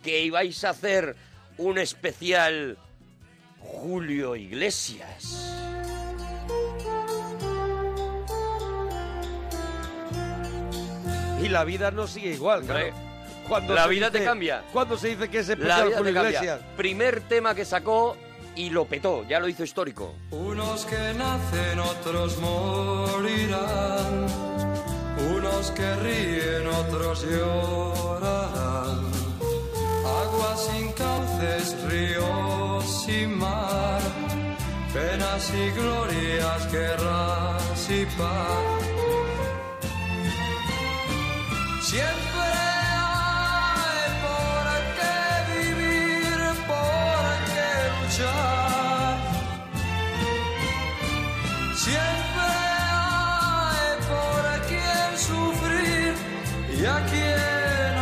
Speaker 4: que ibais a hacer un especial Julio Iglesias.
Speaker 1: Y la vida no sigue igual,
Speaker 4: Hombre,
Speaker 1: claro. Cuando
Speaker 4: la
Speaker 1: se
Speaker 4: vida te
Speaker 1: dice-
Speaker 4: cambia.
Speaker 1: Cuando se dice que es
Speaker 4: La
Speaker 1: Este especial
Speaker 4: vida
Speaker 1: Julio
Speaker 4: te cambia.
Speaker 1: Iglesias.
Speaker 4: Primer tema que sacó y lo petó, ya lo hizo histórico.
Speaker 2: Unos que nacen, otros morirán. Unos que ríen, otros llorarán. Aguas sin cauces, ríos sin mar. Penas y glorias, guerras y paz. Siempre hay por qué vivir, por qué luchar. Siempre hay por quien sufrir y a quien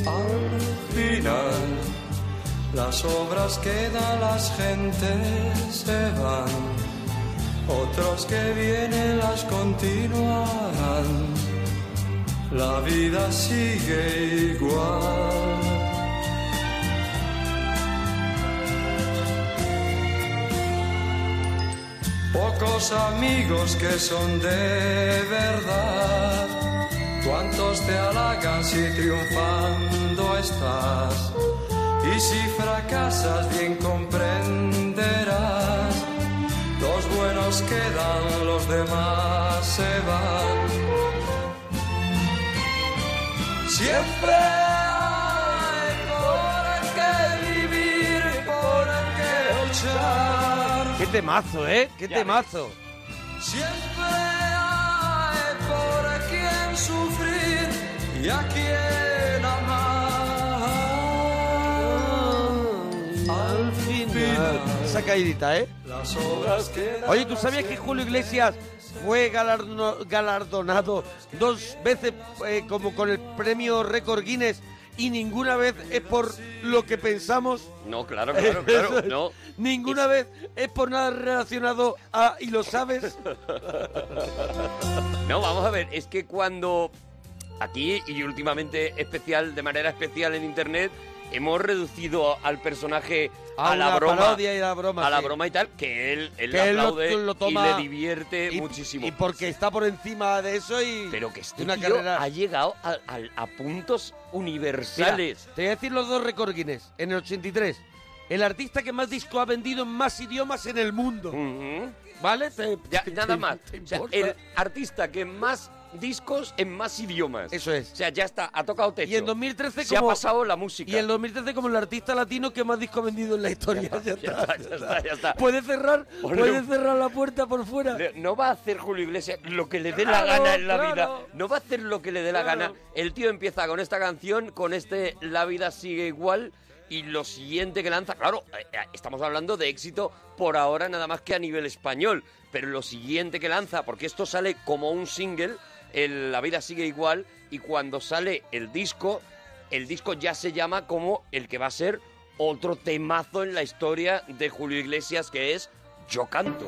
Speaker 2: amar. Al final, las obras que dan las gentes se van. Otros que vienen las continuarán. La vida sigue igual. Pocos amigos que son de verdad. Cuántos te halagan si triunfando estás. Y si fracasas bien comprenderás. Los buenos quedan, los demás se van. Siempre hay por qué vivir, por qué luchar.
Speaker 1: Qué temazo, ¿eh? Qué
Speaker 2: Ya
Speaker 1: temazo.
Speaker 2: Siempre hay por quien sufrir y a quien amar. Al final,
Speaker 1: Esa caidita, ¿eh?
Speaker 2: las obras que
Speaker 1: Oye, ¿tú sabías que Julio Iglesias fue galarno- galardonado dos veces eh, como con el premio récord Guinness y ninguna vez es por lo que pensamos?
Speaker 4: No, claro, claro, claro. No.
Speaker 1: Ninguna vez es por nada relacionado a... ¿Y lo sabes?
Speaker 4: No, vamos a ver, es que cuando aquí y últimamente especial, de manera especial en internet, hemos reducido al personaje a,
Speaker 1: A
Speaker 4: la
Speaker 1: una
Speaker 4: broma.
Speaker 1: parodia y la broma,
Speaker 4: A la
Speaker 1: sí.
Speaker 4: broma y tal, que él, él
Speaker 1: Que él lo-
Speaker 4: aplaude
Speaker 1: lo toma
Speaker 4: y le divierte muchísimo.
Speaker 1: Y porque está por encima de eso y... Pero que
Speaker 4: Este tío ha llegado a, a- a puntos universales.
Speaker 1: Mira, te voy a decir los dos récord Guinness. En el 83, el artista que más disco ha vendido en más idiomas en el mundo. ¿Vale? Te-
Speaker 4: Ya,
Speaker 1: te-
Speaker 4: nada
Speaker 1: te-
Speaker 4: más.
Speaker 1: te
Speaker 4: O sea,
Speaker 1: importa.
Speaker 4: el artista que más discos en más idiomas.
Speaker 1: Eso es.
Speaker 4: O sea, ya está, ha tocado techo.
Speaker 1: Y en 2013
Speaker 4: Se
Speaker 1: como-
Speaker 4: ha pasado la música.
Speaker 1: Y en 2013 como el artista latino que más disco ha vendido en la historia. Ya está,
Speaker 4: ya está, ya está.
Speaker 1: Puede cerrar,
Speaker 4: Ole.
Speaker 1: puede cerrar la puerta por fuera.
Speaker 4: No va a hacer Julio Iglesias lo que le dé la
Speaker 1: Claro,
Speaker 4: gana en la
Speaker 1: claro.
Speaker 4: vida. No va a hacer lo que le dé la
Speaker 1: Claro.
Speaker 4: gana. El tío empieza con esta canción, con este La vida sigue igual. Y lo siguiente que lanza, claro, eh, eh, estamos hablando de éxito por ahora nada más que a nivel español. Pero lo siguiente que lanza, porque esto sale como un single, el La vida sigue igual. Y cuando sale el disco, el disco ya se llama como el que va a ser otro temazo en la historia de Julio Iglesias, que es Yo canto.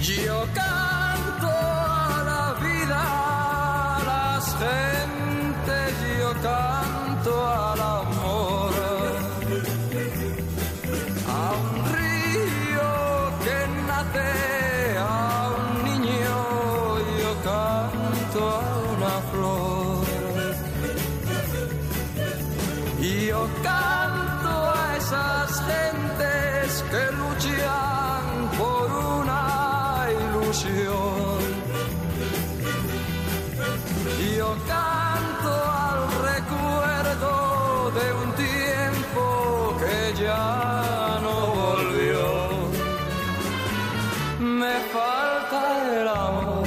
Speaker 2: Yo canto a la vida, a las gentes, yo canto al amor. A un río que nace, a un niño, yo canto a una flor. Yo canto a esas gentes que luchan por una ilusión. Yo canto al recuerdo de un tiempo que ya no volvió. Me falta el amor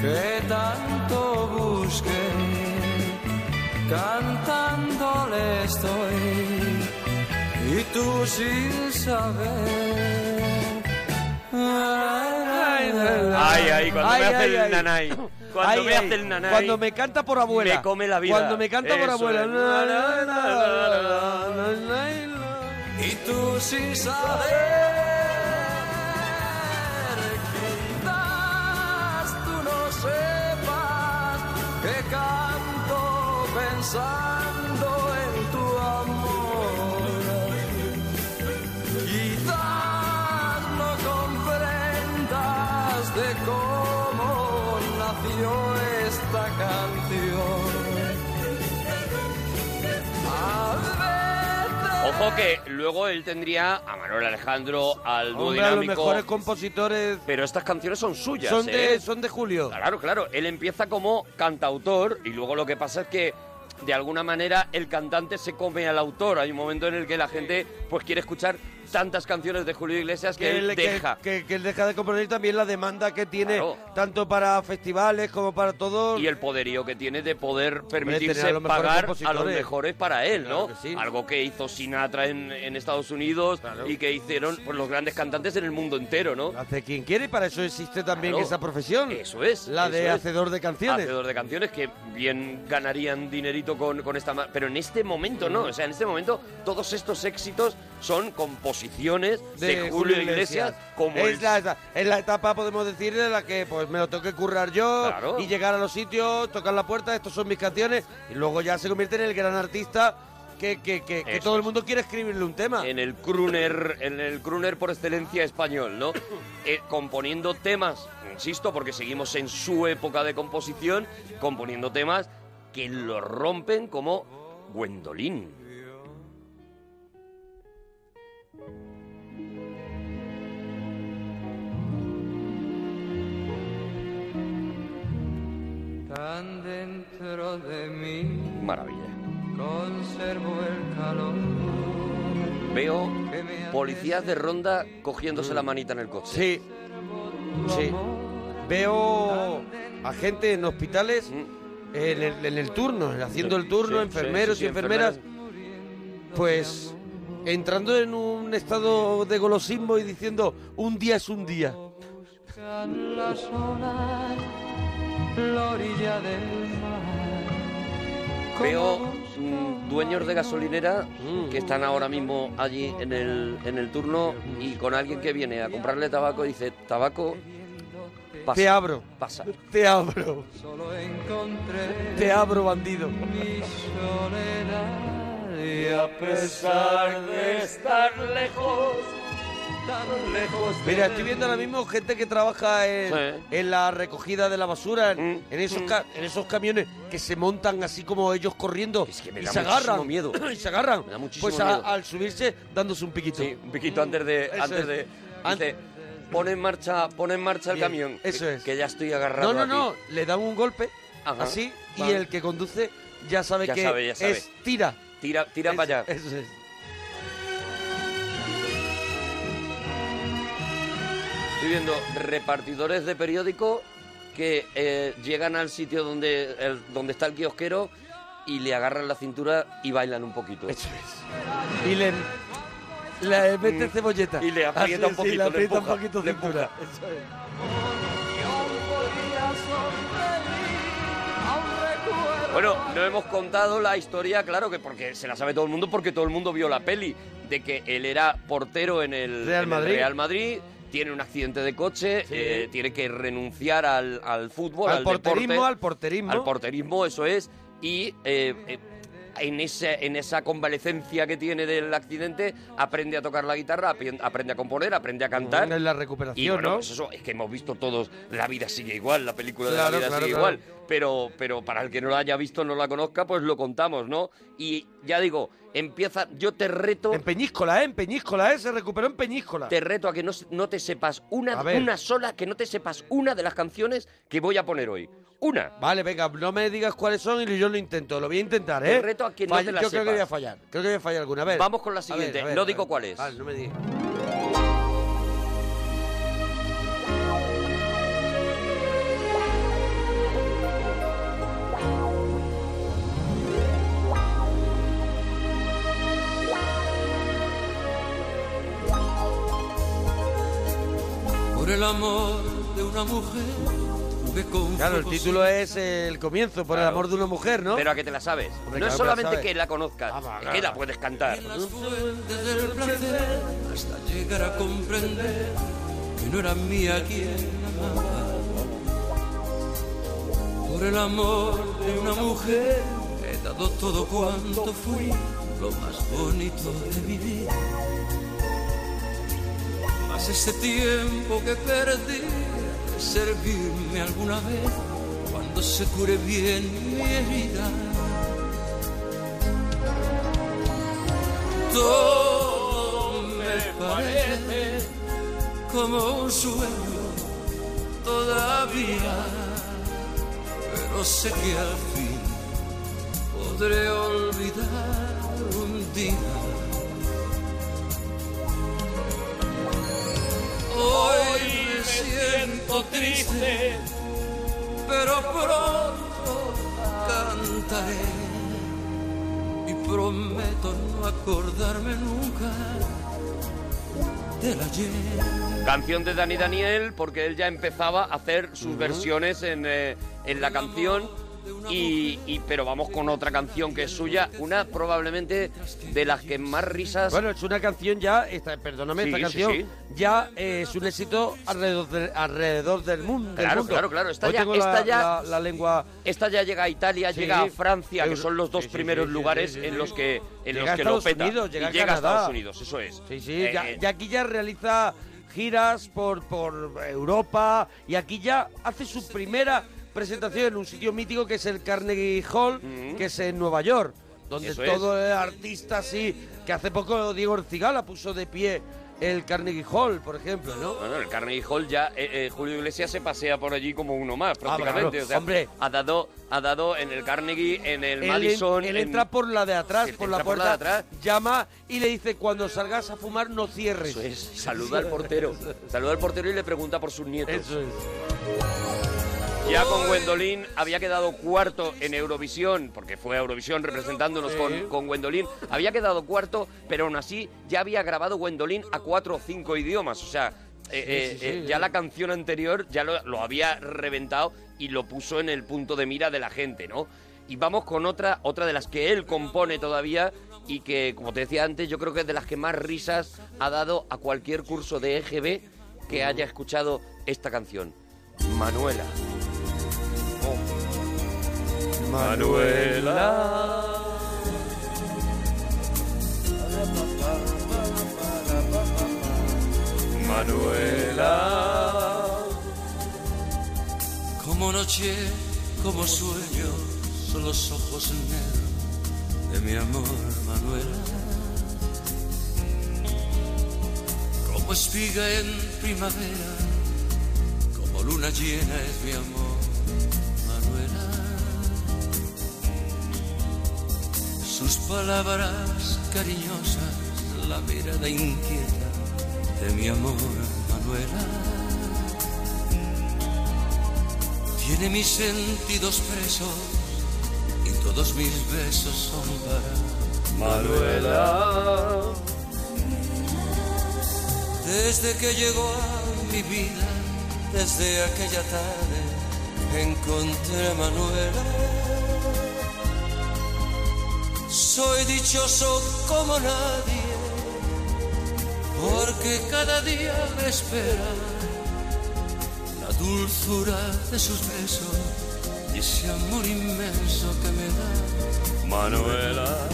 Speaker 2: que tanto busqué cantándole estoy y tú sin saber.
Speaker 4: Ay, ay, cuando me hace el nanay. Cuando
Speaker 1: Ay,
Speaker 4: me
Speaker 1: ay.
Speaker 4: hace el nanay.
Speaker 1: Cuando me canta por abuela.
Speaker 4: Me come la vida.
Speaker 1: Cuando me canta por
Speaker 4: Eso
Speaker 1: abuela.
Speaker 4: es.
Speaker 1: Na, na, na, na, na, na.
Speaker 2: Y tú sin saber, quizás tú no sepas que canto pensando en tu amor. Quizás no comprendas de cómo nació esta canción.
Speaker 4: Ojo que luego él tendría a Manuel Alejandro, al dúo
Speaker 1: Hombre, a los
Speaker 4: dinámico.
Speaker 1: mejores compositores
Speaker 4: Pero estas canciones son suyas.
Speaker 1: son de,
Speaker 4: ¿eh?
Speaker 1: son de Julio.
Speaker 4: Claro, claro. Él empieza como cantautor y luego lo que pasa es que de alguna manera el cantante se come al autor. Hay un momento en el que la gente pues quiere escuchar tantas canciones de Julio Iglesias que, él
Speaker 1: le-
Speaker 4: deja.
Speaker 1: que- que él deja de componer y también la demanda que tiene tanto para festivales como para todo.
Speaker 4: Y el poderío que tiene de poder
Speaker 1: tener
Speaker 4: permitirse
Speaker 1: a los mejores
Speaker 4: pagar a los
Speaker 1: compositores.
Speaker 4: mejores para él,
Speaker 1: Claro
Speaker 4: ¿no?
Speaker 1: que sí.
Speaker 4: Algo que hizo Sinatra en, en Estados Unidos y que hicieron pues, los grandes cantantes en el mundo entero, ¿no?
Speaker 1: Hace quien quiere, y para eso existe también
Speaker 4: Claro.
Speaker 1: esa profesión.
Speaker 4: Eso es.
Speaker 1: La de
Speaker 4: eso es.
Speaker 1: hacedor de canciones.
Speaker 4: Hacedor de canciones que bien ganarían dinerito con, con esta... ma- Pero en este momento no, o sea, en este momento todos estos éxitos son composiciones Ah, de, Julio Iglesias, como
Speaker 1: es
Speaker 4: el-
Speaker 1: la, esa- es la etapa, podemos decir, en la que pues me lo tengo que currar yo
Speaker 4: Claro.
Speaker 1: y llegar a los sitios, tocar la puerta, estos son mis canciones, y luego ya se convierte en el gran artista que, que- que- que
Speaker 4: Eso
Speaker 1: todo el mundo quiere escribirle un tema.
Speaker 4: en el crooner, en el crooner por excelencia español, ¿no? Eh, componiendo temas, insisto, porque seguimos en su época de composición, componiendo temas que lo rompen como Gwendolyn.
Speaker 2: Tan dentro de mí
Speaker 4: Maravilla.
Speaker 2: conservo el calor.
Speaker 4: Veo policías de ronda cogiéndose la manita en el coche.
Speaker 1: Sí, sí. Veo a gente en hospitales, en el, en el turno, haciendo
Speaker 4: Mm. Sí,
Speaker 1: el turno,
Speaker 4: sí,
Speaker 1: enfermeros
Speaker 4: sí, sí,
Speaker 1: y enfermeras, pues entrando en un estado de golosismo y diciendo, un día es un día.
Speaker 2: Buscan las olas, la orilla del
Speaker 4: Veo mm, dueños de gasolinera
Speaker 1: Mm.
Speaker 4: que están ahora mismo allí en el, en el turno y con alguien que viene a comprarle tabaco dice, tabaco, pasa,
Speaker 1: Te abro.
Speaker 4: Pasa.
Speaker 1: Te abro. Te abro, bandido.
Speaker 2: soledad y a pesar de estar lejos tan lejos.
Speaker 1: Mira, estoy viendo ahora mismo gente que trabaja en, en la recogida de la basura, en, en esos, ca- en esos camiones que se montan así como ellos corriendo y
Speaker 4: da
Speaker 1: se
Speaker 4: muchísimo
Speaker 1: agarran.
Speaker 4: miedo.
Speaker 1: Y se agarran.
Speaker 4: muchísimo
Speaker 1: pues a-
Speaker 4: miedo.
Speaker 1: al subirse, dándose un piquito. Mm. Sí,
Speaker 4: un piquito antes de. antes de- dice, pone en marcha, pone en marcha el
Speaker 1: Bien,
Speaker 4: camión.
Speaker 1: eso
Speaker 4: que, es. Que ya estoy
Speaker 1: No,
Speaker 4: agarrado.
Speaker 1: no,
Speaker 4: aquí.
Speaker 1: no. Le dan un golpe
Speaker 4: Ajá,
Speaker 1: así y
Speaker 4: vale.
Speaker 1: el que conduce ya sabe
Speaker 4: Ya
Speaker 1: que
Speaker 4: sabe, ya sabe.
Speaker 1: es tira.
Speaker 4: Tira, tira para allá.
Speaker 1: Eso es.
Speaker 4: Estoy viendo repartidores de periódico que eh, llegan al sitio donde, el- donde está el kiosquero y le agarran la cintura y bailan un poquito.
Speaker 1: Eso es. Y le, eh, le mete
Speaker 4: Mm.
Speaker 1: cebolleta.
Speaker 4: Y le aprieta
Speaker 1: Así es,
Speaker 4: un
Speaker 1: sí,
Speaker 4: poquito,
Speaker 1: le
Speaker 4: le
Speaker 1: aprieta un
Speaker 4: empuja,
Speaker 1: poquito
Speaker 4: le
Speaker 1: cintura.
Speaker 4: empuja.
Speaker 1: Eso es.
Speaker 4: Bueno, no hemos contado la historia, claro, que porque se la sabe todo el mundo, porque todo el mundo vio la peli, de que él era portero en el
Speaker 1: Real
Speaker 4: en el
Speaker 1: Madrid.
Speaker 4: Real Madrid, tiene un accidente de coche, eh, tiene que renunciar al, al fútbol, al,
Speaker 1: Al porterismo,
Speaker 4: deporte,
Speaker 1: al porterismo.
Speaker 4: al porterismo, eso es, y... eh, eh, en, ese, en esa convalecencia que tiene del accidente, aprende a tocar la guitarra, apien- aprende a componer, aprende a cantar.
Speaker 1: Es la
Speaker 4: Y
Speaker 1: recuperación,
Speaker 4: bueno,
Speaker 1: ¿no?
Speaker 4: pues eso es que hemos visto todos, la vida sigue igual, la película
Speaker 1: Claro,
Speaker 4: de la vida
Speaker 1: claro,
Speaker 4: sigue
Speaker 1: claro.
Speaker 4: igual, pero, pero para el que no la haya visto, no la conozca, pues lo contamos, ¿no? Y ya digo, empieza, yo te reto...
Speaker 1: En Peñíscola, ¿eh? En Peñíscola, ¿eh? Se recuperó en Peñíscola.
Speaker 4: Te reto a que no, s- no te sepas una,
Speaker 1: A ver.
Speaker 4: una sola, que no te sepas una de las canciones que voy a poner hoy. Una.
Speaker 1: Vale, venga, no me digas cuáles son y yo lo intento. Lo voy a intentar, ¿eh?
Speaker 4: Te reto a que no
Speaker 1: Falla-
Speaker 4: te la
Speaker 1: Yo creo que
Speaker 4: sepas.
Speaker 1: voy a fallar. Creo que voy a fallar alguna vez.
Speaker 4: Vamos con la siguiente, no digo cuál es.
Speaker 1: Vale, no me digas.
Speaker 2: Por el amor de una mujer jugué con
Speaker 1: Claro, el
Speaker 2: fuegos
Speaker 1: título es eh, el comienzo, por el amor de una mujer, ¿no?
Speaker 4: Pero a que te la sabes.
Speaker 1: Hombre,
Speaker 4: no
Speaker 1: claro que
Speaker 4: es
Speaker 1: la
Speaker 4: solamente
Speaker 1: sabes. Ah,
Speaker 4: que la conozcas, es que la puedes cantar.
Speaker 2: las fuentes del placer hasta llegar a comprender que no era mía quien amaba. Por el amor de una mujer he dado todo cuanto fui, lo más bonito de mi vida. Mas ese tiempo que perdí de servirme alguna vez cuando se cure bien mi herida. Todo me parece como un sueño todavía, pero sé que al fin podré olvidar un día. Hoy me siento triste, pero pronto cantaré y prometo no acordarme nunca del ayer.
Speaker 4: Canción de Dani Daniel, porque él ya empezaba a hacer sus versiones en, eh, en la canción. Y, y- pero vamos con otra canción que es suya, una probablemente de las que más risas.
Speaker 1: Bueno, es una canción ya, esta, perdóname,
Speaker 4: Sí,
Speaker 1: esta
Speaker 4: sí,
Speaker 1: canción
Speaker 4: sí.
Speaker 1: ya eh, es un éxito alrededor, de- alrededor del, mun- del
Speaker 4: Claro,
Speaker 1: mundo.
Speaker 4: claro, claro, esta
Speaker 1: Hoy
Speaker 4: ya-
Speaker 1: tengo
Speaker 4: esta
Speaker 1: la,
Speaker 4: ya-
Speaker 1: la- la lengua...
Speaker 4: Esta ya llega a Italia,
Speaker 1: Sí.
Speaker 4: llega a Francia, que
Speaker 1: Euro-
Speaker 4: son los dos
Speaker 1: sí, sí,
Speaker 4: primeros
Speaker 1: sí, sí,
Speaker 4: lugares
Speaker 1: sí, sí,
Speaker 4: en
Speaker 1: sí.
Speaker 4: los que en
Speaker 1: Llega
Speaker 4: los
Speaker 1: a
Speaker 4: que lo
Speaker 1: Estados
Speaker 4: peta.
Speaker 1: Unidos, llega
Speaker 4: y
Speaker 1: a
Speaker 4: llega a
Speaker 1: Canadá.
Speaker 4: Estados Unidos, eso es.
Speaker 1: Sí, sí,
Speaker 4: Eh,
Speaker 1: ya,
Speaker 4: eh,
Speaker 1: ya aquí ya realiza giras por, por Europa y aquí ya hace su primera presentación en un sitio mítico que es el Carnegie Hall, que es en Nueva York, donde
Speaker 4: Eso
Speaker 1: todo es artista así, que hace poco Diego Orcigala puso de pie el Carnegie Hall, por ejemplo, ¿no?
Speaker 4: Bueno, el Carnegie Hall ya, eh, eh, Julio Iglesias se pasea por allí como uno más,
Speaker 1: Ah,
Speaker 4: prácticamente.
Speaker 1: claro,
Speaker 4: O sea,
Speaker 1: hombre.
Speaker 4: Ha dado, ha dado en el Carnegie, en el
Speaker 1: Él en-
Speaker 4: Madison.
Speaker 1: él
Speaker 4: en-
Speaker 1: entra por la de atrás,
Speaker 4: Él
Speaker 1: por la
Speaker 4: entra por
Speaker 1: puerta,
Speaker 4: la de atrás.
Speaker 1: llama y le dice, cuando salgas a fumar no cierres.
Speaker 4: Eso es, saluda al portero. saluda al portero y le pregunta por sus nietos.
Speaker 1: Eso es.
Speaker 4: Ya con eh, Gwendolyn había quedado cuarto en Eurovisión, porque fue a Eurovisión representándonos
Speaker 1: Sí.
Speaker 4: con, con Gwendolyn. Había quedado cuarto, pero aún así ya había grabado Gwendolyn a cuatro o cinco idiomas. O sea, eh,
Speaker 1: Sí,
Speaker 4: eh,
Speaker 1: sí, sí,
Speaker 4: eh,
Speaker 1: sí.
Speaker 4: ya la canción anterior ya lo, lo había reventado y lo puso en el punto de mira de la gente, ¿no? Y vamos con otra, otra de las que él compone todavía y que, como te decía antes, yo creo que es de las que más risas ha dado a cualquier curso de EGB que haya escuchado esta canción. Manuela.
Speaker 2: Manuela. Como noche, como sueño, son los ojos negros de mi amor, Manuela. Como espiga en primavera, como luna llena es mi amor, Manuela. Sus palabras cariñosas, la mirada inquieta de mi amor, Manuela. Tiene mis sentidos presos y todos mis besos son para Manuela. Desde que llegó a mi vida, desde aquella tarde, encontré a Manuela. Soy dichoso como nadie, porque cada día me espera la dulzura de sus besos y ese este amor inmenso que me da Manuela.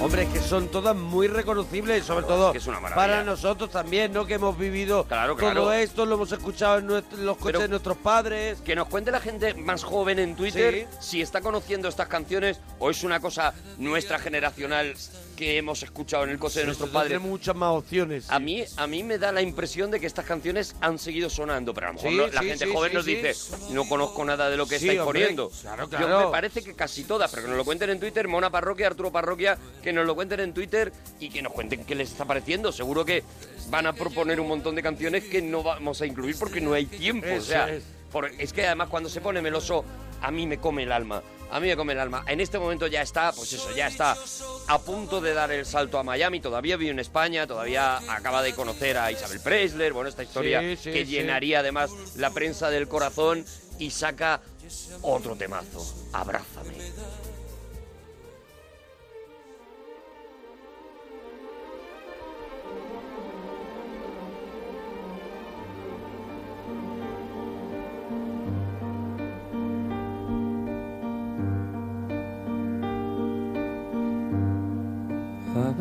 Speaker 1: Hombre, es que son todas muy reconocibles, sobre todo
Speaker 4: que Oh, es una maravilla.
Speaker 1: para nosotros también, ¿no? Que hemos vivido
Speaker 4: claro.
Speaker 1: todo esto, lo hemos escuchado en nuestro- los coches de nuestros padres.
Speaker 4: Que nos cuente la gente más joven en Twitter si está conociendo estas canciones o es una cosa nuestra generacional que hemos escuchado en el coche de nuestros padres.
Speaker 1: Tiene muchas más opciones.
Speaker 4: A mí, a mí me da la impresión de que estas canciones han seguido sonando, pero a lo mejor
Speaker 1: Sí,
Speaker 4: no- la
Speaker 1: sí,
Speaker 4: gente
Speaker 1: sí,
Speaker 4: joven
Speaker 1: sí,
Speaker 4: nos
Speaker 1: sí.
Speaker 4: dice, no conozco nada de lo que
Speaker 1: Sí,
Speaker 4: estáis
Speaker 1: hombre,
Speaker 4: poniendo.
Speaker 1: claro,
Speaker 4: Yo
Speaker 1: claro.
Speaker 4: me parece que casi todas, pero que nos lo cuenten en Twitter, Mona Parroquia, Arturo Parroquia, que nos lo cuenten en Twitter y que nos cuenten qué les está pareciendo. Seguro que van a proponer un montón de canciones que no vamos a incluir porque no hay tiempo. o
Speaker 1: Eso
Speaker 4: sea,
Speaker 1: es.
Speaker 4: por- es que además cuando se pone meloso, a mí me come el alma. A mí me come el alma. En este momento ya está, pues eso, ya está a punto de dar el salto a Miami. Todavía vive en España, todavía acaba de conocer a Isabel Presler. Bueno, esta historia
Speaker 1: Sí, sí,
Speaker 4: que
Speaker 1: sí.
Speaker 4: llenaría además la prensa del corazón y saca otro temazo. Abrázame.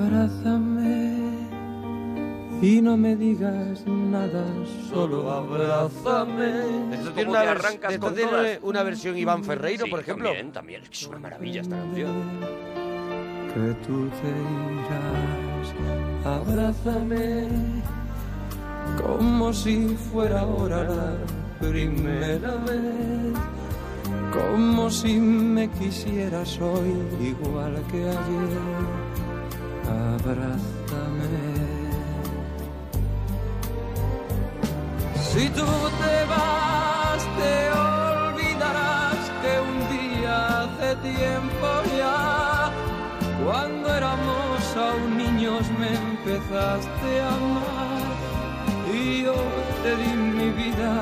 Speaker 2: Abrázame y no me digas nada, solo abrázame.
Speaker 1: Esto tiene, una, vers- esto tiene una versión Iván Ferreiro, por ejemplo. También,
Speaker 4: también. Es que es una maravilla esta canción.
Speaker 2: que tú te irás. Abrázame como si fuera ahora la primera vez, como si me quisieras hoy igual que ayer. Abrázame. Si tú te vas, te olvidarás que un día hace tiempo ya, cuando éramos aún niños, me empezaste a amar. Y yo te di mi vida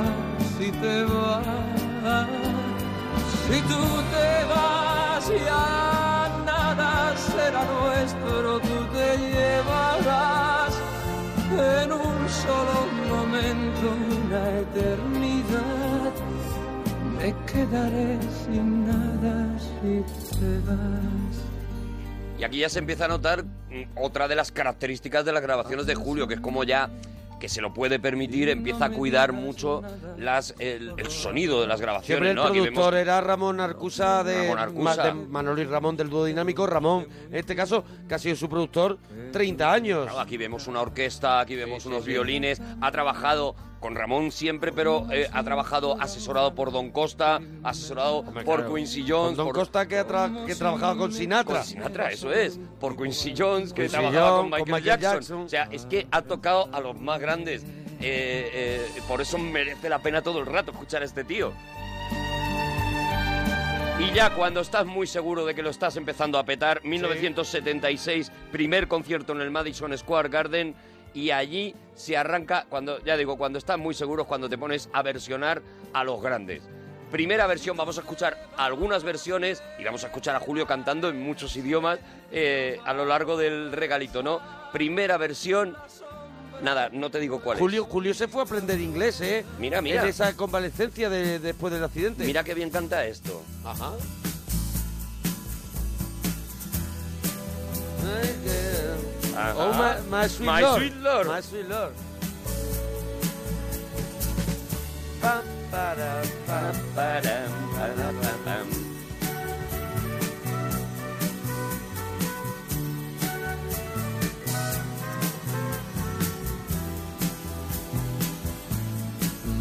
Speaker 2: si te vas. Si tú te vas, ya nada será nuestro, tú te llevarás en un solo momento una eternidad. Me quedaré sin nada si te vas.
Speaker 4: Y aquí ya se empieza a notar mm, otra de las características de las grabaciones de Julio, que es como ya que se lo puede permitir, empieza a cuidar mucho las, el, el sonido de las
Speaker 1: Siempre
Speaker 4: grabaciones,
Speaker 1: el
Speaker 4: ¿no? Aquí vemos-
Speaker 1: productor era Ramón Arcusa de,
Speaker 4: Ramón Arcusa.
Speaker 1: Ma- de Manolo y Ramón del dúo dinámico. Ramón, en este caso, que ha sido su productor 30 años.
Speaker 4: Claro, aquí vemos una orquesta, aquí vemos unos
Speaker 1: sí.
Speaker 4: violines. Ha trabajado con Ramón siempre, pero eh, ha trabajado asesorado por Don Costa, asesorado por
Speaker 1: claro.
Speaker 4: Quincy Jones.
Speaker 1: Don
Speaker 4: por-
Speaker 1: Costa que ha, tra- que ha trabajado con Sinatra.
Speaker 4: Con Sinatra, eso es. Por Quincy Jones, que
Speaker 1: Quincy
Speaker 4: trabajaba con
Speaker 1: Jones,
Speaker 4: Michael,
Speaker 1: con Michael
Speaker 4: Jackson.
Speaker 1: Jackson.
Speaker 4: O sea, es que ha tocado a los más grandes. Eh, eh, por eso merece la pena todo el rato escuchar a este tío. Y ya cuando estás muy seguro de que lo estás empezando a petar, 1976, primer concierto en el Madison Square Garden y allí se arranca cuando ya digo, cuando estás muy seguro es cuando te pones a versionar a los grandes. Primera versión, vamos a escuchar algunas versiones y vamos a escuchar a Julio cantando en muchos idiomas eh, a lo largo del regalito, ¿no? Primera versión, nada, no te digo cuál es.
Speaker 1: Julio, Julio se fue a aprender inglés, ¿eh?
Speaker 4: Mira, mira.
Speaker 1: En esa convalecencia de- después del accidente.
Speaker 4: Mira qué bien canta esto. Ajá.
Speaker 1: Oh, my, my sweet
Speaker 4: Ah, My
Speaker 1: lord.
Speaker 4: sweet lord.
Speaker 1: My sweet lord. Pam, para, pam,
Speaker 4: Param, param, param.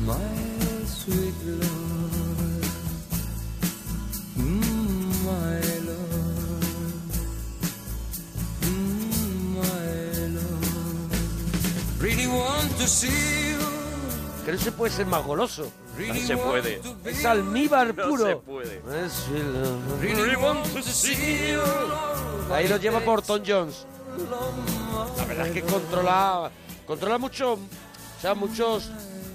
Speaker 2: My sweet Lord, mm, my Lord, mm, my Lord. Really want to see you.
Speaker 1: Que no se puede ser más goloso.
Speaker 4: No se puede.
Speaker 1: Es almíbar
Speaker 4: No
Speaker 1: puro.
Speaker 4: se puede.
Speaker 1: My sweet lord.
Speaker 4: Really want to see you.
Speaker 1: Ahí lo lleva por Tom Jones. La verdad es que controla, controla mucho, o sea, muchos,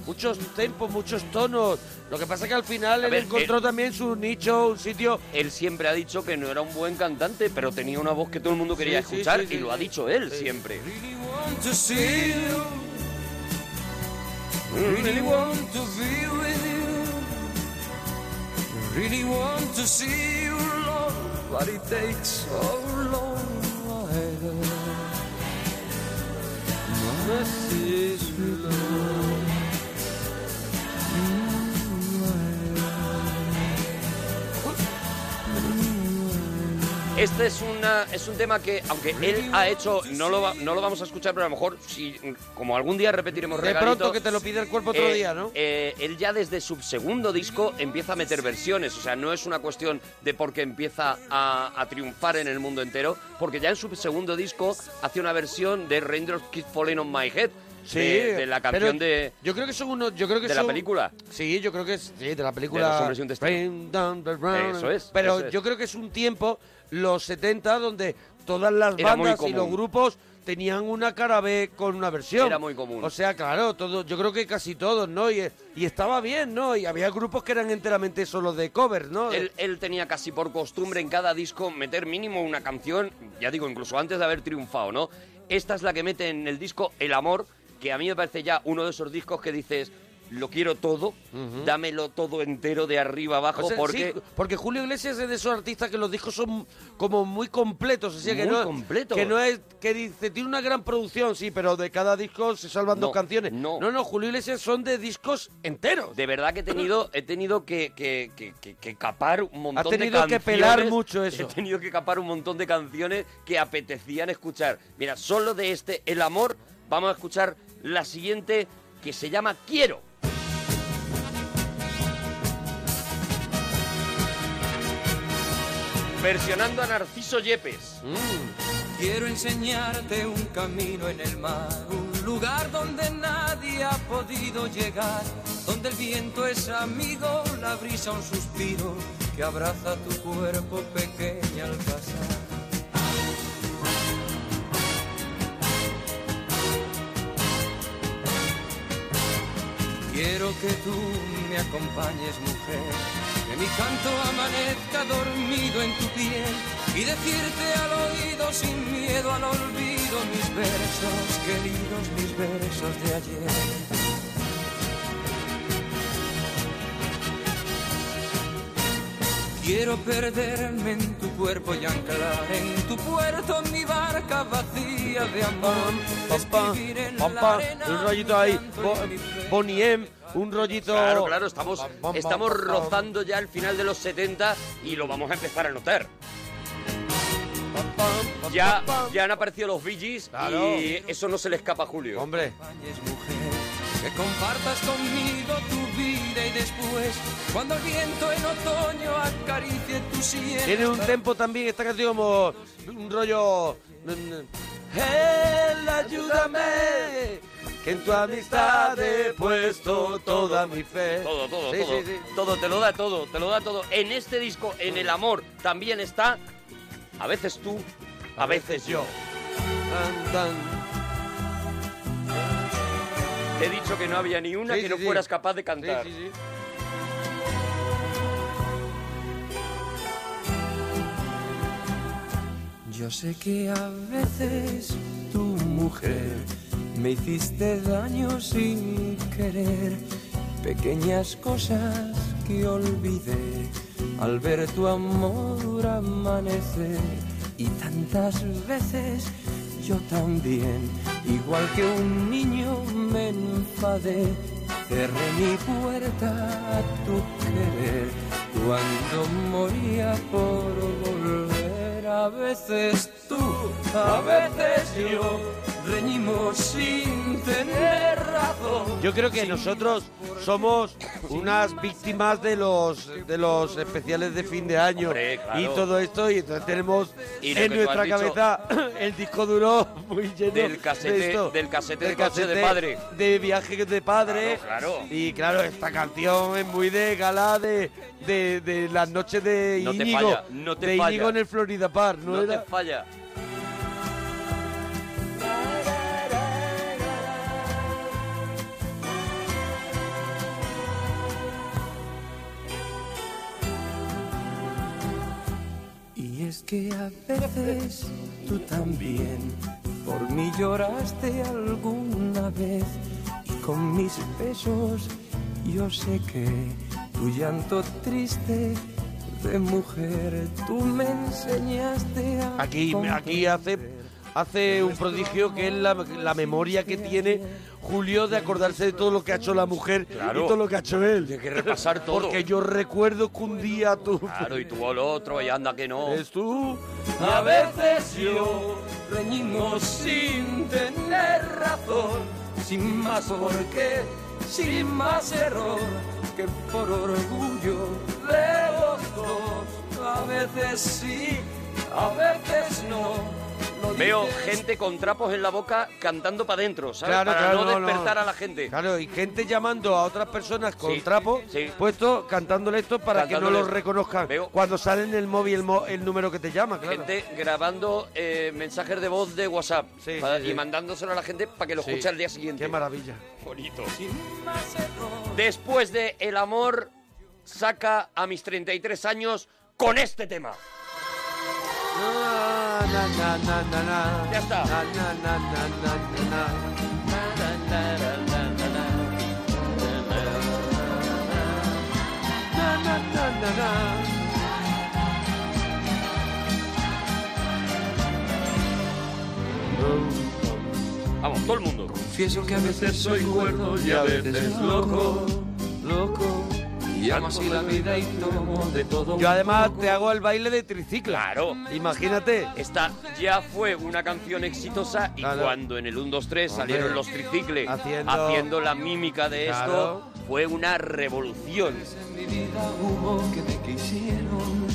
Speaker 1: muchos tempos, muchos tonos. Lo que pasa es que al final
Speaker 4: A
Speaker 1: él
Speaker 4: ver,
Speaker 1: encontró
Speaker 4: él-
Speaker 1: también su nicho, un sitio.
Speaker 4: Él siempre ha dicho que no era un buen cantante, pero tenía una voz que todo el mundo quería
Speaker 1: Sí, sí,
Speaker 4: escuchar
Speaker 1: sí, sí,
Speaker 4: y lo ha
Speaker 1: sí.
Speaker 4: dicho él siempre.
Speaker 2: Want to see you. Really want to be with you. Really want to see you, Lord. But it takes so long, my love. Mercy is Lord.
Speaker 4: Este es, una, es un tema que, aunque él ha hecho, no lo, va- no lo vamos a escuchar, pero a lo mejor, si, como algún día repetiremos
Speaker 1: De
Speaker 4: regalito,
Speaker 1: pronto que te lo pide el cuerpo otro
Speaker 4: eh,
Speaker 1: día, ¿no?
Speaker 4: eh, él ya desde su segundo disco empieza a meter versiones, o sea, no es una cuestión de por qué empieza a, a triunfar en el mundo entero, porque ya en su segundo disco hace una versión de Raindrops Keep Falling on My Head,
Speaker 1: Sí,
Speaker 4: de, de la canción
Speaker 1: pero
Speaker 4: de...
Speaker 1: Yo creo que son unos. Yo creo que
Speaker 4: de la
Speaker 1: son-
Speaker 4: película.
Speaker 1: Sí, yo creo que es. Sí, de la película.
Speaker 4: los hombres y un destino.
Speaker 1: Rain down the round.
Speaker 4: Eso es,
Speaker 1: Pero
Speaker 4: eso es.
Speaker 1: yo creo que es un tiempo, los 70, donde todas las
Speaker 4: Era muy
Speaker 1: bandas y los
Speaker 4: común.
Speaker 1: grupos tenían una cara B con una versión.
Speaker 4: Era muy común.
Speaker 1: O sea, claro, todo, yo creo que casi todos, ¿no? Y, y estaba bien, ¿no? Y había grupos que eran enteramente solo de covers, ¿no?
Speaker 4: Él, él tenía casi por costumbre en cada disco meter mínimo una canción, ya digo, incluso antes de haber triunfado, ¿no? Esta es la que mete en el disco El Amor, que a mí me parece ya uno de esos discos que dices, lo quiero todo, dámelo todo entero de arriba abajo,
Speaker 1: O sea,
Speaker 4: porque...
Speaker 1: Pues, eh, sí, porque Julio Iglesias es de esos artistas que los discos son como muy completos, o sea que
Speaker 4: Muy
Speaker 1: no
Speaker 4: completos.
Speaker 1: que no es que dice tiene una gran producción, sí, pero de cada disco se salvan dos canciones. No. no, Julio Iglesias son de discos enteros.
Speaker 4: De verdad que he tenido, he tenido que, que, que- que- que capar un montón de
Speaker 1: tenido que
Speaker 4: canciones.
Speaker 1: pelar mucho eso.
Speaker 4: He tenido que capar un montón de canciones que apetecían escuchar. Mira, solo de este, El Amor, vamos a escuchar la siguiente que se llama Quiero. Versionando a Narciso Yepes.
Speaker 2: Mm. Quiero enseñarte un camino en el mar, un lugar donde nadie ha podido llegar, donde el viento es amigo, la brisa un suspiro que abraza tu cuerpo pequeña al pasar. Quiero que tú me acompañes, mujer, que mi canto amanezca dormido en tu piel y decirte al oído sin miedo al olvido mis versos, queridos mis versos de ayer. Quiero perderme en tu cuerpo y anclar en tu puerto mi barca vacía de amor.
Speaker 1: Papá, papá, un rollito ahí, Bo- Bonnie M, un rollito
Speaker 4: Claro, claro, estamos,
Speaker 1: Pam, pam,
Speaker 4: estamos
Speaker 1: pam, pam, pam.
Speaker 4: rozando ya el final de los 70 y lo vamos a empezar a notar. Ya, ya han aparecido los Bee Gees
Speaker 2: Claro.
Speaker 4: y eso no se le escapa a Julio.
Speaker 1: Hombre.
Speaker 2: Que compartas conmigo tu vida y después, cuando el viento en otoño acaricie tu sien.
Speaker 1: Tiene un tempo también esta canción como un rollo mm, Él, ayúdame, que en tu amistad he puesto toda mi fe.
Speaker 4: Todo, todo,
Speaker 1: Sí,
Speaker 4: todo.
Speaker 1: sí, sí.
Speaker 4: Todo, te lo da todo, te lo da todo. En este disco, en el amor, también está a veces tú, a, veces yo. Te he dicho que no había ni una
Speaker 1: Sí,
Speaker 4: que
Speaker 1: sí,
Speaker 4: no
Speaker 1: sí.
Speaker 4: fueras capaz de cantar.
Speaker 1: Sí,
Speaker 2: Yo sé que a veces tu mujer me hiciste daño sin querer, pequeñas cosas que olvidé al ver tu amor amanecer y tantas veces yo también, igual que un niño me enfadé, cerré mi puerta a tu querer, cuando moría por volver, a veces tú, a veces yo, reñimos sin tener razón.
Speaker 1: Yo creo que nosotros somos unas víctimas de los de los especiales de fin de año
Speaker 4: claro.
Speaker 1: y todo esto y entonces tenemos
Speaker 4: Y lo
Speaker 1: en
Speaker 4: que tú has
Speaker 1: nuestra
Speaker 4: dicho-
Speaker 1: cabeza el disco duro muy lleno
Speaker 4: Del casete-
Speaker 1: de esto.
Speaker 4: del casete de coche de padre.
Speaker 1: de viaje de padre
Speaker 4: Claro, claro.
Speaker 1: y claro esta canción es muy de gala de, de, de las noches de
Speaker 4: No te
Speaker 1: Íñigo
Speaker 4: falla, no te
Speaker 1: de
Speaker 4: falla.
Speaker 1: Íñigo en el Florida Park no,
Speaker 4: No te
Speaker 1: era
Speaker 4: falla.
Speaker 2: Y es que a veces tú también por mí lloraste alguna vez y con mis besos yo sé que tu llanto triste de mujer tú me enseñaste a
Speaker 1: Aquí, aquí hace, hace un prodigio que es la, la memoria que tiene Julio de acordarse de todo lo que ha hecho la mujer
Speaker 4: Claro.
Speaker 1: y todo lo que ha hecho él.
Speaker 4: Tiene que repasar todo.
Speaker 1: Porque yo recuerdo que un día tú...
Speaker 4: Claro, y tú al otro, y anda que no.
Speaker 1: Es tú.
Speaker 2: A veces yo reñimos sin tener razón, sin más porqué, sin más error que por orgullo de los dos. A veces sí, a veces no. Lo
Speaker 4: Veo
Speaker 2: dices
Speaker 4: gente con trapos en la boca cantando para adentro, ¿sabes? para no despertar a la gente.
Speaker 1: Claro, y gente llamando a otras personas con
Speaker 4: Sí,
Speaker 1: trapo puesto cantándole esto para que
Speaker 4: Cantándole.
Speaker 1: no los reconozcan. Cuando sale en el móvil el, mo- el número que te llama, claro.
Speaker 4: Gente grabando eh, mensajes de voz de WhatsApp para-
Speaker 1: sí, sí.
Speaker 4: y mandándoselo a la gente para que lo
Speaker 1: Sí.
Speaker 4: escuche al día siguiente.
Speaker 1: Qué maravilla.
Speaker 4: Bonito. Después de El amor, saca a mis 33 años con este tema. Ya está. Vamos, todo el mundo.
Speaker 2: Confieso que a veces soy cuerdo y a veces loco, loco. Y amo así la vida y tomo de todo.
Speaker 1: Yo además te hago el baile de triciclo.
Speaker 4: Claro.
Speaker 1: Imagínate.
Speaker 4: Esta ya fue una canción exitosa y
Speaker 1: Claro.
Speaker 4: cuando en el 1, 2, 3
Speaker 1: Hombre.
Speaker 4: salieron los tricicles
Speaker 1: Haciendo-
Speaker 4: haciendo la mímica de
Speaker 1: Claro.
Speaker 4: esto, fue una revolución.
Speaker 2: mi vida hubo que me quisieron.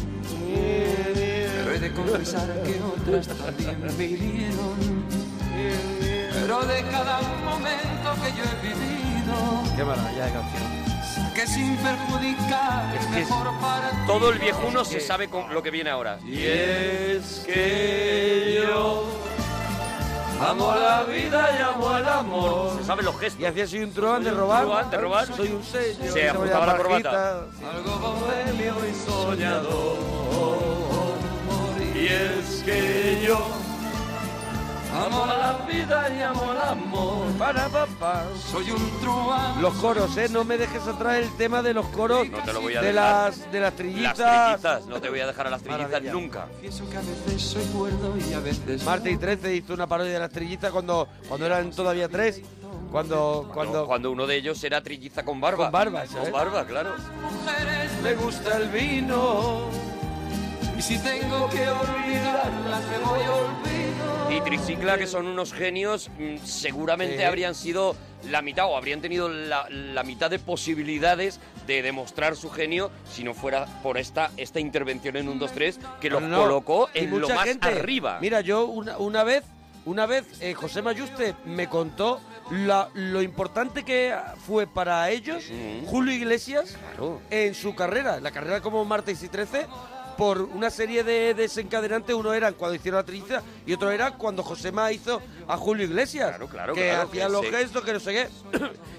Speaker 2: Pero he de confesar que otras también me hirieron. Pero de cada momento que yo he vivido,
Speaker 1: Qué maravilla de canción.
Speaker 2: que sin perjudicar el
Speaker 4: que es-
Speaker 2: mejor para
Speaker 4: Todo el viejuno se sabe con lo que viene ahora.
Speaker 2: Y es que yo amo la vida y amo al amor.
Speaker 4: Se saben los gestos.
Speaker 1: Y hacía soy un truán de
Speaker 2: un
Speaker 1: robar.
Speaker 2: truán de robar.
Speaker 1: Soy un sello.
Speaker 4: Se ajustaba la corbata.
Speaker 2: Algo bohemio y soñador. Y es que yo amo la vida y amo el amor.
Speaker 1: Para papá.
Speaker 2: Soy un truán.
Speaker 1: Los coros, ¿eh? No me dejes atrás el tema de los coros.
Speaker 4: No te lo voy a
Speaker 1: de
Speaker 4: dejar.
Speaker 1: las De las
Speaker 4: Las
Speaker 1: trillitas.
Speaker 4: trillizas, no te voy a dejar a las trillizas
Speaker 1: Maravilla.
Speaker 4: nunca.
Speaker 2: Confieso que a veces soy cuerdo y a veces.
Speaker 1: Marte y 13 hizo una parodia de las trillitas cuando, cuando eran todavía tres. Cuando,
Speaker 4: Cuando,
Speaker 1: cuando,
Speaker 4: cuando uno de ellos era trilliza con barba.
Speaker 1: Con barba, ¿sabes?
Speaker 4: Con barba, claro.
Speaker 2: mujeres me gusta el vino. Y si tengo que olvidarlas, me voy a olvidar.
Speaker 4: Y Tricicla, que son unos genios, mm, seguramente
Speaker 1: Sí.
Speaker 4: habrían sido la mitad o habrían tenido la, la mitad de posibilidades de demostrar su genio si no fuera por esta, esta intervención en 1, 2, 3 que los
Speaker 1: No, no.
Speaker 4: colocó
Speaker 1: Y
Speaker 4: en lo
Speaker 1: mucha
Speaker 4: más
Speaker 1: gente.
Speaker 4: arriba.
Speaker 1: Mira, yo una, una vez, una vez eh, José Mayuste me contó la- lo importante que fue para ellos Julio Iglesias en su carrera, la carrera como Martes y 13 por una serie de desencadenantes, uno era cuando hicieron la trinita y otro era cuando Josema hizo a Julio Iglesias,
Speaker 4: claro,
Speaker 1: que
Speaker 4: claro,
Speaker 1: hacía
Speaker 4: que
Speaker 1: los
Speaker 4: se-
Speaker 1: gestos, que no sé qué,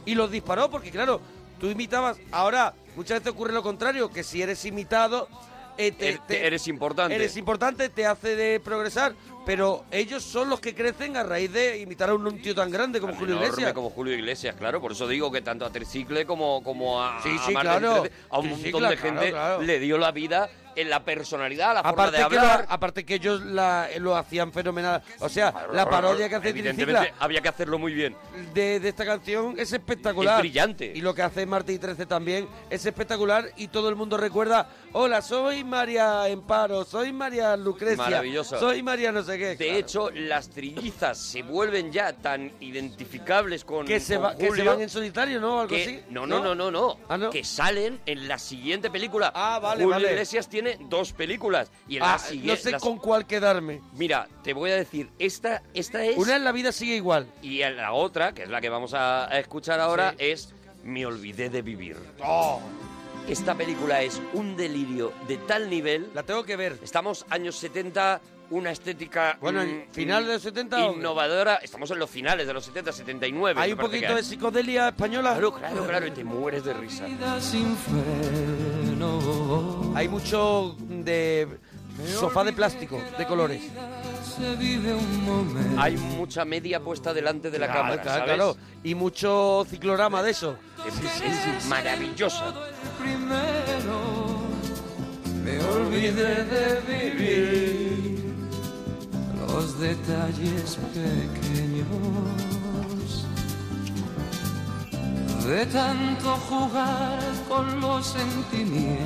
Speaker 1: y los disparó porque claro, tú imitabas, ahora muchas veces ocurre lo contrario, que si eres imitado, eh, te-
Speaker 4: Er-
Speaker 1: te-
Speaker 4: eres importante.
Speaker 1: Eres importante, te hace de progresar, pero ellos son los que crecen a raíz de imitar a un, un tío tan grande como Julio
Speaker 4: Enorme
Speaker 1: Iglesias.
Speaker 4: como Julio Iglesias, claro. Por eso digo que tanto a Tricicle como, como a,
Speaker 1: Sí, sí,
Speaker 4: a Marta
Speaker 1: claro.
Speaker 4: Trece, a un montón
Speaker 1: Tricicla,
Speaker 4: de gente
Speaker 1: claro, claro.
Speaker 4: le dio la vida en la personalidad, la forma
Speaker 1: Aparte
Speaker 4: de
Speaker 1: que, la-
Speaker 4: hablar.
Speaker 1: aparte que ellos la- lo hacían fenomenal. O sea, la parodia que hace
Speaker 4: Evidentemente
Speaker 1: Tricicla
Speaker 4: Eh, había que hacerlo muy bien.
Speaker 1: de, de esta canción es espectacular.
Speaker 4: Es brillante.
Speaker 1: Y lo que hace Martí 13 también es espectacular y todo el mundo recuerda, hola, soy María Emparo, soy María Lucrecia,
Speaker 4: Maravillosa.
Speaker 1: soy María no sé qué.
Speaker 4: De hecho, las trillizas se vuelven ya tan identificables con
Speaker 1: que se,
Speaker 4: con
Speaker 1: va- que se
Speaker 4: Julio
Speaker 1: van en solitario, ¿no? Algo
Speaker 4: que-
Speaker 1: así.
Speaker 4: No, no, no, no, no. Que salen en la siguiente película. Ah,
Speaker 1: vale,
Speaker 4: Julio
Speaker 1: vale.
Speaker 4: Iglesias tiene dos películas. Y en la
Speaker 1: Ah,
Speaker 4: siguiente.
Speaker 1: no sé con cuál quedarme.
Speaker 4: Mira, te voy a decir, esta, esta es.
Speaker 1: Una en la vida sigue igual.
Speaker 4: Y en la otra, que es la que vamos a, a escuchar ahora, es Me olvidé de vivir.
Speaker 1: Oh.
Speaker 4: Esta película es un delirio de tal nivel.
Speaker 1: La tengo que ver.
Speaker 4: Estamos años 70, una estética.
Speaker 1: Bueno,
Speaker 4: mm,
Speaker 1: ¿final de los 70 o qué?
Speaker 4: Innovadora. Estamos en los finales de los 70, 79.
Speaker 1: Hay
Speaker 4: me
Speaker 1: un
Speaker 4: parece que
Speaker 1: poquito de
Speaker 4: es.
Speaker 1: psicodelia española.
Speaker 4: Claro, claro, claro, y te mueres de risa.
Speaker 1: Hay mucho de sofá de plástico, de colores.
Speaker 4: Hay mucha media puesta delante de la
Speaker 1: Claro,
Speaker 4: cámara,
Speaker 1: claro,
Speaker 4: ¿sabes? Eh,
Speaker 1: claro. Y mucho ciclorama de eso.
Speaker 4: Es, es maravillosa.
Speaker 2: Me olvidé de vivir los detalles pequeños de tanto jugar con los sentimientos,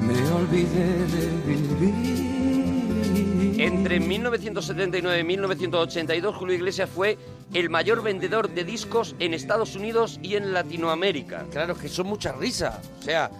Speaker 2: me olvidé de vivir.
Speaker 4: Entre 1979 y 1982, Julio Iglesias fue el mayor vendedor de discos en Estados Unidos y en Latinoamérica.
Speaker 1: Claro, que son muchas risas. O sea,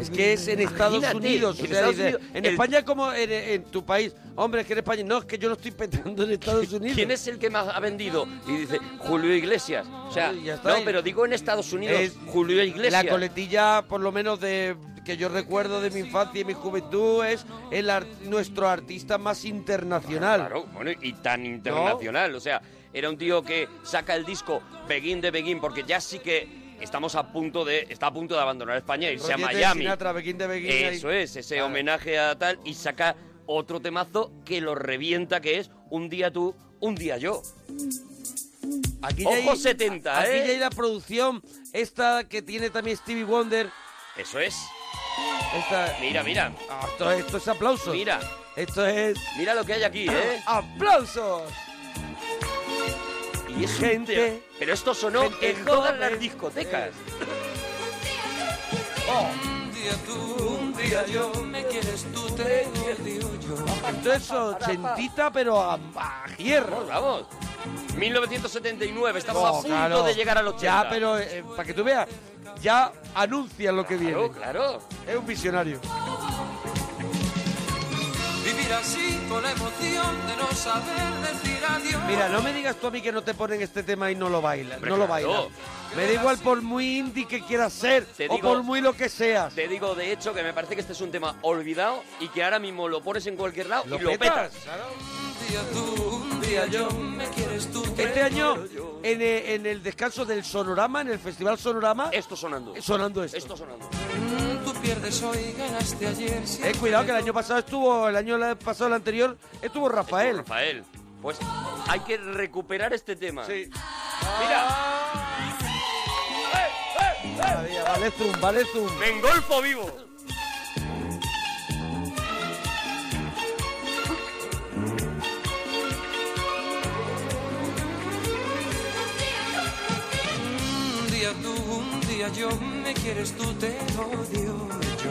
Speaker 1: es que es en Estados
Speaker 4: Imagínate,
Speaker 1: Unidos. o
Speaker 4: en
Speaker 1: sea,
Speaker 4: Estados
Speaker 1: dice,
Speaker 4: Unidos,
Speaker 1: en
Speaker 4: el-
Speaker 1: España como en, en tu país. Hombre, es que en España... No, es que yo lo estoy petando en Estados Unidos.
Speaker 4: ¿Quién es el que más ha vendido? Y dice, Julio Iglesias. O sea,
Speaker 1: Ay, ya está.
Speaker 4: no, pero digo en Estados Unidos,
Speaker 1: Es
Speaker 4: Julio Iglesias.
Speaker 1: La coletilla, por lo menos de que yo recuerdo de mi infancia y mi juventud, es el ar- nuestro artista más internacional.
Speaker 4: Claro, bueno, y tan internacional. O sea, era un tío que saca el disco Begin de Begin, porque ya sí que estamos a punto de. está a punto de abandonar España e irse a
Speaker 1: Rollete,
Speaker 4: Miami.
Speaker 1: Sinatra, Begin de Begin, ahí.
Speaker 4: Eso es, ese homenaje a tal, y saca otro temazo que lo revienta, que es Un día tú, un día yo.
Speaker 1: Aquí ya
Speaker 4: Ojo
Speaker 1: hay-
Speaker 4: 70,
Speaker 1: aquí
Speaker 4: ¿eh?
Speaker 1: ya hay la producción, esta que tiene también Stevie Wonder.
Speaker 4: Eso es.
Speaker 1: Esta,
Speaker 4: Mira, mira.
Speaker 1: Ah, esto, esto es aplausos.
Speaker 4: Mira.
Speaker 1: Esto es.
Speaker 4: Mira lo que hay aquí, ¿eh?
Speaker 1: ¡Aplausos!
Speaker 4: Y es un
Speaker 1: Gente-
Speaker 4: tema- Pero esto sonó
Speaker 1: gente
Speaker 4: en todas
Speaker 1: joven.
Speaker 4: las discotecas.
Speaker 2: Un día tú, un día yo, me quieres tú, te odio yo.
Speaker 1: Esto es ochentita, pero a, a hierro.
Speaker 4: Vamos, vamos. 1979, estamos
Speaker 1: Oh,
Speaker 4: a punto
Speaker 1: claro.
Speaker 4: de llegar al 80.
Speaker 1: Ya, pero eh, para que tú veas, ya anuncia lo que
Speaker 4: Claro,
Speaker 1: viene.
Speaker 4: claro.
Speaker 1: Es un visionario.
Speaker 2: Vivir así con la emoción de no saber decir adiós.
Speaker 1: Mira, no me digas tú a mí que no te ponen este tema y no lo bailas.
Speaker 4: Hombre,
Speaker 1: no lo
Speaker 4: claro.
Speaker 1: bailas. Me da igual por muy indie que quieras ser
Speaker 4: Te
Speaker 1: o
Speaker 4: digo-
Speaker 1: por muy lo que seas.
Speaker 4: Te digo, de hecho, que me parece que este es un tema olvidado y que ahora mismo lo pones en cualquier lado
Speaker 1: Lo
Speaker 4: y lo
Speaker 1: petas,
Speaker 4: petas.
Speaker 2: Un día tú, un día yo, me quieres tú. te
Speaker 1: Este año,
Speaker 2: quiero yo.
Speaker 1: en, eh, en el descanso del Sonorama, en el Festival Sonorama...
Speaker 4: Esto sonando.
Speaker 1: Sonando esto.
Speaker 4: Esto sonando.
Speaker 2: Mm, Tú pierdes hoy, ganaste ayer.
Speaker 1: Eh,
Speaker 2: siempre
Speaker 1: cuidado, que el
Speaker 2: tú.
Speaker 1: año pasado estuvo... El año la- pasado, el anterior, estuvo Rafael.
Speaker 4: Rafael, pues hay que recuperar este tema. Sí. Mira.
Speaker 1: Maravilla, Vale zoom, vale zoom.
Speaker 4: ¡Me engolfo vivo!
Speaker 2: Mm, Un día tú, un día yo, me quieres tú, te odio yo.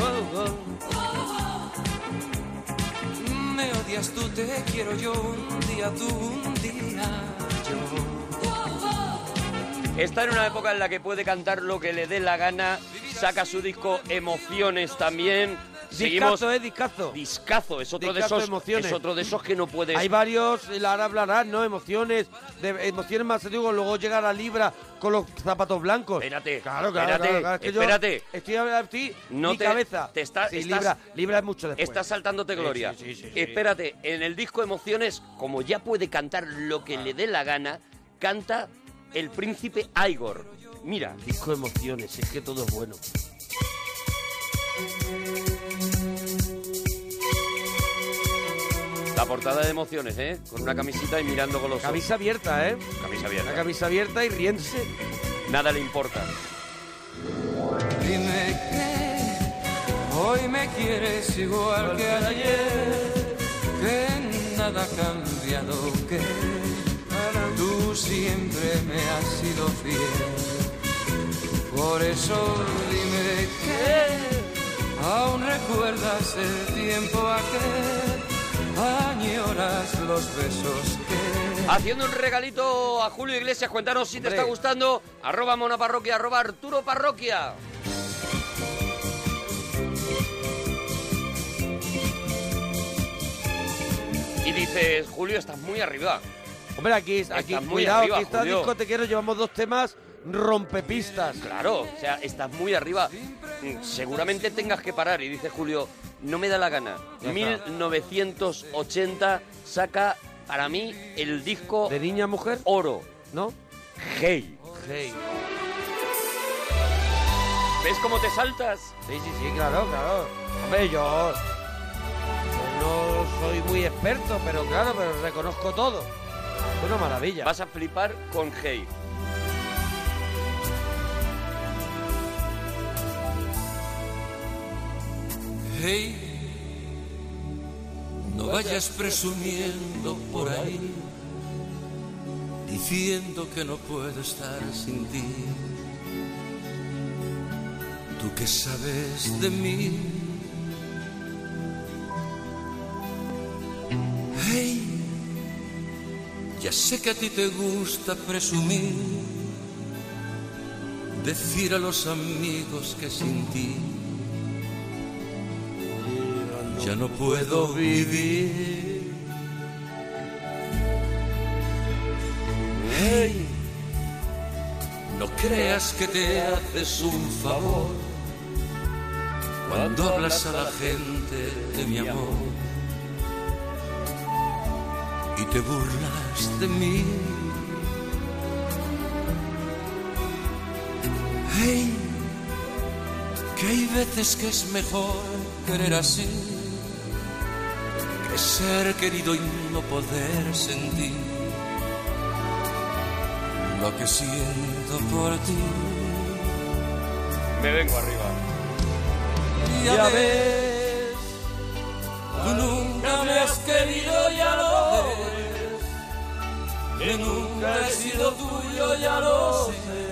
Speaker 2: Oh, oh. Me odias tú, te quiero yo, un día tú, un día
Speaker 4: Está en una época en la que puede cantar lo que le dé la gana, saca su disco Emociones también, Seguimos-
Speaker 1: Discazo, eh, discazo.
Speaker 4: Discazo, es otro de
Speaker 1: Discazo
Speaker 4: esos-
Speaker 1: emociones.
Speaker 4: es otro de esos que no puedes-
Speaker 1: Hay varios, eh, ahora hablarán, ¿no? Emociones, de, emociones más, te digo, luego llegar a Libra con los zapatos blancos. Espérate, claro, claro,
Speaker 4: espérate,
Speaker 1: claro, claro, es que yo
Speaker 4: espérate.
Speaker 1: estoy hablando de ti,
Speaker 4: No
Speaker 1: mi
Speaker 4: te-
Speaker 1: cabeza.
Speaker 4: te está-
Speaker 1: Sí,
Speaker 4: estás-
Speaker 1: Libra, Libra es mucho después.
Speaker 4: Estás saltándote
Speaker 1: Sí,
Speaker 4: gloria.
Speaker 1: sí, sí, sí, sí.
Speaker 4: Espérate, en el disco Emociones, como ya puede cantar lo
Speaker 1: Ah.
Speaker 4: que le dé la gana, canta el príncipe Igor. Mira.
Speaker 1: Disco Emociones, es que todo es bueno.
Speaker 4: La portada de Emociones, ¿eh? Con una camisita y mirando con los
Speaker 1: Camisa abierta, ¿eh?
Speaker 4: Camisa abierta.
Speaker 1: La camisa abierta y riéndose.
Speaker 4: Nada le importa.
Speaker 1: Eh,
Speaker 2: Dime que hoy me quieres igual que ayer, que nada ha cambiado, que tú siempre me has sido fiel. Por eso dime
Speaker 1: Eh,
Speaker 2: que aún recuerdas el tiempo aquel, añoras los besos que...
Speaker 4: Haciendo un regalito a Julio Iglesias, cuéntanos si te está gustando. Arroba Mona Parroquia, arroba Arturo Parroquia. Y dices, Julio, estás muy arriba.
Speaker 1: Hombre, aquí, aquí
Speaker 4: Estás muy
Speaker 1: cuidado,
Speaker 4: arriba,
Speaker 1: aquí está
Speaker 4: Julio.
Speaker 1: discotequero, llevamos dos temas rompepistas.
Speaker 4: Claro, o sea, estás muy arriba. Mm, Seguramente tengas que parar. Y dice Julio, no me da la gana.
Speaker 1: Ya está.
Speaker 4: 1980 saca para mí el disco...
Speaker 1: ¿De niña mujer?
Speaker 4: Oro.
Speaker 1: ¿No?
Speaker 4: Hey. ¿Ves cómo te saltas?
Speaker 1: Sí, sí, sí, claro, claro. Hombre, yo, yo no soy muy experto, pero claro, pero reconozco todo. Es una maravilla.
Speaker 4: Vas a flipar con Hey.
Speaker 2: Hey, no vayas presumiendo por ahí, diciendo que no puedo estar sin ti. Tú que sabes de mí. Hey, ya sé que a ti te gusta presumir, decir a los amigos que sin ti ya no puedo vivir. Hey, no creas que te haces un favor cuando hablas a la gente de mi amor y te burlas de mí. Hey, que hay veces que es mejor querer así que ser querido y no poder sentir lo que siento por ti.
Speaker 4: Me vengo arriba.
Speaker 2: Ya ves, tú nunca me has querido, ya lo ves. Que nunca he sido tuyo, ya lo sé.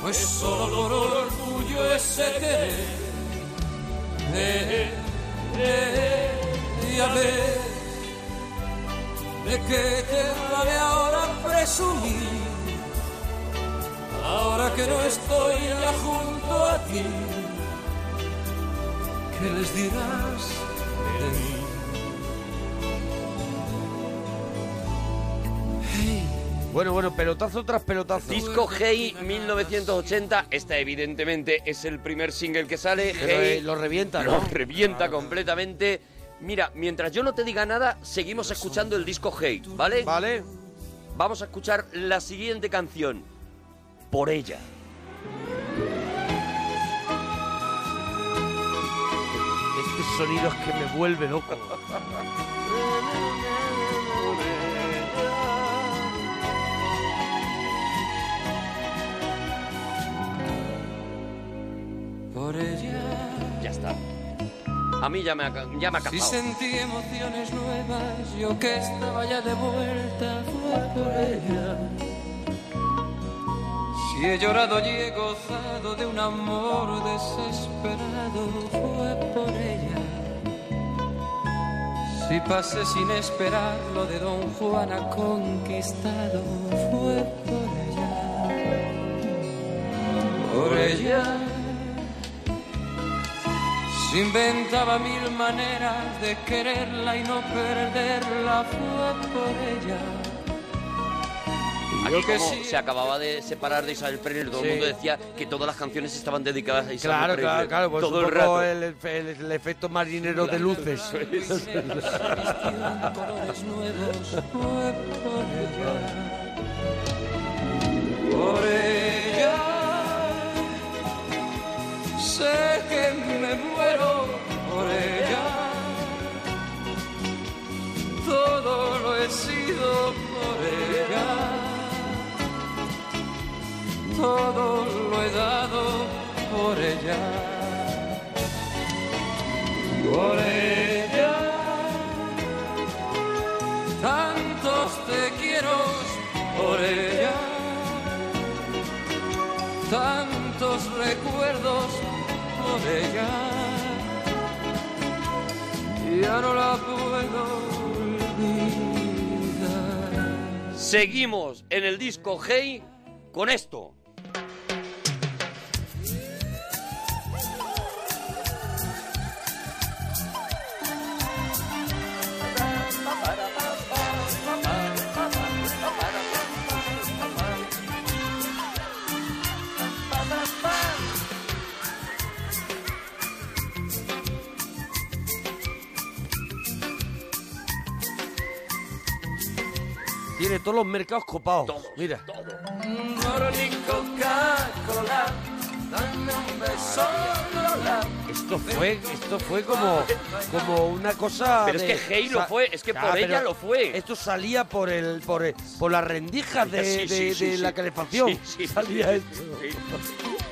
Speaker 2: Pues solo por orgullo ese querer. Eh, eh, ya ves, de qué te vale ahora presumir. Ahora que no estoy ya junto a ti, ¿qué les dirás de mí?
Speaker 1: Bueno, bueno, pelotazo tras pelotazo.
Speaker 4: Disco Hey 1980. Esta evidentemente es el primer single que sale.
Speaker 1: Pero,
Speaker 4: Hey
Speaker 1: eh, lo revienta,
Speaker 4: lo
Speaker 1: ¿no?
Speaker 4: revienta completamente. Mira, mientras yo no te diga nada, seguimos escuchando el disco Hey, ¿vale?
Speaker 1: Vale.
Speaker 4: Vamos a escuchar la siguiente canción. Por ella.
Speaker 1: Este sonido es que me vuelve loco.
Speaker 2: Por ella.
Speaker 4: Ya está. A mí ya me ha, ca- ya me ha
Speaker 2: Si
Speaker 4: captado.
Speaker 2: sentí emociones nuevas, yo que estaba ya de vuelta fue por ella. Si he llorado y he gozado de un amor desesperado fue por ella. Si pasé sin esperar lo de Don Juan ha conquistado fue por ella. Por ella. Se inventaba mil maneras de quererla y no perderla fue por ella.
Speaker 4: Aquí como se acababa de separar de Isabel Preller, todo
Speaker 1: Sí.
Speaker 4: el mundo decía que todas las canciones estaban dedicadas a Isabel
Speaker 1: Claro,
Speaker 4: Preller.
Speaker 1: claro, claro, pues
Speaker 4: todo
Speaker 1: un
Speaker 4: el
Speaker 1: poco
Speaker 4: rato.
Speaker 1: el, el- el efecto marinero de luces.
Speaker 2: Colores nuevos fue por ella. Por ella. Sé que me muero por ella. Todo lo he sido por ella. Todo lo he dado por ella. Por ella. Tantos te quiero por ella. Tantos recuerdos por ella. Ya no la puedo olvidar.
Speaker 4: Seguimos en el disco Hey con esto.
Speaker 1: Tiene todos los mercados copados. Mira.
Speaker 2: No oro ni Coca-Cola, dame un beso, Lola.
Speaker 1: Esto fue, esto fue como, como una cosa.
Speaker 4: Pero es
Speaker 1: de-
Speaker 4: que Hey lo
Speaker 1: sa- Ah,
Speaker 4: fue, es que por
Speaker 1: pero
Speaker 4: ella lo fue.
Speaker 1: Esto salía por el, por, el- por las rendijas de,
Speaker 4: Sí, sí,
Speaker 1: de-
Speaker 4: sí,
Speaker 1: de
Speaker 4: sí.
Speaker 1: la calefacción.
Speaker 4: Sí, sí,
Speaker 1: salía
Speaker 4: sí.
Speaker 1: esto.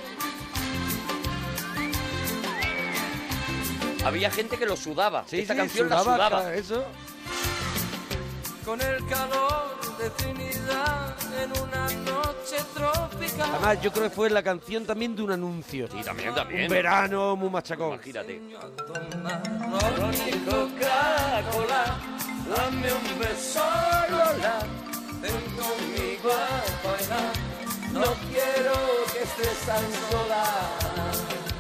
Speaker 4: Había gente que lo sudaba. Esta
Speaker 1: sí,
Speaker 4: canción la
Speaker 1: sudaba,
Speaker 4: sudaba.
Speaker 1: claro, eso.
Speaker 2: Con el calor de Trinidad en una noche tropical.
Speaker 1: Además, yo creo que fue la canción también de un anuncio. Sí,
Speaker 4: también, también.
Speaker 1: Un verano muy machacón.
Speaker 4: Imagínate.
Speaker 2: No oro ni Coca-Cola, dame un beso, Lola. Ven conmigo a bailar, no quiero que estés tan sola.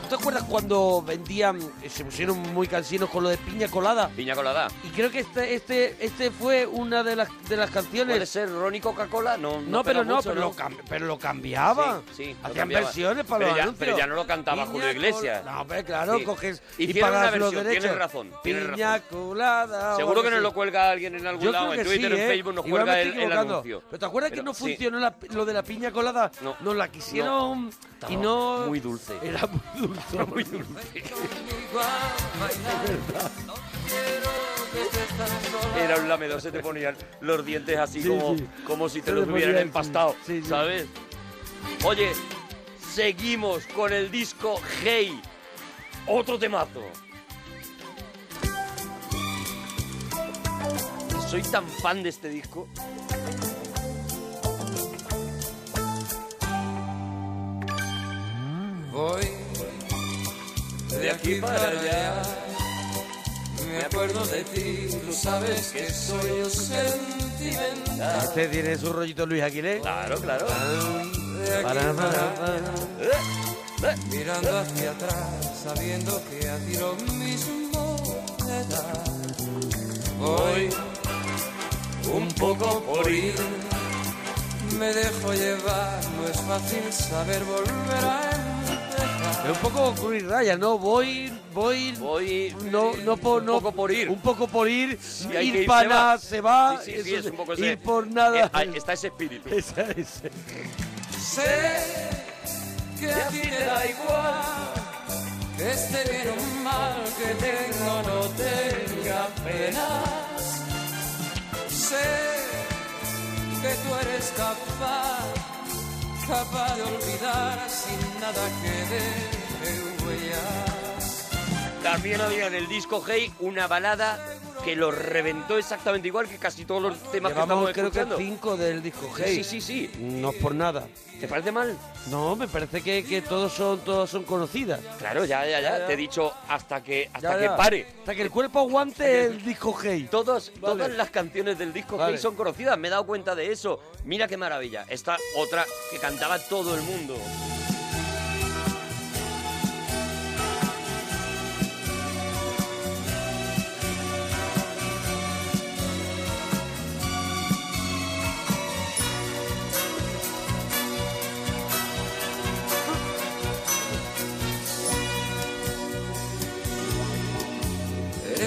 Speaker 1: ¿Tú te acuerdas cuando vendían, eh, se pusieron muy cansinos con lo de piña colada?
Speaker 4: Piña colada.
Speaker 1: Y creo que este, este, este fue una de las, de las canciones.
Speaker 4: ¿Puede ser Ronnie Coca-Cola? No, no,
Speaker 1: No, pero
Speaker 4: pega
Speaker 1: no,
Speaker 4: mucho,
Speaker 1: pero lo cam- pero lo cambiaba.
Speaker 4: Sí, sí, lo
Speaker 1: Hacían
Speaker 4: cambiaba.
Speaker 1: versiones para
Speaker 4: pero
Speaker 1: los
Speaker 4: ya,
Speaker 1: anuncios.
Speaker 4: Pero ya no lo cantaba
Speaker 1: Piña
Speaker 4: Julio Iglesias.
Speaker 1: col- No, hombre, claro,
Speaker 4: Sí.
Speaker 1: coges y
Speaker 4: Hicieron
Speaker 1: pagas
Speaker 4: una
Speaker 1: los
Speaker 4: versión,
Speaker 1: derechos.
Speaker 4: tienes razón, tienes razón.
Speaker 1: Piña colada. o
Speaker 4: Seguro que
Speaker 1: algo
Speaker 4: nos lo
Speaker 1: así.
Speaker 4: cuelga alguien en algún
Speaker 1: Yo
Speaker 4: lado,
Speaker 1: creo
Speaker 4: en
Speaker 1: que
Speaker 4: Twitter,
Speaker 1: sí,
Speaker 4: en
Speaker 1: ¿eh?
Speaker 4: Facebook nos
Speaker 1: Igual me
Speaker 4: cuelga
Speaker 1: estoy
Speaker 4: el, el
Speaker 1: equivocando.
Speaker 4: anuncio.
Speaker 1: Pero ¿te acuerdas
Speaker 4: Pero
Speaker 1: que no
Speaker 4: sí.
Speaker 1: funcionó la- lo de la piña colada? No, la quisieron
Speaker 4: Estaba
Speaker 1: y no...
Speaker 4: muy dulce.
Speaker 1: Era muy dulce.
Speaker 4: muy dulce. Era un lamedor, se te ponían los dientes así
Speaker 1: Sí,
Speaker 4: como,
Speaker 1: sí.
Speaker 4: como si te
Speaker 1: Se
Speaker 4: los
Speaker 1: te
Speaker 4: hubieran
Speaker 1: ponían,
Speaker 4: empastado,
Speaker 1: sí, sí.
Speaker 4: ¿sabes? Oye, seguimos con el disco Hey, otro temazo. Soy tan fan de este disco.
Speaker 2: Voy de aquí para allá. Me acuerdo de ti, tú sabes que soy yo sentimental.
Speaker 1: Este tiene su rollito Luis Aguilé.
Speaker 4: Claro, claro.
Speaker 2: De aquí para allá, mirando hacia atrás, sabiendo que a ti lo mismo te da. Voy un poco por ir, me dejo llevar, no es fácil saber volver a
Speaker 1: Es un poco Cruz Raya, ¿no? Voy, voy,
Speaker 4: voy
Speaker 1: no, no, por, no, un poco
Speaker 4: por ir.
Speaker 1: Un poco por ir,
Speaker 4: hay que
Speaker 1: ir
Speaker 4: irse,
Speaker 1: para
Speaker 4: va.
Speaker 1: nada, se va,
Speaker 4: Sí, sí, sí,
Speaker 1: eso
Speaker 4: es un poco
Speaker 1: ir
Speaker 4: ese-
Speaker 1: por nada.
Speaker 4: eh, ahí está ese espíritu.
Speaker 1: Esa, esa.
Speaker 2: Sé que a ti te da igual, que esté bien o mal, que tengo o no tenga penas. Sé que tú eres capaz, capaz de olvidar sin nada que deje huellas.
Speaker 4: También había en el disco Hey una balada que lo reventó exactamente igual que casi todos los temas
Speaker 1: Llevamos
Speaker 4: que
Speaker 1: creo
Speaker 4: estamos escuchando.
Speaker 1: que cinco del disco Hey.
Speaker 4: Sí, sí, sí.
Speaker 1: No es por nada.
Speaker 4: ¿Te parece mal?
Speaker 1: No, me parece que, que todos son todos son conocidas.
Speaker 4: Claro, ya, ya, ya, te he dicho hasta que hasta
Speaker 1: Ya,
Speaker 4: que
Speaker 1: ya.
Speaker 4: pare.
Speaker 1: Hasta que el cuerpo aguante Este el disco Hey.
Speaker 4: Todas,
Speaker 1: Vale.
Speaker 4: todas las canciones del disco
Speaker 1: Vale.
Speaker 4: Hey son conocidas, me he dado cuenta de eso. Mira qué maravilla. Esta otra que cantaba todo el mundo.
Speaker 2: te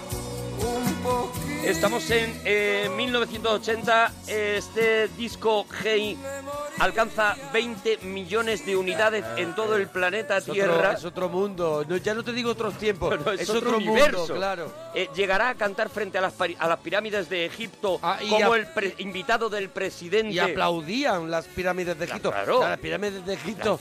Speaker 2: un poquito.
Speaker 4: Estamos en eh, 1980. Este disco Hey alcanza 20 millones de unidades en todo el planeta
Speaker 1: otro-
Speaker 4: Tierra.
Speaker 1: eh, es otro mundo. No, ya no te digo otros tiempos.
Speaker 4: Bueno,
Speaker 1: es, otro,
Speaker 4: universo.
Speaker 1: mundo, claro.
Speaker 4: Eh, llegará a cantar frente a las, pari- a las pirámides de Egipto
Speaker 1: Ah, y
Speaker 4: como
Speaker 1: a-
Speaker 4: el pre- invitado del presidente.
Speaker 1: Y aplaudían las pirámides de Egipto.
Speaker 4: Claro.
Speaker 1: O sea, las pirámides de Egipto.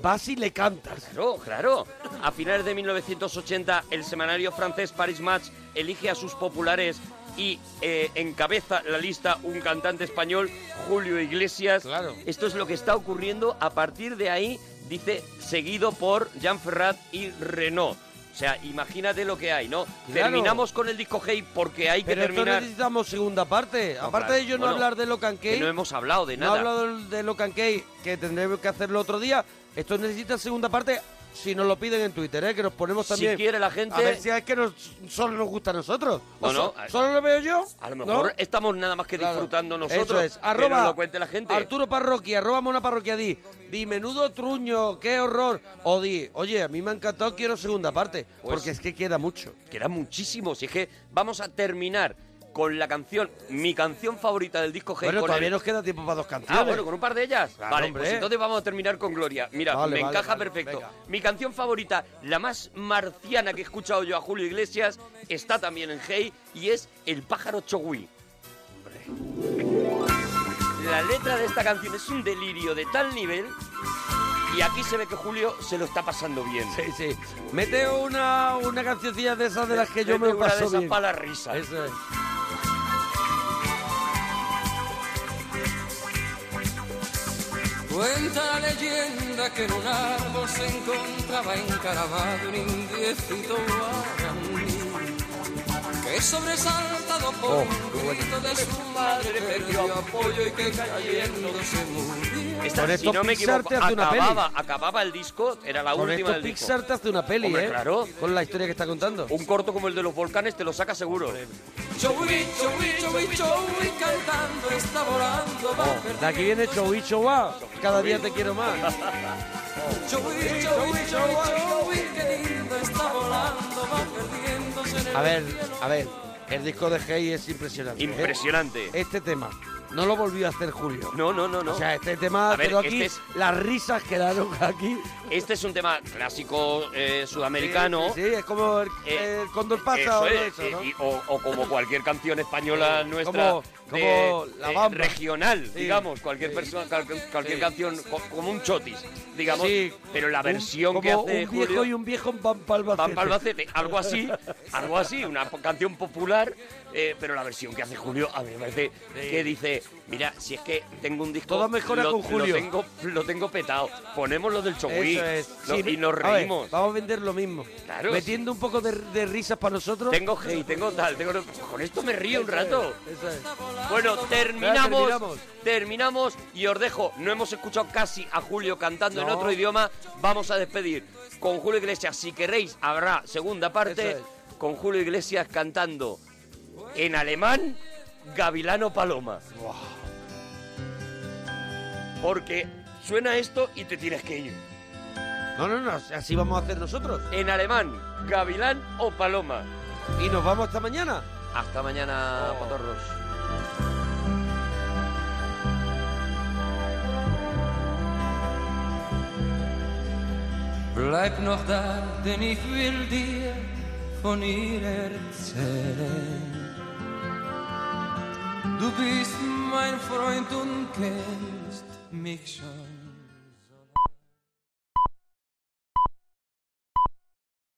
Speaker 1: Vas y le cantas.
Speaker 4: Claro, claro. A finales de 1980, el semanario francés Paris Match elige a sus populares y eh, encabeza la lista un cantante español, Julio Iglesias. Esto es lo que está ocurriendo. A partir de ahí, dice, seguido por Jean Ferrat y Renault. O sea, imagínate lo que hay, ¿no?
Speaker 1: Claro.
Speaker 4: Terminamos con el disco Hey porque hay que
Speaker 1: Pero esto
Speaker 4: terminar.
Speaker 1: necesitamos segunda parte.
Speaker 4: No,
Speaker 1: Aparte
Speaker 4: claro.
Speaker 1: de yo no
Speaker 4: Bueno,
Speaker 1: hablar de Locan Key.
Speaker 4: que no hemos hablado de
Speaker 1: No
Speaker 4: nada.
Speaker 1: he hablado de Locan Key, que tendremos que hacerlo otro día. Esto necesita segunda parte si nos lo piden en Twitter, ¿eh? que nos ponemos
Speaker 4: Si
Speaker 1: también.
Speaker 4: quiere la gente-
Speaker 1: A ver si es que nos, solo nos gusta a nosotros. O so-
Speaker 4: Bueno,
Speaker 1: solo lo veo yo.
Speaker 4: A lo
Speaker 1: ¿no?
Speaker 4: mejor estamos nada más que disfrutando nosotros.
Speaker 1: Eso es.
Speaker 4: que nos
Speaker 1: Arroba
Speaker 4: lo cuente la gente.
Speaker 1: Arturo Parroquia, arroba Mona Parroquia, di. Di, menudo truño, qué horror. O di, oye, a mí me ha encantado, quiero segunda parte. porque es que queda mucho.
Speaker 4: Pues Queda muchísimo. Si es que vamos a terminar con la canción, mi canción favorita del disco G.
Speaker 1: Bueno,
Speaker 4: con
Speaker 1: todavía
Speaker 4: el-
Speaker 1: nos queda tiempo para dos canciones.
Speaker 4: Ah, bueno, con un par de ellas.
Speaker 1: Claro,
Speaker 4: vale,
Speaker 1: hombre.
Speaker 4: pues entonces vamos a terminar con Gloria. Mira,
Speaker 1: Vale,
Speaker 4: me
Speaker 1: vale,
Speaker 4: encaja
Speaker 1: vale,
Speaker 4: perfecto.
Speaker 1: venga.
Speaker 4: Mi canción favorita, la más marciana que he escuchado yo a Julio Iglesias, está también en Hey y es El pájaro Chogui. La letra de esta canción es un delirio de tal nivel y aquí se ve que Julio se lo está pasando bien.
Speaker 1: Sí, sí. Mete una, una cancioncilla de esas de las que yo
Speaker 4: Mete
Speaker 1: me
Speaker 4: una de
Speaker 1: paso
Speaker 4: esas
Speaker 1: bien.
Speaker 4: pa' la risa.
Speaker 1: Eso es.
Speaker 2: Cuenta la leyenda que en un árbol se encontraba encaravado un indiecito guaraní que sobresaltado por
Speaker 4: Oh,
Speaker 2: un grito de su madre perdió apoyo y que cayendo se murió.
Speaker 4: Esta,
Speaker 1: Con
Speaker 4: si
Speaker 1: esto
Speaker 4: no me
Speaker 1: Pixar
Speaker 4: equivoco,
Speaker 1: te hace una
Speaker 4: acababa, acababa el disco, era la
Speaker 1: Con
Speaker 4: última
Speaker 1: esto
Speaker 4: del disco.
Speaker 1: Pixar te hace una peli,
Speaker 4: Hombre,
Speaker 1: ¿eh?
Speaker 4: claro.
Speaker 1: Con la historia que está contando.
Speaker 4: Un corto como el de los volcanes te lo saca seguro.
Speaker 2: Chowi, chowi, chowi, chowi, cantando está volando, va
Speaker 1: De aquí viene Chowi Chowa. Cada día te quiero más.
Speaker 2: Chowi,
Speaker 4: Oh,
Speaker 2: chowi, chowi, chowi, qué lindo está volando, va perdiéndose en el
Speaker 1: A ver, a ver. El disco de Hey es impresionante. ¿eh?
Speaker 4: Impresionante.
Speaker 1: Este tema. No lo volvió a hacer Julio.
Speaker 4: No, no, no, no.
Speaker 1: O sea, este tema
Speaker 4: A ver,
Speaker 1: quedó aquí.
Speaker 4: este es-
Speaker 1: Las risas quedaron aquí.
Speaker 4: Este es un tema clásico eh, sudamericano.
Speaker 1: Sí, sí, sí, es como el,
Speaker 4: Eh,
Speaker 1: el Cóndor pasa
Speaker 4: Eso
Speaker 1: o algo
Speaker 4: es,
Speaker 1: de eso,
Speaker 4: eh,
Speaker 1: ¿no?
Speaker 4: y- o, o como cualquier canción española
Speaker 1: Eh,
Speaker 4: nuestra
Speaker 1: como-
Speaker 4: de-
Speaker 1: como La
Speaker 4: eh,
Speaker 1: Bamba.
Speaker 4: regional,
Speaker 1: Sí.
Speaker 4: digamos, cualquier persona, cualquier, cualquier
Speaker 1: Sí.
Speaker 4: canción co- como un chotis, digamos,
Speaker 1: Sí,
Speaker 4: pero la
Speaker 1: un-
Speaker 4: versión
Speaker 1: como
Speaker 4: que hace
Speaker 1: un viejo
Speaker 4: Julio-
Speaker 1: y un viejo van palbacete.
Speaker 4: Van Palbacete, algo así, algo así, una po- canción popular, eh, pero la versión que hace Julio a mí me parece que dice, mira, si es que tengo un disco...
Speaker 1: Todo mejora
Speaker 4: lo-
Speaker 1: con Julio".
Speaker 4: Lo tengo, lo tengo petado, ponemos lo del chogui
Speaker 1: Eso es.
Speaker 4: lo-
Speaker 1: Sí,
Speaker 4: y nos
Speaker 1: a ver,
Speaker 4: reímos.
Speaker 1: vamos a vender lo mismo.
Speaker 4: Claro,
Speaker 1: Metiendo un poco de, de risas para nosotros.
Speaker 4: Tengo hey, tengo tal, tengo... Con esto me río un
Speaker 1: Eso es,
Speaker 4: rato.
Speaker 1: eso es.
Speaker 4: Bueno, terminamos,
Speaker 1: terminamos.
Speaker 4: terminamos. y os dejo. No hemos escuchado casi a Julio cantando en
Speaker 1: No.
Speaker 4: otro idioma. Vamos a despedir con Julio Iglesias. Si queréis, habrá segunda parte
Speaker 1: Eso
Speaker 4: con Julio Iglesias cantando en alemán Gavilano Paloma. Porque suena esto y te tienes que ir.
Speaker 1: No, no, no, así vamos a hacer nosotros.
Speaker 4: En alemán, Gavilán o Paloma.
Speaker 1: Y nos vamos hasta mañana. Oh.
Speaker 4: Hasta mañana, patorros.
Speaker 2: Bleib noch da, denn ich will dir er von ihr erzählen. Du bist mein Freund und kennst mich schon.